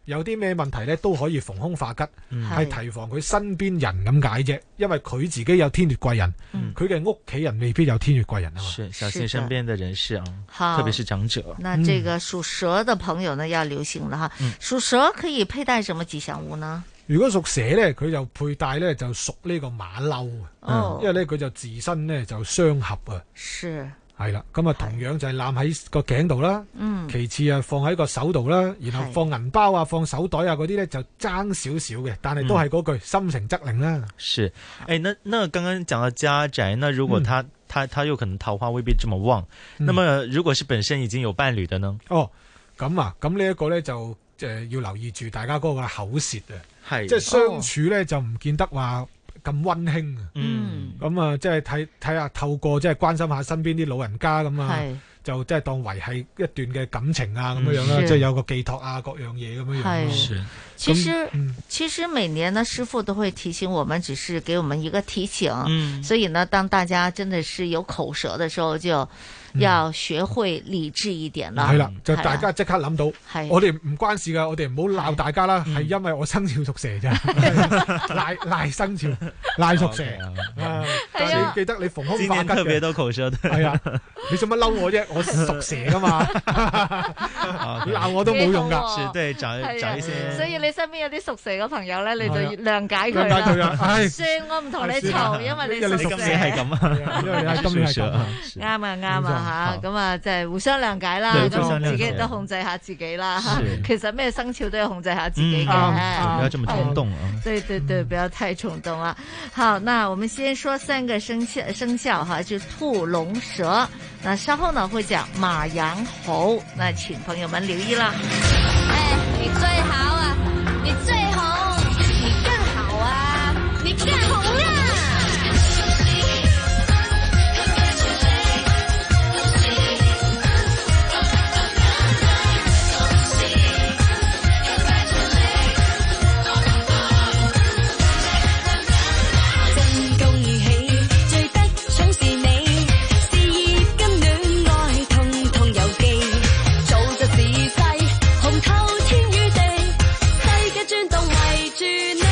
Speaker 14: 有啲咩問題呢，都可以逢凶化吉，係、
Speaker 13: 嗯
Speaker 14: 提防佢身邊人咁解啫。因為佢自己有天月貴人，佢嘅屋企人未必有天月貴人啊嘛。
Speaker 8: 嗯是小
Speaker 13: 是的
Speaker 8: 心身边的人士啊，
Speaker 13: 好
Speaker 8: 特别是长者。
Speaker 13: 那这
Speaker 14: 嗯
Speaker 13: 个属蛇的朋友呢，要留心了哈。属蛇可以佩戴什么吉祥物呢？
Speaker 14: 如果屬蛇呢，佢就佩戴呢，就屬呢個馬騮啊，
Speaker 13: 哦
Speaker 14: 因為呢，佢就自身呢，就雙合啊。
Speaker 13: 是，
Speaker 14: 係啦，咁啊同樣就係攬喺個頸度啦，
Speaker 13: 嗯
Speaker 14: 其次啊放喺個手度啦，然後
Speaker 13: 係
Speaker 14: 放銀包啊、放手袋啊嗰啲呢，就爭少少嘅，但
Speaker 13: 嗯
Speaker 14: 係都係嗰句、心誠則靈啦。
Speaker 8: 是，哎，那那刚刚讲到家宅，那如果
Speaker 14: 嗯
Speaker 8: 他、他他有可能桃花未必这么旺，那么如果是本身已经有伴侣的呢？
Speaker 14: 哦，咁啊，咁呢一個呢，就誒、呃要留意住大家嗰個口舌啊，
Speaker 8: 係
Speaker 14: 即係相處呢，就唔見得話咁温馨啊。
Speaker 8: 嗯，
Speaker 14: 咁啊，即係睇睇下透過即係關心下身邊啲老人家咁
Speaker 13: 係
Speaker 14: 啊，就即係當維係一段嘅感情啊咁樣樣啦，
Speaker 13: 嗯
Speaker 14: 即係有個寄託啊各樣嘢咁樣樣咯。
Speaker 13: 係
Speaker 14: 咁嗯
Speaker 13: 其实、其实每年呢，师傅都会提醒我们，只是给我们一个提醒。
Speaker 8: 嗯
Speaker 13: 所以呢，当大家真的是有口舌的时候，就要学会理智一点啦。
Speaker 14: 嗯系啦，就
Speaker 13: 係
Speaker 14: 大家即刻諗到，
Speaker 13: 係
Speaker 14: 我哋唔關事噶，我哋唔好鬧大家啦，係因為我生肖屬蛇 咋，賴賴生肖，賴屬蛇
Speaker 8: OK 啊，
Speaker 14: 啊
Speaker 8: 係啊
Speaker 14: 但你記得你逢凶
Speaker 8: 今
Speaker 14: 化
Speaker 8: 年
Speaker 14: 吉
Speaker 8: 特别
Speaker 14: 嘅，
Speaker 8: 多口舌的，
Speaker 14: 係啊，你做乜嬲 我啫？我屬蛇噶嘛，
Speaker 8: 啊，
Speaker 14: 你鬧我都冇用
Speaker 13: 幾好
Speaker 14: 噶
Speaker 13: 喎。
Speaker 8: 是对找找一些
Speaker 13: 啊所以你身邊有啲屬蛇嘅朋友咧，你就
Speaker 14: 係啊
Speaker 13: 諒解
Speaker 14: 諒
Speaker 13: 佢
Speaker 14: 解佢
Speaker 13: 啦
Speaker 14: 啊。唉
Speaker 13: 算我唔同你
Speaker 14: 算啦
Speaker 13: 嘈，因為
Speaker 14: 因為
Speaker 13: 你
Speaker 14: 你屬蛇
Speaker 13: 屬蛇。
Speaker 8: 今年係咁啊，
Speaker 14: 因 為你係今年係咁啊
Speaker 8: 是
Speaker 13: 啱啊
Speaker 8: 冇
Speaker 13: 啱啊
Speaker 8: 錯
Speaker 13: 吓，咁啊即係互相諒解啦，
Speaker 8: 對互相諒
Speaker 13: 咁
Speaker 8: 解
Speaker 13: 自己亦都控制下自己啦
Speaker 8: 是。
Speaker 13: 其實咩生肖都要控制下自己
Speaker 8: 嗯啊
Speaker 13: 嘅，
Speaker 8: 不要這麼衝動 啊
Speaker 13: 對對對，不要太衝動啊！好，那我們先說三個生肖生肖哈，就兔、龍、蛇。那稍後呢會講馬、羊、猴，那請朋友們留意啦。
Speaker 4: 你最好啊，你最红，你更好啊，你更红啊！
Speaker 16: 真高義氣，最得寵是你，事業跟戀愛通通有記，早就是勢，紅透天與地，世界轉動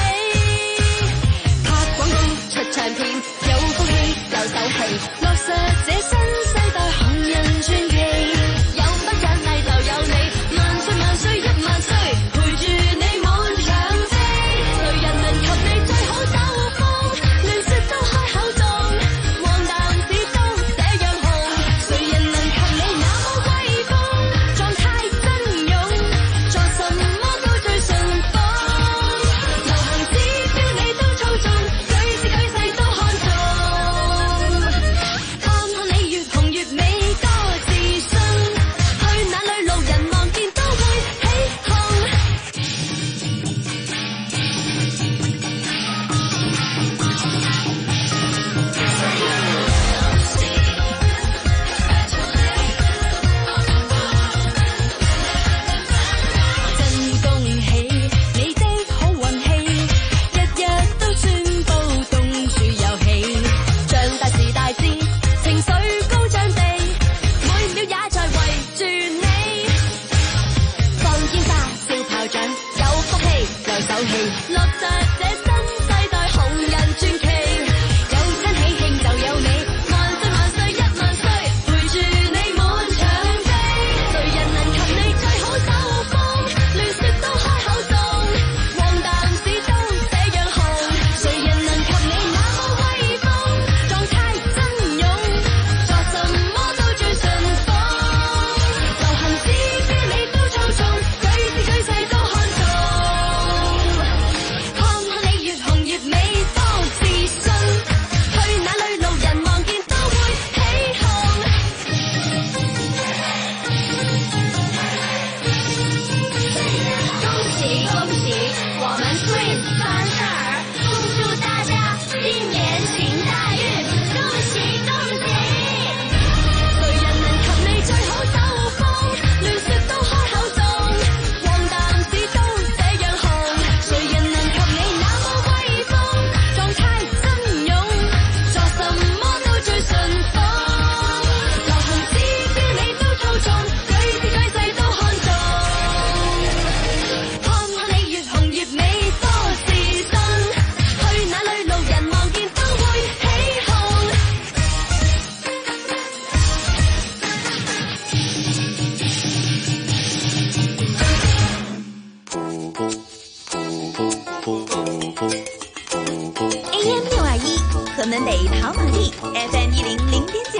Speaker 1: 河门北跑马地 FM 一零零点九，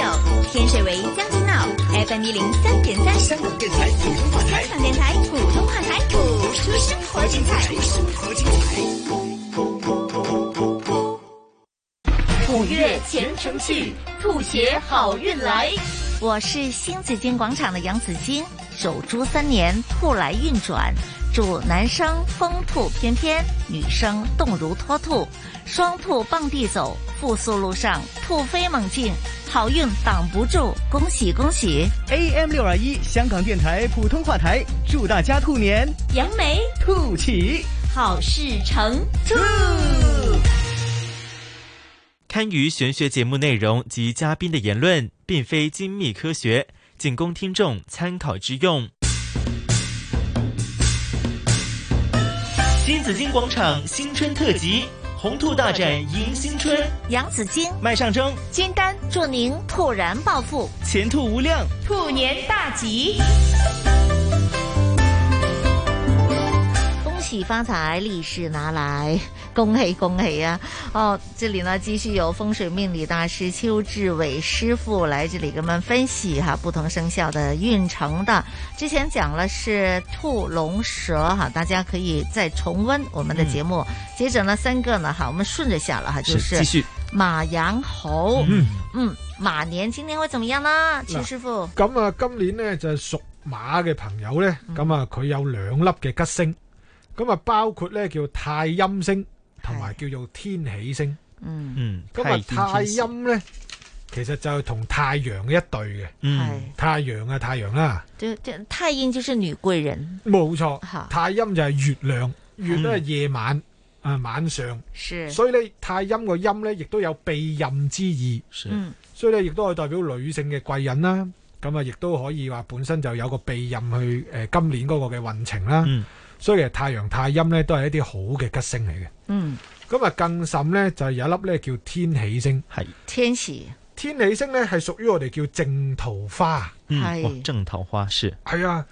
Speaker 1: 天水围将军澳 FM 一零三点三。香港电台普通话台，香港电台普通话台，播出生活精彩，生活精彩。
Speaker 13: 五月前程去，吐血好运来。我是新紫金广场的杨紫金，守株三年，兔来运转。祝男生风兔翩翩，女生动如脱兔，双兔傍地走，复苏路上兔飞猛进，好运挡不住，恭喜恭喜！
Speaker 9: AM 六二一香港电台普通话台，祝大家兔年
Speaker 13: 杨梅
Speaker 9: 兔起，
Speaker 13: 好事成兔。
Speaker 8: 堪舆玄学节目内容及嘉宾的言论，并非精密科学，仅供听众参考之用。
Speaker 12: 新紫金广场新春特辑，红兔大展迎新春，
Speaker 13: 杨紫金、
Speaker 12: 麦上蒸，
Speaker 13: 金丹，祝您突然暴富，
Speaker 9: 前途无量，
Speaker 28: 兔年大吉。
Speaker 13: 恭喜发财，利是拿来，恭喜恭喜啊！哦，这里呢继续有风水命理大师邱志伟师傅来这里给我们分析哈不同生肖的运程的。之前讲了是兔、龙、蛇哈，大家可以再重温我们的节目。
Speaker 14: 嗯
Speaker 13: 接着呢三个呢哈，我们顺着下了哈，就是
Speaker 9: 继续
Speaker 13: 马、羊、猴。
Speaker 14: 嗯
Speaker 13: 嗯，马年今年会怎么样呢？邱
Speaker 14: 嗱
Speaker 13: 师傅，
Speaker 14: 咁啊，今年呢，就係屬馬嘅朋友呢，咁啊佢有兩粒嘅吉星，咁啊包括呢叫太陰星同埋叫做天喜星。
Speaker 13: 嗯
Speaker 8: 嗯，
Speaker 14: 咁啊太陰呢，其實就係同太陽嘅一對嘅。
Speaker 8: 嗯，
Speaker 14: 太陽啊太陽啦，
Speaker 13: 就就太阴就是女贵人，
Speaker 14: 冇錯。太陰就係月亮，月咧係夜晚啊晚上，
Speaker 13: 嗯是
Speaker 14: 所以呢，太陰個陰呢，亦都有避任之意。
Speaker 13: 嗯
Speaker 14: 所以咧，亦都可以代表女性嘅貴人啦。咁啊，亦都可以話本身就有個避任去誒、呃今年嗰個嘅運程啦。
Speaker 8: 嗯
Speaker 14: 所以其實太陽太陰咧都係一啲好嘅吉星嚟嘅。
Speaker 13: 嗯，
Speaker 14: 咁啊，更甚咧就係有一粒咧叫天喜星。
Speaker 8: 係
Speaker 13: 天喜，
Speaker 14: 天喜星咧係屬於我哋叫正桃花。
Speaker 8: 嗯，哇，正桃花是，
Speaker 14: 係啊，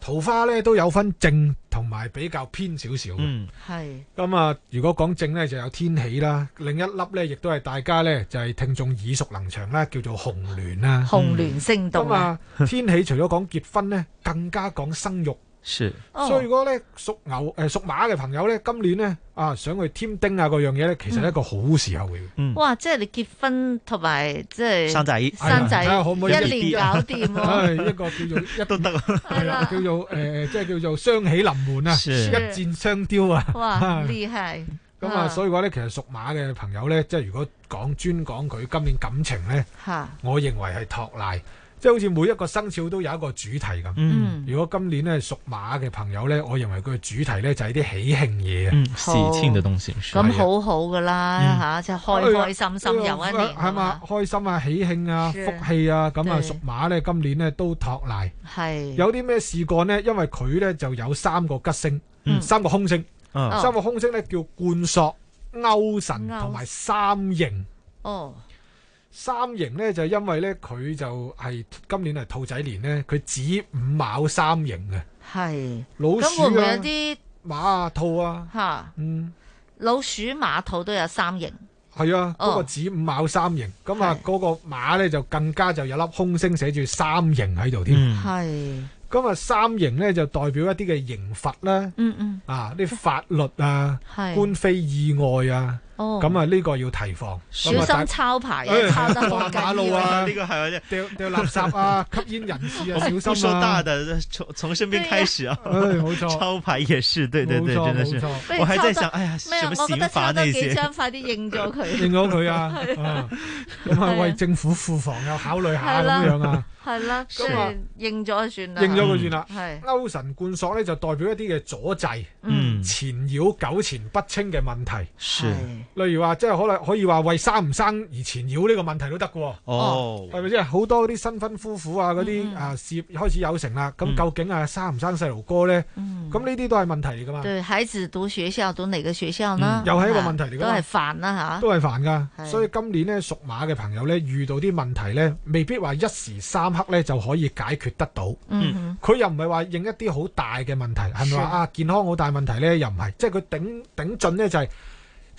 Speaker 14: 桃花咧都有分正同埋比較偏少少嘅。
Speaker 8: 嗯
Speaker 13: 系
Speaker 14: 咁啊，如果講正呢，就有天喜啦，另一粒呢，亦都係大家呢，就係、聽眾耳熟能詳啦，叫做紅鸾啦。
Speaker 13: 紅鸞星動
Speaker 14: 咁啊
Speaker 13: 啊，
Speaker 14: 天喜除咗講結婚呢，更加講生育。
Speaker 8: 是，
Speaker 13: 哦
Speaker 14: 所以如果呢，屬牛誒、呃、屬馬嘅朋友呢，今年呢，啊想去添丁啊嗰樣嘢呢，其實係一個好時候嚟
Speaker 8: 嗯
Speaker 14: 嘅。
Speaker 13: 哇！即係你結婚同埋即係
Speaker 14: 生仔
Speaker 13: 生仔
Speaker 14: 係啊睇下可唔可以啊
Speaker 13: 一年 搞掂
Speaker 14: 唉
Speaker 13: 喎。
Speaker 14: 一個叫做一都得，
Speaker 8: 啊
Speaker 14: 係啦，叫做誒，即係叫做雙喜臨門啊，
Speaker 8: 是
Speaker 14: 一箭雙雕啊！
Speaker 13: 哇，厲害！
Speaker 14: 咁啊，所以話咧，其實屬馬嘅朋友咧，即係如果講專講佢今年感情咧，
Speaker 13: 嚇
Speaker 14: 我認為係托賴，即係好似每一個生肖都有一個主題咁。
Speaker 8: 嗯
Speaker 14: 如果今年咧屬馬嘅朋友咧，我認為佢嘅主題咧就係啲喜慶嘢啊，
Speaker 8: 嗯，喜慶的東西是，
Speaker 13: 咁好啊好噶
Speaker 8: 嗯
Speaker 13: 啦嚇，就
Speaker 14: 哎
Speaker 13: 開開心心又一年
Speaker 14: 係哎嘛，開心啊、喜慶啊、
Speaker 13: 是
Speaker 14: 福氣啊，咁啊
Speaker 13: 對
Speaker 14: 屬馬咧今年咧都托賴。
Speaker 13: 係
Speaker 14: 有啲咩事幹呢？因為佢呢就有三個吉星，三個空星，
Speaker 13: 哦
Speaker 8: 嗯
Speaker 14: 三個空星呢叫冠索、勾神同埋三刑。
Speaker 13: 哦，
Speaker 14: 三刑呢就因為呢，佢就係今年係兔仔年呢，佢子午卯三刑嘅
Speaker 13: 係。
Speaker 14: 老
Speaker 13: 咁會唔
Speaker 14: 鼠
Speaker 13: 會有
Speaker 14: 啊、
Speaker 13: 啲
Speaker 14: 馬啊、兔啊，
Speaker 13: 嚇？
Speaker 14: 嗯，
Speaker 13: 老鼠馬兔都有三型，
Speaker 14: 係啊，嗰個
Speaker 13: 哦
Speaker 14: 子午卯三刑，咁啊嗰個馬呢就更加就有粒空星寫住三刑喺度添。
Speaker 8: 嗯
Speaker 13: 係
Speaker 14: 咁啊三刑呢就代表一啲嘅刑罰啦。
Speaker 13: 嗯嗯
Speaker 14: 啊，啲法律啊
Speaker 13: 係，
Speaker 14: 官非意外啊，
Speaker 13: 哦
Speaker 14: 咁啊呢個要提防，
Speaker 13: 小
Speaker 14: 咁啊
Speaker 13: 心
Speaker 14: 大
Speaker 13: 抄牌
Speaker 14: 哎
Speaker 13: 啊，抄得好緊要
Speaker 14: 馬路 啊，
Speaker 8: 呢個係 啊
Speaker 14: 掉掉垃圾 啊，吸煙人士啊，
Speaker 8: 我
Speaker 14: 小
Speaker 8: 不
Speaker 14: 心
Speaker 8: 说大
Speaker 14: 啊，
Speaker 8: 的，从从身边开始啊，
Speaker 14: 哎冇錯
Speaker 8: 抄牌也是，對對對，
Speaker 14: 冇錯
Speaker 8: 真的是
Speaker 14: 冇
Speaker 13: 不，如
Speaker 8: 我還在
Speaker 13: 抄得
Speaker 8: 想，哎呀，
Speaker 13: 咩
Speaker 8: 什
Speaker 13: 啊
Speaker 8: 麼？
Speaker 13: 我
Speaker 8: 刑
Speaker 13: 覺得
Speaker 8: 罰
Speaker 13: 抄多
Speaker 8: 那
Speaker 13: 幾
Speaker 8: 些，
Speaker 13: 張，快啲認咗佢，
Speaker 14: 認咗佢啊
Speaker 13: 係
Speaker 14: 啊咁啊為政府庫房又考慮下咁樣啊。
Speaker 13: 係啦，即
Speaker 14: 咁啊
Speaker 13: 係認咗就算啦，
Speaker 14: 認咗佢算啦
Speaker 13: 嗯係。
Speaker 14: 勾神貫索咧就代表一啲嘅阻滯、
Speaker 8: 嗯
Speaker 14: 纏擾、糾纏不清嘅問題。
Speaker 8: 是，
Speaker 14: 例如話，即係可能可以話為生唔生而纏擾呢個問題都得嘅喎。
Speaker 8: 哦
Speaker 14: 係咪即係好多嗰啲新婚夫婦啊，嗰
Speaker 13: 嗯
Speaker 14: 啲啊事業開始有成啦，
Speaker 8: 嗯
Speaker 14: 咁究竟啊生唔生細路哥咧？咁呢啲都係問題嚟噶嘛，
Speaker 13: 嗯對孩子讀學校讀哪個學校呢？
Speaker 14: 嗯又係一個問題嚟㗎嘛
Speaker 13: 都係煩啦
Speaker 14: 都
Speaker 13: 嚇。
Speaker 14: 係煩噶。
Speaker 13: 啊係
Speaker 14: 所以今年咧屬馬嘅朋友咧，遇到啲問題咧，未必話一時三刻咧就可以解決得到。
Speaker 13: 嗯
Speaker 14: 佢又唔係話認一啲好大嘅問題，係咪
Speaker 8: 是
Speaker 14: 話啊健康好大問題咧？又唔係，即係佢頂頂盡咧就係、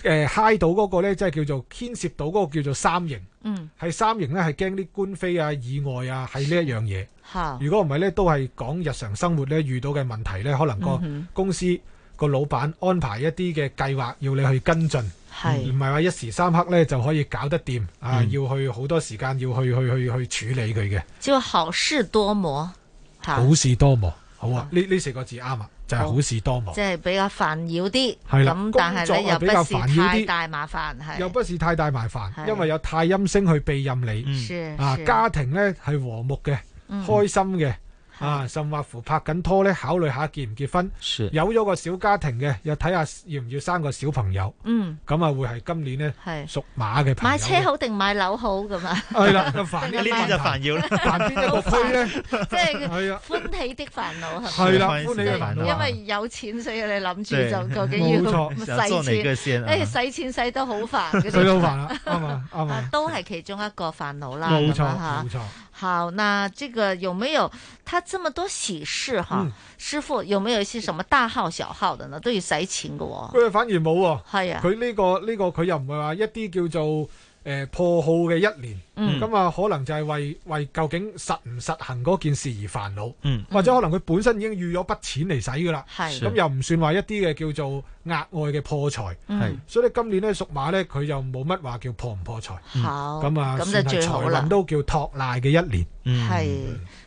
Speaker 14: 誒嗨到嗰個咧，即係叫做牽涉到嗰個叫做三型，
Speaker 13: 嗯，
Speaker 14: 係三型咧係驚啲官非啊、意外啊，係呢一樣嘢。
Speaker 13: 好，
Speaker 14: 如果唔係咧，都係講日常生活咧遇到嘅問題咧，可能個
Speaker 13: 嗯哼
Speaker 14: 公司個老闆安排一啲嘅計劃要你去跟進，
Speaker 13: 係
Speaker 14: 唔係話一時三刻咧就可以搞得掂啊？
Speaker 13: 嗯
Speaker 14: 要去好多時間要去去去去處理佢嘅，
Speaker 13: 就好事多磨，吓，
Speaker 14: 好事多磨。好啊，呢呢四個字啱啊，就係好事多磨
Speaker 13: 即。係比較煩擾啲，
Speaker 14: 係啦
Speaker 13: 咁但係
Speaker 14: 工作
Speaker 13: 咧
Speaker 14: 啊
Speaker 13: 又
Speaker 14: 比較
Speaker 13: 不是
Speaker 14: 煩擾
Speaker 13: 太
Speaker 14: 啲
Speaker 13: 大麻煩，
Speaker 14: 又
Speaker 13: 係
Speaker 14: 不是太大麻煩，
Speaker 13: 係
Speaker 14: 因為有太陰星去庇任
Speaker 13: 是
Speaker 14: 你，啊
Speaker 13: 嗯是
Speaker 14: 家庭呢係和睦嘅，
Speaker 13: 嗯
Speaker 14: 開心嘅，啊甚或乎拍緊拖呢，考慮下結唔結婚
Speaker 8: 是，
Speaker 14: 有咗個小家庭嘅，又睇下要唔要生個小朋友，
Speaker 13: 嗯，
Speaker 14: 咁啊會係今年呢
Speaker 13: 係
Speaker 14: 屬馬嘅朋
Speaker 13: 買
Speaker 14: 友。
Speaker 13: 車好定買樓好咁啊？
Speaker 14: 係啦就煩呢啲
Speaker 13: 定係買
Speaker 14: 就煩擾
Speaker 8: 啊
Speaker 14: 啦煩邊 一個區呢
Speaker 13: 即
Speaker 14: 係
Speaker 13: 係
Speaker 14: 啊
Speaker 13: 歡喜的煩惱係咪
Speaker 14: 係啦歡喜的煩惱啊
Speaker 13: 因為有錢，所以你諗
Speaker 14: 對
Speaker 13: 住就究竟
Speaker 14: 冇
Speaker 13: 要
Speaker 14: 錯想做哪個先
Speaker 13: 使錢，
Speaker 14: 啊
Speaker 13: 誒哎使錢使得好 煩嗰啲，
Speaker 14: 所以好煩啦，啱啊啱
Speaker 13: 啊
Speaker 14: 啊，
Speaker 13: 都係其中一個煩惱啦，
Speaker 14: 冇
Speaker 13: 咁
Speaker 14: 錯
Speaker 13: 啊
Speaker 14: 冇
Speaker 13: 嚇
Speaker 14: 錯。
Speaker 13: 好，那這個有沒有他這麼多喜事哈？
Speaker 14: 嗯
Speaker 13: 師傅有沒有一些什麼大號小號的呢？都要使錢嘅喎。
Speaker 14: 佢反而冇喎。
Speaker 13: 係啊
Speaker 14: 佢呢、個呢、個佢又唔係話一啲叫做誒、呃破耗嘅一年，
Speaker 13: 嗯
Speaker 14: 咁啊、可能就係為為究竟實唔實行嗰件事而煩惱，
Speaker 8: 嗯
Speaker 14: 或者可能佢本身已經預咗筆錢嚟使㗎啦，
Speaker 13: 係
Speaker 14: 咁又唔算話一啲嘅叫做額外嘅破財，
Speaker 13: 嗯
Speaker 14: 所以咧今年咧屬馬咧佢又冇乜話叫破唔破財，
Speaker 13: 好
Speaker 14: 咁啊
Speaker 13: 咁就
Speaker 14: 算係
Speaker 13: 最好
Speaker 14: 財
Speaker 13: 啦
Speaker 14: 運都叫托賴嘅一年，
Speaker 13: 係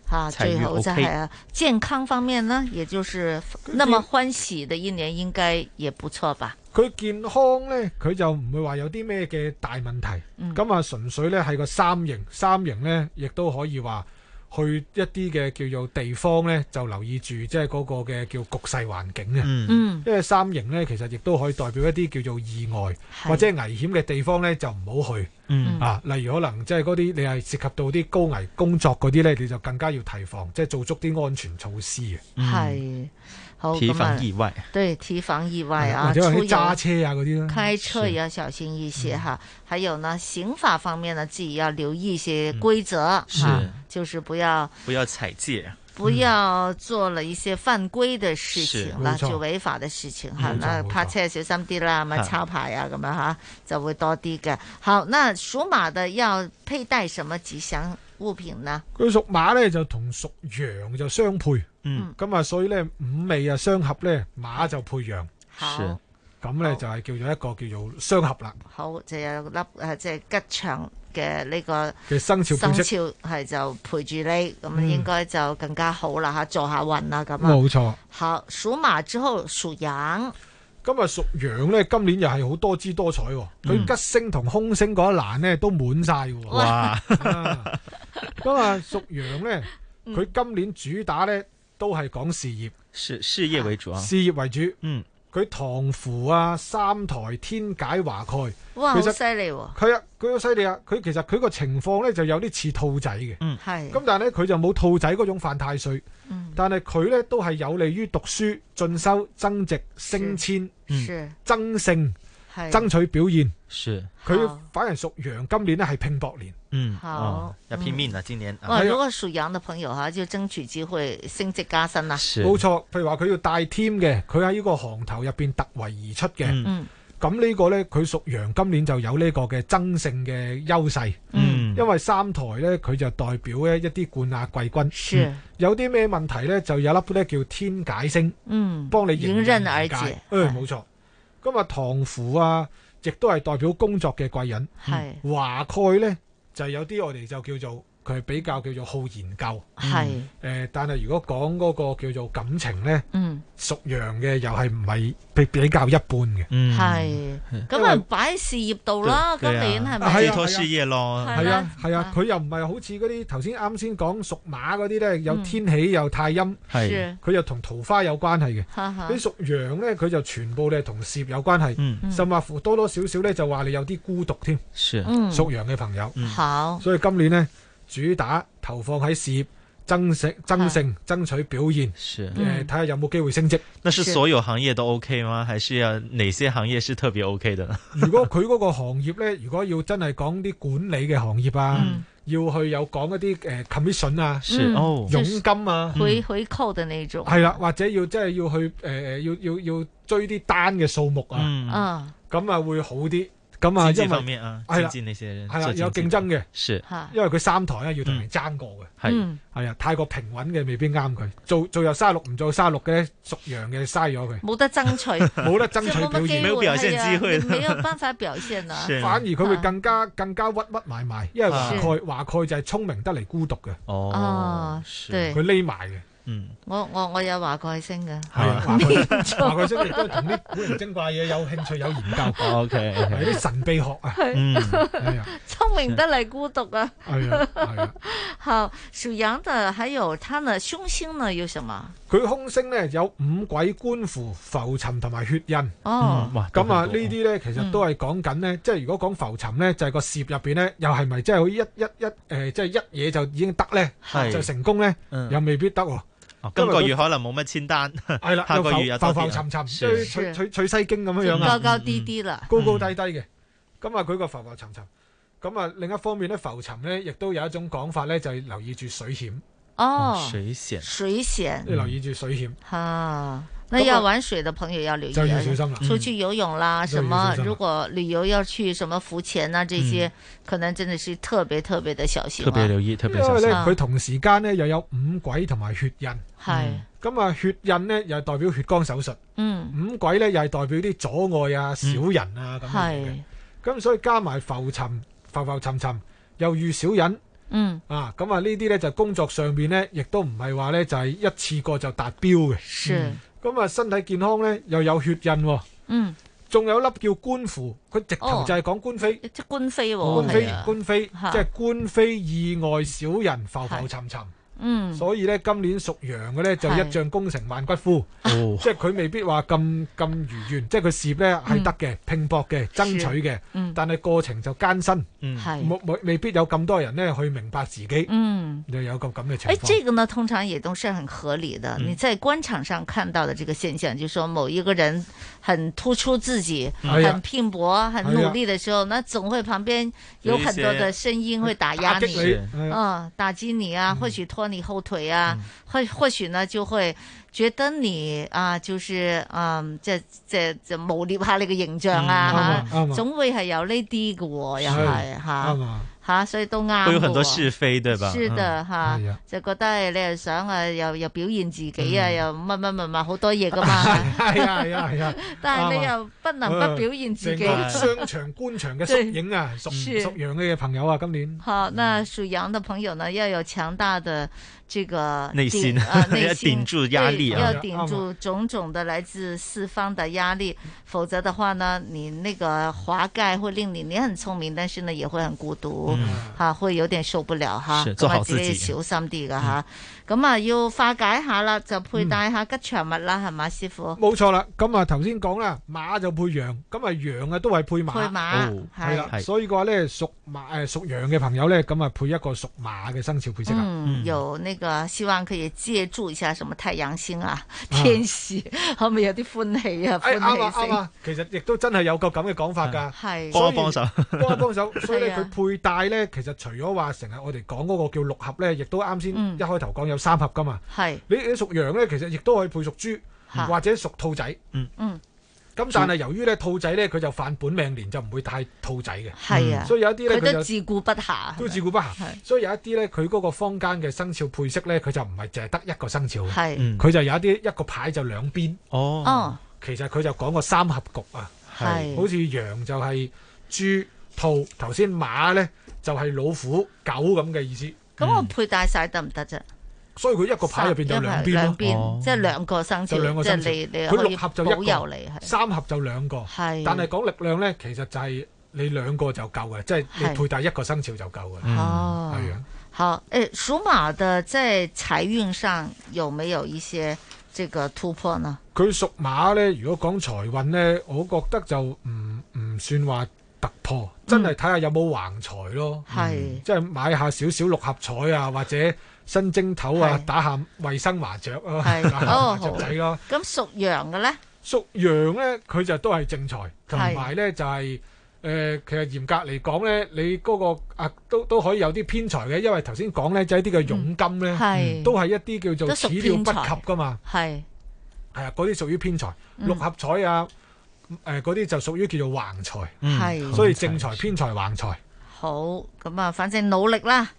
Speaker 13: 啊，
Speaker 14: 財
Speaker 13: 最
Speaker 14: 運
Speaker 13: 好就
Speaker 14: OK
Speaker 13: 係啊，健康方面呢，也就是那麼歡喜的一年，應該也不錯吧？
Speaker 14: 佢健康呢，佢就唔會話有啲咩嘅大問題。
Speaker 13: 嗯
Speaker 14: 咁啊、純粹呢係個三型，三型呢亦都可以話去一啲嘅叫做地方呢，就留意住即係嗰個嘅叫局勢環境啊。
Speaker 15: 嗯嗯
Speaker 14: 因為三型呢，其實亦都可以代表一啲叫做意外
Speaker 15: 係
Speaker 14: 或者危險嘅地方呢，就唔好去。
Speaker 15: 嗯
Speaker 14: 啊，例如可能即係嗰啲你係涉及到啲高危工作嗰啲呢，你就更加要提防，即係做足啲安全措施啊嘅。
Speaker 13: 係好
Speaker 14: 提
Speaker 13: 咁啊
Speaker 14: 防意外
Speaker 13: 對，提防意外 啊，
Speaker 14: 或者話
Speaker 13: 出
Speaker 14: 啲
Speaker 13: 遊
Speaker 14: 揸嗯車啊嗰啲啦。
Speaker 13: 开车也要小心一些哈。还有呢，刑法方面呢，自己要留意一些
Speaker 14: 嗯
Speaker 13: 规则啊，
Speaker 8: 是
Speaker 13: 就是不要
Speaker 8: 不要踩界。
Speaker 13: 不要做了一些犯规的事情啦，
Speaker 8: 是冇錯
Speaker 13: 就違法的事情哈。
Speaker 8: 冇錯
Speaker 13: 那
Speaker 8: 冇錯
Speaker 13: 泊車小心啲啦，咪
Speaker 8: 係
Speaker 13: 抄牌啊咁樣吓，就會多啲嘅。好，那屬馬的要佩戴什麼吉祥物品呢？
Speaker 14: 佢屬馬咧就同屬羊就相配，
Speaker 8: 嗯，
Speaker 14: 咁啊，所以咧五味啊相合咧，馬就配羊，
Speaker 13: 好，
Speaker 14: 咁咧就係叫做一個叫做相合啦。
Speaker 13: 好就有粒誒，即係吉祥嘅呢個
Speaker 14: 嘅生肖配
Speaker 13: 生
Speaker 14: 飾
Speaker 13: 肖係就陪住你，咁
Speaker 14: 嗯
Speaker 13: 應該就更加好啦嚇，助下運啦咁啊。
Speaker 14: 冇錯。
Speaker 13: 好，屬馬之後屬羊，
Speaker 14: 咁啊，屬羊咧，今年又係好多姿多彩喎。
Speaker 8: 嗯
Speaker 14: 佢吉星同空星嗰一欄咧都滿晒嘅喎。
Speaker 8: 哇！
Speaker 14: 啊咁啊，屬羊咧，
Speaker 8: 嗯
Speaker 14: 佢今年主打咧都係講事業，
Speaker 8: 是事业为主啊，
Speaker 14: 事業為主。
Speaker 8: 哦嗯，
Speaker 14: 佢唐符啊、三台、天解、華蓋，
Speaker 13: 哇，好
Speaker 14: 其實
Speaker 13: 犀利喎，
Speaker 14: 佢啊，佢好犀利啊！佢其實佢個情況咧就有啲似兔仔嘅，
Speaker 8: 嗯，
Speaker 13: 係，
Speaker 14: 咁但係咧佢就冇兔仔嗰種犯太歲，
Speaker 13: 嗯
Speaker 14: 但係佢咧都係有利於讀書、進修、增值、升遷、
Speaker 13: 是
Speaker 14: 增勝、
Speaker 13: 嗯係哦
Speaker 14: 爭取表現。
Speaker 8: 嗯是，
Speaker 14: 佢反而屬羊，今年咧係拼搏年。
Speaker 8: 嗯，
Speaker 13: 好嗯
Speaker 8: 哦要拼命了，今年啊
Speaker 13: 哇，如果屬羊嘅朋友嚇，就爭取機會升職加薪啦，啊
Speaker 14: 冇，錯，譬如話佢要帶 team 嘅，佢喺呢個行頭入邊突圍而出嘅。
Speaker 13: 嗯
Speaker 14: 咁呢個呢，佢屬羊，今年就有呢個嘅爭勝嘅優勢。嗯，因為三台呢，佢就代表呢一啲冠亞季軍。嗯
Speaker 13: 是
Speaker 14: 有啲咩問題呢？就有粒呢叫天解星。
Speaker 13: 嗯
Speaker 14: 幫你
Speaker 13: 迎刃而
Speaker 14: 解
Speaker 13: 解
Speaker 14: 誒，冇錯。咁啊，唐符啊，亦都係代表工作嘅貴人。
Speaker 13: 係
Speaker 14: 華蓋呢，就有啲我哋就叫做佢比較叫做好研究。嗯
Speaker 13: 係
Speaker 14: 誒、但係如果講嗰個叫做感情呢。
Speaker 13: 嗯，
Speaker 14: 屬羊嘅又係唔係比比較一般嘅，
Speaker 8: 嗯
Speaker 13: 係，咁啊擺喺事業度啦，今年係咪？
Speaker 8: 寄托事業咯
Speaker 14: 啊係
Speaker 8: 哦係
Speaker 14: 啊
Speaker 8: 啦
Speaker 14: 係啊，佢又唔係好似嗰啲頭先啱先講屬馬嗰啲呢，有天喜又太陰，
Speaker 8: 係是
Speaker 14: 佢又同桃花有關係嘅。
Speaker 13: 哈哈
Speaker 14: 你屬羊呢，佢就全部咧同事業有關
Speaker 8: 嗯
Speaker 14: 係，甚或乎多多少少呢，就話你有啲孤獨添。
Speaker 8: 是
Speaker 13: 嗯
Speaker 14: 屬羊嘅朋友，
Speaker 13: 好，
Speaker 14: 所以今年呢，主打投放喺事業。增勝、增勝、爭取表現，
Speaker 8: 是
Speaker 13: 嗯
Speaker 14: 誒睇下有冇機會升職。
Speaker 8: 嗯那是所有行業都 OK 嗎？還是要哪些行業是特別 OK 的呢？
Speaker 14: 如果佢嗰個行業呢，如果要真係講啲管理嘅行業啊，要去有講一啲誒 commission 啊，
Speaker 8: 是哦
Speaker 14: 佣金啊，
Speaker 13: 回回扣的那種，
Speaker 14: 呃係啦，，或者要即係要去誒誒、要要要追啲單嘅數目啊，
Speaker 13: 嗯，
Speaker 14: 咁啊會好啲。咁啊，
Speaker 8: 經濟
Speaker 14: 因為
Speaker 8: 方面啊
Speaker 14: 係啦
Speaker 8: 經濟那些人
Speaker 14: 係啦，
Speaker 8: 做
Speaker 14: 有
Speaker 8: 經濟
Speaker 14: 競爭嘅，
Speaker 8: 是
Speaker 14: 因為佢三台啊要同人爭過嘅，
Speaker 8: 係嗯
Speaker 14: 係啊，太過平穩嘅未必啱佢，做做有三十六唔做三十六嘅咧，屬羊嘅嘥咗佢。
Speaker 13: 冇得爭取，
Speaker 14: 冇得爭取
Speaker 13: 就冇
Speaker 14: 表
Speaker 13: 乜
Speaker 14: 現
Speaker 13: 機會
Speaker 14: 沒有表現
Speaker 13: 係啊
Speaker 14: 機會。
Speaker 13: 你沒有辦法表現啊
Speaker 14: 反而佢會更加更加屈屈埋埋，因為華蓋華蓋就係聰明得嚟孤獨嘅，
Speaker 13: 哦是對
Speaker 14: 佢匿埋嘅，
Speaker 8: 嗯，
Speaker 13: 我我我有華蓋星嘅，
Speaker 14: 係 啊，華蓋華蓋星亦都同啲古靈精怪嘢有興趣有研 究
Speaker 8: OK，
Speaker 14: 係啲神秘學啊，
Speaker 13: 哦嗯
Speaker 14: 係啊，
Speaker 13: 聪明得嚟孤独啊！
Speaker 14: 係啊係啊，
Speaker 13: 好，属羊的还有他呢，凶星呢有什么？
Speaker 14: 佢空星咧有五鬼官符、浮沉同埋血印。
Speaker 13: 哦嗯哇
Speaker 14: 咁啊呢
Speaker 13: 都好多
Speaker 14: 啲咧其實都係講緊咧，即係如果講浮沉咧，就係個涉入邊咧，又係咪即係好一一一誒，即係一嘢就已經得咧，
Speaker 8: 係
Speaker 14: 就成功咧
Speaker 8: 嗯，
Speaker 14: 又未必得喎。
Speaker 8: 哦今個
Speaker 14: 因為
Speaker 8: 月
Speaker 14: 佢
Speaker 8: 可能冇乜簽 單，
Speaker 14: 係啦，
Speaker 8: 下個月
Speaker 14: 又
Speaker 8: 有
Speaker 14: 浮
Speaker 8: 多
Speaker 14: 浮
Speaker 8: 啲
Speaker 14: 浮
Speaker 8: 啊
Speaker 14: 沉沉，即
Speaker 8: 是
Speaker 14: 係取取取西經咁樣樣
Speaker 13: 就
Speaker 14: 啊，
Speaker 13: 高高低嗯低啦，
Speaker 14: 高高低低嘅。咁啊，佢個浮浮沉沉。咁啊，另一方面咧，浮沉咧，亦都有一種講法咧，就係留意住水險，
Speaker 13: 哦，
Speaker 8: 水險，
Speaker 13: 水险，
Speaker 14: 你留意住水險。
Speaker 13: 啊。那要玩水的朋友要留意啊，
Speaker 14: 就要小心啦
Speaker 13: 出去游泳啦，
Speaker 14: 嗯
Speaker 13: 什
Speaker 14: 就要小
Speaker 13: 么
Speaker 14: 心啦
Speaker 13: 如果旅游要去什么浮潜啊，这
Speaker 14: 嗯
Speaker 13: 些可能真的是特别特别的小心啊，
Speaker 8: 特別留意特別
Speaker 14: 因為咧，
Speaker 13: 啊
Speaker 14: 佢同時間咧又有五鬼同埋血印，
Speaker 13: 係
Speaker 14: 咁啊，血印咧又係代表血光手術，
Speaker 13: 嗯，
Speaker 14: 五鬼咧又係代表啲阻礙啊、小人啊咁樣嘅
Speaker 13: 係，
Speaker 14: 咁所以加埋浮沉、浮浮沉沉，又遇小人
Speaker 13: 嗯，
Speaker 14: 啊，咁啊呢啲咧就工作上面咧，亦都唔係話咧就係一次過就達標嘅，
Speaker 13: 是
Speaker 14: 咁啊身體健康咧又有血印喎，
Speaker 13: 嗯，
Speaker 14: 仲有粒叫官符，佢直頭就係講官非。
Speaker 13: 哦即官非喎，
Speaker 14: 官非
Speaker 13: 係啊
Speaker 14: 官非，
Speaker 13: 嚇
Speaker 14: 即係官非意外小人浮浮沉沉。
Speaker 13: 嗯
Speaker 14: 所以咧，今年屬羊嘅咧就
Speaker 13: 係
Speaker 14: 一將功成萬骨枯，
Speaker 13: 哦
Speaker 14: 即係佢未必話咁咁如願，即係佢事業咧係得嘅、拼搏嘅、爭取嘅，
Speaker 13: 嗯
Speaker 14: 但係過程就艱辛，
Speaker 13: 係
Speaker 14: 冇冇未必有咁多人咧去明白自己，
Speaker 13: 嗯，
Speaker 14: 就有咁咁嘅情
Speaker 13: 哎，这
Speaker 14: 況。
Speaker 13: 个呢，通常也都是很合理的。
Speaker 14: 嗯
Speaker 13: 你在官场上看到的这个现象，就是说某一个人很突出自己、
Speaker 9: 嗯哎呀
Speaker 13: 很拼搏、很努力的时候，那总会旁边有很多的声音会打压
Speaker 8: 啊
Speaker 9: 打
Speaker 13: 你，
Speaker 9: 击你哎嗯呀
Speaker 13: 嗯，打击你啊，或许拖你后腿啊，或或许呢就会觉得你啊，就是嗯，即即即污蔑下你嘅形象啊，
Speaker 8: 嗯啱啊
Speaker 13: 吓
Speaker 8: 啱啊
Speaker 13: 总会系有呢啲嘅喎，又
Speaker 8: 係
Speaker 13: 系吓
Speaker 9: 嗯
Speaker 8: 啱啊
Speaker 13: 吓，所以都啱
Speaker 8: 會有很多
Speaker 13: 嘅喎
Speaker 8: 是非，對吧？
Speaker 13: 是的
Speaker 8: 嗯
Speaker 13: 吓，
Speaker 14: 啊
Speaker 13: 就覺得誒你又想啊，又又表現自己啊，又乜乜乜乜好多嘢噶嘛。
Speaker 14: 係啊係啊係啊！
Speaker 13: 但係
Speaker 14: 啱
Speaker 13: 你
Speaker 14: 啊
Speaker 13: 又不能不表現自己。
Speaker 14: 成個商場官場 嘅縮影啊，屬
Speaker 13: 是
Speaker 14: 屬羊嘅朋友啊，今年
Speaker 13: 好，那屬羊的朋友呢，要有強大的這個
Speaker 8: 內心
Speaker 13: 頂啊，
Speaker 8: 要
Speaker 13: 內心
Speaker 8: 頂住壓力啊
Speaker 13: 對要頂住种种的來自四方的壓力，否則的話呢，你那個滑蓋會令你，你很聰明，但是呢也會很孤獨
Speaker 8: 嗯，
Speaker 13: 哈，會啊有點受不了哈。
Speaker 8: 是做好
Speaker 13: 咁啊
Speaker 8: 自己嗯
Speaker 13: 己小心啲噶吓，咁啊要化解下啦，就佩戴下吉祥物啦，係嘛，師傅？
Speaker 14: 冇錯啦，咁啊頭先講啦，馬就配羊，咁啊羊啊都係配馬，
Speaker 13: 配馬哦係
Speaker 14: 係啦，
Speaker 13: 係
Speaker 14: 所以嘅話咧，屬馬誒屬羊嘅朋友咧，咁啊配一個屬馬嘅生肖配色啊。
Speaker 13: 嗯，有那個希望可以借助一下什麼太陽星啊、
Speaker 8: 嗯
Speaker 13: 天使， 可唔可以有啲歡喜啊？
Speaker 14: 哎啱啊
Speaker 13: 歡喜
Speaker 14: 啱啊
Speaker 13: 星，
Speaker 14: 其實亦都真係有個咁嘅講法㗎，
Speaker 13: 係
Speaker 14: 所
Speaker 8: 幫
Speaker 14: 以
Speaker 8: 一幫手
Speaker 14: 幫一幫 手。所以咧，
Speaker 13: 係啊
Speaker 14: 佢佩戴咧，其實除咗話成日我哋講嗰個叫六合咧，亦都啱先
Speaker 13: 嗯
Speaker 14: 一開頭講有三合㗎嘛。
Speaker 13: 係
Speaker 14: 你你屬羊咧，其實亦都可以配屬豬
Speaker 13: 嚇
Speaker 14: 或者屬兔仔。
Speaker 13: 嗯。
Speaker 14: 咁但係由於咧兔仔咧，佢就犯本命年，就唔會帶兔仔嘅。嗯
Speaker 13: 係啊，
Speaker 14: 所以有一啲咧
Speaker 13: 佢
Speaker 14: 就
Speaker 13: 都自顧不暇，
Speaker 14: 都自顧不暇。所以有一啲咧，佢嗰個坊間嘅生肖配色咧，佢就唔係淨係得一個生肖嘅，
Speaker 13: 係嗯
Speaker 14: 佢就有一啲一個牌就兩邊。
Speaker 8: 哦
Speaker 13: 哦，
Speaker 14: 其實佢就講個三合局啊，
Speaker 8: 係
Speaker 14: 好似羊就係豬、兔，頭先馬咧就係老虎、狗咁嘅意思。
Speaker 13: 咁
Speaker 8: 嗯
Speaker 13: 我佩戴晒得唔得啫？
Speaker 14: 所以佢一個牌入邊有兩邊咯
Speaker 13: 兩
Speaker 8: 哦
Speaker 13: 邊即係兩個生肖，
Speaker 14: 就兩個
Speaker 13: 即
Speaker 14: 生
Speaker 13: 係
Speaker 14: 肖，
Speaker 13: 你你
Speaker 14: 佢
Speaker 13: 可
Speaker 14: 六
Speaker 13: 以
Speaker 14: 合
Speaker 13: 保
Speaker 14: 就一
Speaker 13: 佑
Speaker 14: 個
Speaker 13: 你，係。
Speaker 14: 三合就兩個。
Speaker 13: 係
Speaker 14: 但係講力量咧，其實就係你兩個就夠嘅，即係你
Speaker 13: 係
Speaker 14: 佩戴一個生肖就夠嘅。
Speaker 13: 哦
Speaker 14: 係啊。
Speaker 13: 好，誒，屬馬的在財運上有沒有一些這個突破呢？
Speaker 14: 佢屬馬咧，如果講財運咧，我覺得就唔唔算話突破，真
Speaker 13: 嗯
Speaker 14: 係睇下有冇橫財咯。
Speaker 13: 係
Speaker 14: 嗯即係買下少少六合彩啊，或者新蒸頭啊，打下衞生麻雀啊，
Speaker 13: 係
Speaker 14: 打下麻
Speaker 13: 哦
Speaker 14: 雀
Speaker 13: 好
Speaker 14: 仔咯。
Speaker 13: 咁屬羊嘅咧，
Speaker 14: 屬羊咧，佢就都係正財，同埋咧就係、誒、其實嚴格嚟講咧，你嗰、個啊都都可以有啲偏財嘅，因為頭先講咧，就係、一啲嘅佣金咧，
Speaker 13: 嗯係
Speaker 14: 都係一啲叫
Speaker 13: 都
Speaker 14: 做
Speaker 13: 屬
Speaker 14: 始料不
Speaker 13: 偏財
Speaker 14: 及噶嘛。
Speaker 13: 係
Speaker 14: 係啊，嗰啲屬於偏財，
Speaker 13: 嗯
Speaker 14: 六合彩啊、誒嗰啲就屬於叫做橫財，
Speaker 13: 嗯係
Speaker 14: 所以正財、偏財、橫財，
Speaker 13: 好，咁啊，反正努力啦，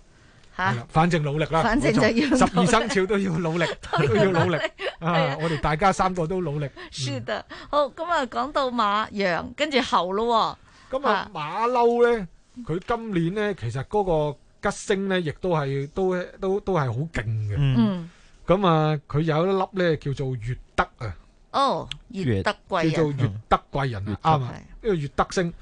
Speaker 13: 吓
Speaker 14: 係啦，反正努力啦，
Speaker 13: 啊反正就要
Speaker 14: 十
Speaker 13: 努
Speaker 14: 二
Speaker 13: 力
Speaker 14: 生肖都要努力，都要努力啊！我哋大家三個都努力。
Speaker 13: 是的，
Speaker 14: 嗯
Speaker 13: 好，咁啊，講到馬羊，跟住猴咯
Speaker 14: 喎，咁啊，馬騮咧，佢今年咧其實嗰個吉星咧，亦都係都都都係好勁嘅。
Speaker 13: 嗯，
Speaker 14: 咁啊，佢有一粒咧叫做月德啊。
Speaker 13: 哦，越德貴人，
Speaker 14: 叫做
Speaker 8: 嗯
Speaker 14: 月德貴人啊，啱啊，呢個月德星。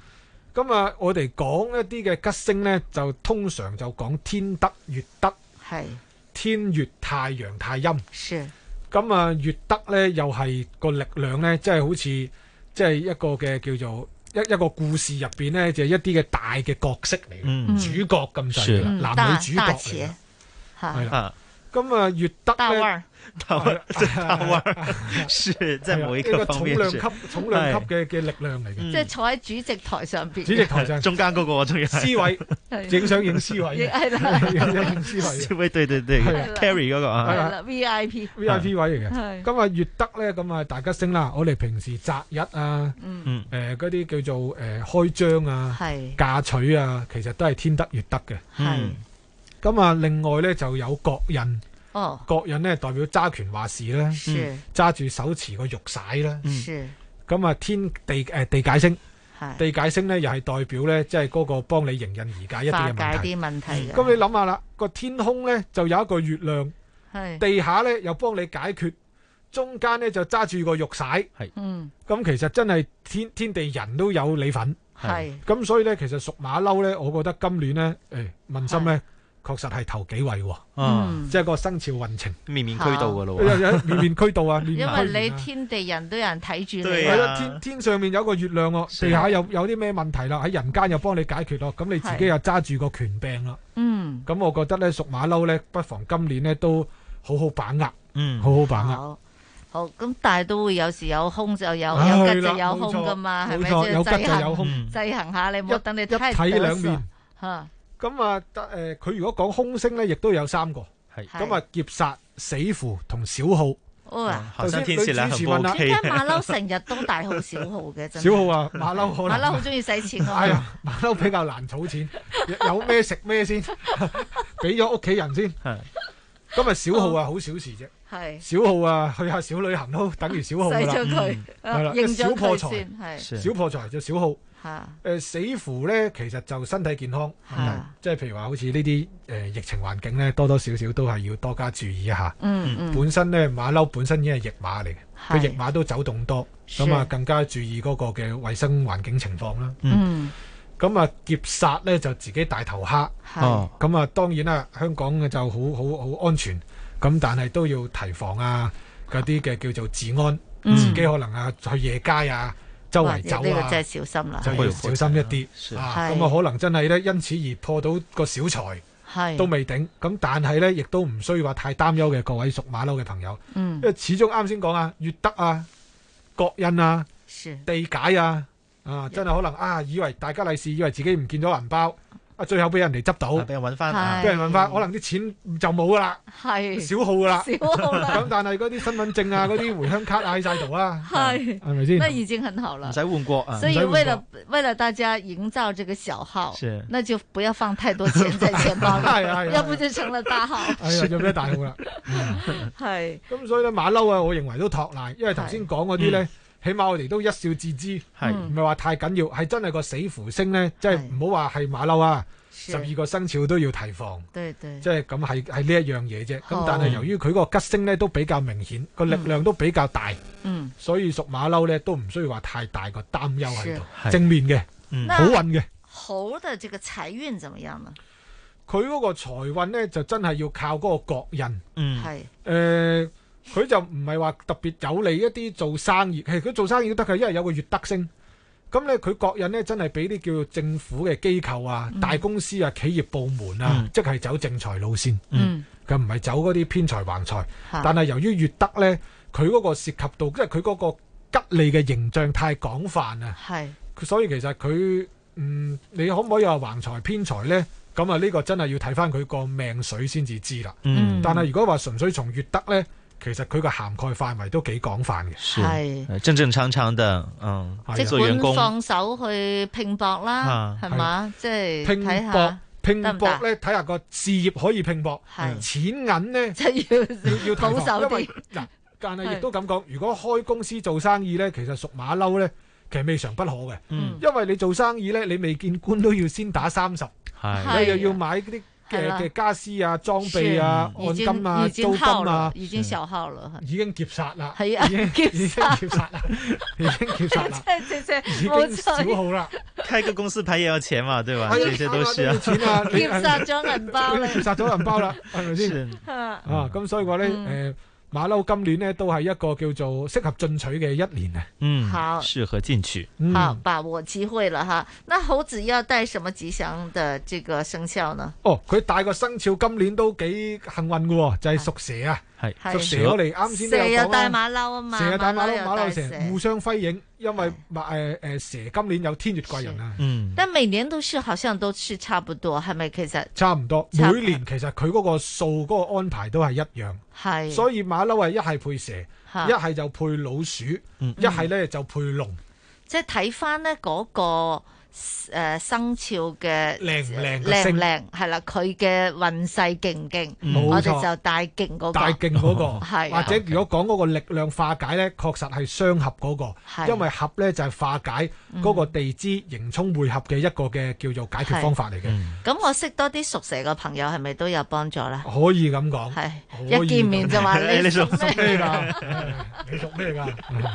Speaker 14: 咁啊，我哋講一啲嘅吉星咧，就通常就講天德、月德，
Speaker 13: 係
Speaker 14: 天月、太陽、太陰。
Speaker 13: 是。
Speaker 14: 咁啊，月德咧又係個力量咧，即係好似即係一個嘅叫做一一個故事入邊咧，就係一啲嘅大嘅角色嚟嘅，
Speaker 8: 嗯
Speaker 14: 主角咁
Speaker 8: 是
Speaker 14: 滯㗎啦，男
Speaker 13: 大
Speaker 14: 女主角嚟
Speaker 13: 大嗯錢
Speaker 14: 㗎。，
Speaker 13: 吓
Speaker 14: 啊係啦。咁啊，越德
Speaker 13: 大腕
Speaker 14: 咧
Speaker 13: 儿，
Speaker 14: 大腕，大
Speaker 8: 腕，是在某一
Speaker 14: 啊係啊
Speaker 8: 个
Speaker 14: 呢個
Speaker 8: 方
Speaker 14: 重
Speaker 8: 面
Speaker 14: 量
Speaker 8: 是
Speaker 14: 級重量級嘅嘅力量嚟
Speaker 13: 即
Speaker 14: 嘅。
Speaker 13: 係坐喺主席台上邊，
Speaker 14: 嗯主席台 上
Speaker 8: 中間嗰個我仲要
Speaker 14: 思維
Speaker 13: 係
Speaker 14: 影相影思維，
Speaker 13: 係啦
Speaker 14: 影思維。
Speaker 8: 思維對對對
Speaker 14: 係啊
Speaker 8: ，carry 嗰個
Speaker 14: 係
Speaker 8: 啊
Speaker 14: 啊，
Speaker 13: 係啦，V I P
Speaker 14: V I P 位嚟嘅。
Speaker 13: 係
Speaker 14: 咁啊，越德咧，咁啊，大家升啦。我哋平時擇日啊，
Speaker 13: 嗯
Speaker 14: 誒嗰啲叫做誒開張啊
Speaker 13: 係、
Speaker 14: 嫁娶啊，其實都係天德越德嘅。
Speaker 13: 係
Speaker 14: 咁啊，另外咧就有國印，
Speaker 13: 哦，
Speaker 14: 國印咧代表揸權話事啦
Speaker 13: 是，
Speaker 14: 揸住手持個玉璽啦。
Speaker 13: 是
Speaker 14: 咁啊，天地誒地解星
Speaker 13: 係，
Speaker 14: 地解星咧又係代表咧，即係嗰個幫你迎刃而解一
Speaker 13: 化
Speaker 14: 啲嘅
Speaker 13: 解
Speaker 14: 問題。
Speaker 13: 啲問題嘅，啊
Speaker 14: 咁你諗下啦，個天空咧就有一個月亮。
Speaker 13: 係
Speaker 14: 地下咧又幫你解決，中間咧就揸住個玉璽，
Speaker 13: 嗯
Speaker 14: 咁其實真係天天地人都有你份，
Speaker 13: 係
Speaker 14: 咁所以咧其實屬馬騮咧，我覺得今年咧，誒問心咧。確實係頭幾位喎，
Speaker 8: 嗯
Speaker 14: 即係個生肖運程啊
Speaker 8: 面面俱到㗎咯喎
Speaker 14: 有有有面面俱到 啊！面面
Speaker 13: 因
Speaker 14: 俱
Speaker 13: 為你天地人都有人睇住你
Speaker 8: 啊
Speaker 13: 啊
Speaker 14: 係咯，天天上面有個月亮喎，地下有有啲咩問題啦，喺人間又幫你解決咯，咁你自己
Speaker 13: 係
Speaker 14: 又揸住個權柄啦。
Speaker 13: 嗯，
Speaker 14: 咁我覺得咧，屬馬騮咧，不妨今年咧都好好把握，
Speaker 8: 嗯，
Speaker 14: 好好把握。
Speaker 13: 好咁，但係都會有時有空就有，
Speaker 14: 唉
Speaker 13: 有吉就
Speaker 14: 啦
Speaker 13: 有
Speaker 14: 冇
Speaker 13: 空
Speaker 14: 錯
Speaker 13: 噶嘛，係
Speaker 14: 冇
Speaker 13: 咪
Speaker 14: 錯
Speaker 13: 即
Speaker 14: 有
Speaker 13: 係
Speaker 14: 吉
Speaker 13: 制
Speaker 14: 就
Speaker 13: 衡
Speaker 14: 有空
Speaker 13: 制衡下你，唔好等你
Speaker 14: 一體兩面
Speaker 13: 嚇，
Speaker 14: 咁啊，得誒佢如果講空星咧，亦都有三個，
Speaker 8: 係
Speaker 14: 咁啊，劫殺、死符同小號。
Speaker 13: 哇！
Speaker 8: 後生嗯天使啦
Speaker 14: 頭先女主
Speaker 8: 很
Speaker 14: 持問
Speaker 8: 不
Speaker 14: 啦，
Speaker 13: 點解啊馬騮成日都大號小號嘅？真係
Speaker 14: 小號啊，馬騮可能
Speaker 13: 馬騮好中意使錢㗎嘛
Speaker 14: 哎呀，馬騮比較難儲錢，有有咩食 咩先，俾咗屋企人先。今日小號啊，好小事啫。
Speaker 13: 係
Speaker 14: 小號啊，去下小旅行都等於小號㗎啦。
Speaker 13: 使咗佢啊
Speaker 14: 嗯係啦，
Speaker 13: 認
Speaker 14: 一
Speaker 13: 咗
Speaker 14: 小破
Speaker 13: 佢先係
Speaker 14: 財，
Speaker 13: 是
Speaker 14: 小破財就小號。
Speaker 13: 嚇
Speaker 14: 誒、死符咧，其實就身體健康，
Speaker 13: 嗯
Speaker 14: 即係譬如話好似呢啲誒疫情環境咧，多多少少都係要多加注意一下。
Speaker 13: 嗯嗯
Speaker 14: 本身咧馬騮本身已經係逆馬嚟嘅，
Speaker 13: 係
Speaker 14: 佢逆馬都走動多，
Speaker 13: 是
Speaker 14: 咁啊更加注意嗰個嘅衞生環境情況啦。
Speaker 13: 嗯
Speaker 14: 咁啊劫殺咧就自己大頭蝦，
Speaker 13: 係哦
Speaker 14: 咁啊當然啦，香港嘅就好好好安全，咁但係都要提防啊嗰啲嘅叫做治安，
Speaker 13: 嗯
Speaker 14: 自己可能啊去夜街啊。周圍走
Speaker 13: 哇呢
Speaker 14: 啊，
Speaker 13: 個真係小心啦
Speaker 14: 就要小心一啲啊！咁啊，可能真係咧，因此而破到個小財，
Speaker 13: 係
Speaker 14: 都未頂。咁但係咧，亦都唔需要話太擔憂嘅，各位屬馬騮嘅朋友，
Speaker 13: 嗯
Speaker 14: 因為始終啱先講啊，月德啊、國印啊、地解啊，啊，真係可能啊，以為大家利是，以為自己唔見咗銀包，啊，最後俾人哋執到，俾
Speaker 8: 人揾翻
Speaker 13: 係
Speaker 14: 俾人揾翻，可能啲錢就冇噶啦，
Speaker 13: 係
Speaker 14: 小號 噶啦，
Speaker 13: 小號啦
Speaker 14: 咁但係嗰啲身份 證啊、嗰啲回鄉卡啊喺晒度啊，
Speaker 13: 係
Speaker 14: 係咪先
Speaker 13: 那已經很好了。
Speaker 8: 換過啊
Speaker 13: 所以為了為了大家營造這個小號，
Speaker 8: 是
Speaker 13: 那就不要放太多錢在錢包
Speaker 14: 哎呀哎
Speaker 13: 裏，
Speaker 14: 呀
Speaker 13: 要不就成了大哎號。
Speaker 14: 哎呀，有咩大 好啦？
Speaker 13: 係
Speaker 14: 咁所以咧，馬騮啊，我認為都托賴，因為頭先講嗰啲咧，起碼我哋都一笑置之，
Speaker 13: 嗯
Speaker 14: 唔係話太緊要，係真係個死符星咧，即係唔好話係馬騮啊，
Speaker 13: 是
Speaker 14: 十二個生肖都要提防，
Speaker 13: 對對，
Speaker 14: 即係咁係係呢一樣嘢啫。
Speaker 13: 好
Speaker 14: 咁但係由於佢個吉星咧都比較明顯，個力量都比較大，
Speaker 13: 嗯，
Speaker 14: 所以屬馬騮咧都唔需要話太大個擔憂喺
Speaker 8: 是
Speaker 14: 度，正面嘅，
Speaker 29: 嗯
Speaker 13: 那
Speaker 14: 好運嘅。
Speaker 13: 猴的這個財運怎麼樣呢？
Speaker 14: 佢嗰個財運咧就真係要靠嗰個國印。
Speaker 8: 嗯
Speaker 13: 係
Speaker 14: 誒、佢就唔係話特別有利一啲做生意，其實佢做生意都得嘅，因為有個月德星。咁咧，佢國印咧真係俾啲叫做政府嘅機構啊、
Speaker 29: 嗯
Speaker 14: 大公司啊、企業部門啊，
Speaker 29: 嗯
Speaker 14: 即係走正財路線。
Speaker 29: 嗯，
Speaker 14: 佢唔係走嗰啲偏財橫財。
Speaker 29: 嚇
Speaker 14: 但係由於月德咧，佢嗰個涉及到，即係佢嗰個吉利嘅形象太廣泛啊。
Speaker 13: 係
Speaker 14: 佢所以其實佢嗯，你可唔可以話橫財偏財呢？咁啊，呢個真係要睇翻佢個命水先至知啦。
Speaker 8: 嗯
Speaker 14: 但係如果話純粹從月德呢，其實佢個涵蓋範圍都幾廣泛嘅。
Speaker 8: 是呃正正常常的，嗯，
Speaker 14: 哎啊
Speaker 13: 即
Speaker 8: 做
Speaker 13: 管
Speaker 8: 员工
Speaker 13: 放手去拼搏啦
Speaker 8: 啊，
Speaker 13: 係嘛？即係
Speaker 14: 拼
Speaker 13: 睇
Speaker 14: 搏
Speaker 13: 下。
Speaker 14: 拼
Speaker 13: 得唔
Speaker 14: 搏
Speaker 13: 得
Speaker 14: 咧，睇下個事業可以拼搏，
Speaker 13: 係
Speaker 14: 錢銀 咧
Speaker 13: 就要
Speaker 14: 要投
Speaker 13: 保守
Speaker 14: 因為
Speaker 13: 啲
Speaker 14: 嗱，但係亦
Speaker 13: 係
Speaker 14: 都咁講，如果開公司做生意咧，其實屬馬騮咧，其實未嘗不可嘅，
Speaker 8: 嗯
Speaker 14: 因為你做生意咧，你未見官都要先打三十，
Speaker 8: 係
Speaker 14: 你又要買啲
Speaker 13: 係
Speaker 14: 嘅
Speaker 13: 啦
Speaker 14: 嘅家私啊、裝備啊、
Speaker 13: 是已
Speaker 14: 按
Speaker 13: 經
Speaker 14: 金啊、
Speaker 13: 已
Speaker 14: 租
Speaker 13: 經
Speaker 14: 金
Speaker 13: 耗
Speaker 14: 啊
Speaker 13: 了，，已經消耗了。
Speaker 14: 已經劫殺啦，
Speaker 13: 係啊
Speaker 14: 已經
Speaker 13: 劫
Speaker 14: 已經
Speaker 13: 殺
Speaker 14: 劫 殺啦，已經劫殺啦，
Speaker 13: 即即
Speaker 14: 已經
Speaker 13: 冇
Speaker 14: 少
Speaker 13: 錯，
Speaker 14: 好啦。
Speaker 8: 开个公司牌也要钱嘛，对吧？
Speaker 14: 哎呀
Speaker 8: 这些都是
Speaker 14: 啱啱都要 錢啊你
Speaker 13: 劫殺咗銀包咧，
Speaker 14: 劫殺咗銀包啦，係咪先？
Speaker 13: 啊
Speaker 14: 啊，咁所以話咧，誒馬騮今年咧都係一個叫做適合進取嘅一年啊。
Speaker 8: 嗯
Speaker 13: 好
Speaker 8: 适合进去。
Speaker 14: 嗯
Speaker 13: 好，把握机会了哈。那猴子要带什么吉祥的这个生肖呢？
Speaker 14: 哦，佢大個生肖今年都幾幸運嘅喎，就係屬蛇啊。
Speaker 8: 係
Speaker 14: 屬蛇，我哋啱先都有
Speaker 13: 蛇又
Speaker 14: 講啦。
Speaker 13: 帶馬騮啊嘛，
Speaker 14: 蛇又帶馬騮，
Speaker 13: 又
Speaker 14: 馬
Speaker 13: 帶
Speaker 14: 騮蛇
Speaker 13: 蛇
Speaker 14: 互相輝映，因為馬誒誒蛇今年有天月貴人啊。
Speaker 8: 嗯，
Speaker 13: 但每年都是好像都是差不多，係咪其實
Speaker 14: 差唔多，
Speaker 13: 差唔多
Speaker 14: 每年其實佢嗰個數嗰個安排都係一樣。
Speaker 13: 係
Speaker 14: 所以馬騮係一係配蛇，
Speaker 13: 嚇
Speaker 14: 一係就配老鼠，一係咧就配龍。
Speaker 13: 即係睇翻呢嗰個誒生肖嘅呃
Speaker 14: 靚唔靚個
Speaker 13: 靚唔
Speaker 14: 星
Speaker 13: 靚係啦，佢嘅運勢勁唔勁，
Speaker 14: 嗯
Speaker 13: 我
Speaker 14: 冇
Speaker 13: 哋
Speaker 14: 錯
Speaker 13: 就帶勁嗰個，
Speaker 14: 大勁嗰
Speaker 13: 係
Speaker 14: 個，
Speaker 13: 啊
Speaker 14: 或者如果講嗰個力量化解呢，確實係雙合嗰個，
Speaker 13: 係嗯
Speaker 14: 因為合呢就係化解嗰個地支刑沖匯合嘅一個嘅叫做解決方法嚟嘅，
Speaker 13: 咁我識多啲屬蛇嘅朋友係咪都有幫助咧？
Speaker 14: 可以咁講。
Speaker 13: 係一見面就話你屬咩㗎？
Speaker 14: 你屬咩㗎？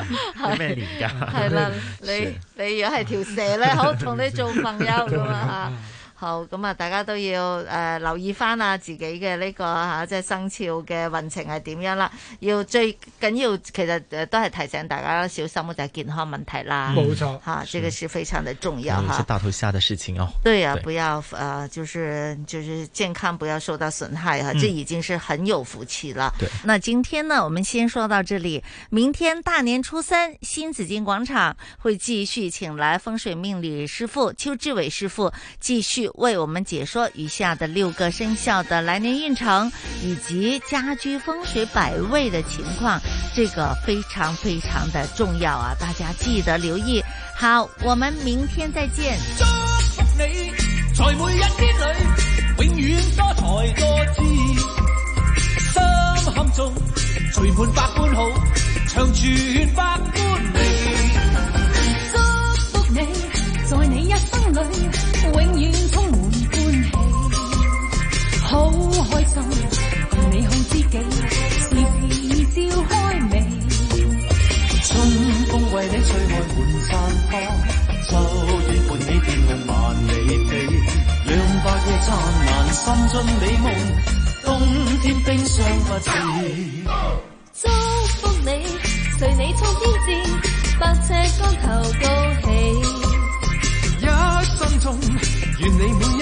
Speaker 13: 係
Speaker 8: 咩年㗎
Speaker 13: 係 啦，你你如果係條蛇咧，好同你做朋友咁 啊嚇。好，咁啊，大家都要誒、呃留意翻啊自己嘅呢、個嚇、啊即係生肖嘅運程係點樣啦。要最緊要其實誒都係提醒大家小心啊嗰就係健康問題啦。
Speaker 8: 冇錯
Speaker 13: 嚇、這個是非常的重要
Speaker 8: 有一
Speaker 13: 嚇。
Speaker 8: 些大头虾的事情哦。
Speaker 13: 对呀、不要呃，就是就是健康不要受到损害哈、
Speaker 8: 嗯
Speaker 13: 这已经是很有福气了。
Speaker 8: 对
Speaker 13: 那今天呢，我们先说到这里。明天大年初三，新紫金广场会继续请来风水命理师傅邱志伟师傅，继续为我们解说余下的六个生肖的来年运程以及家居风水摆位的情况，这个非常非常的重要啊，大家记得留意。好，我们明天再见。
Speaker 11: 你在每一天里，永遠多才多姿，心坎中聚滿百般好，長存百般美。
Speaker 16: 祝福你，在你一生里，永遠充滿歡喜，好開心，共你好知己，時時照開眉。
Speaker 11: 春風為你吹開滿山坡，秋雨伴你變向萬里地，兩百夜燦爛，心中美夢，冬天冰霜不至。
Speaker 16: 祝福你，隨你衝天志，百尺竿頭高起。
Speaker 11: 一生中，願你每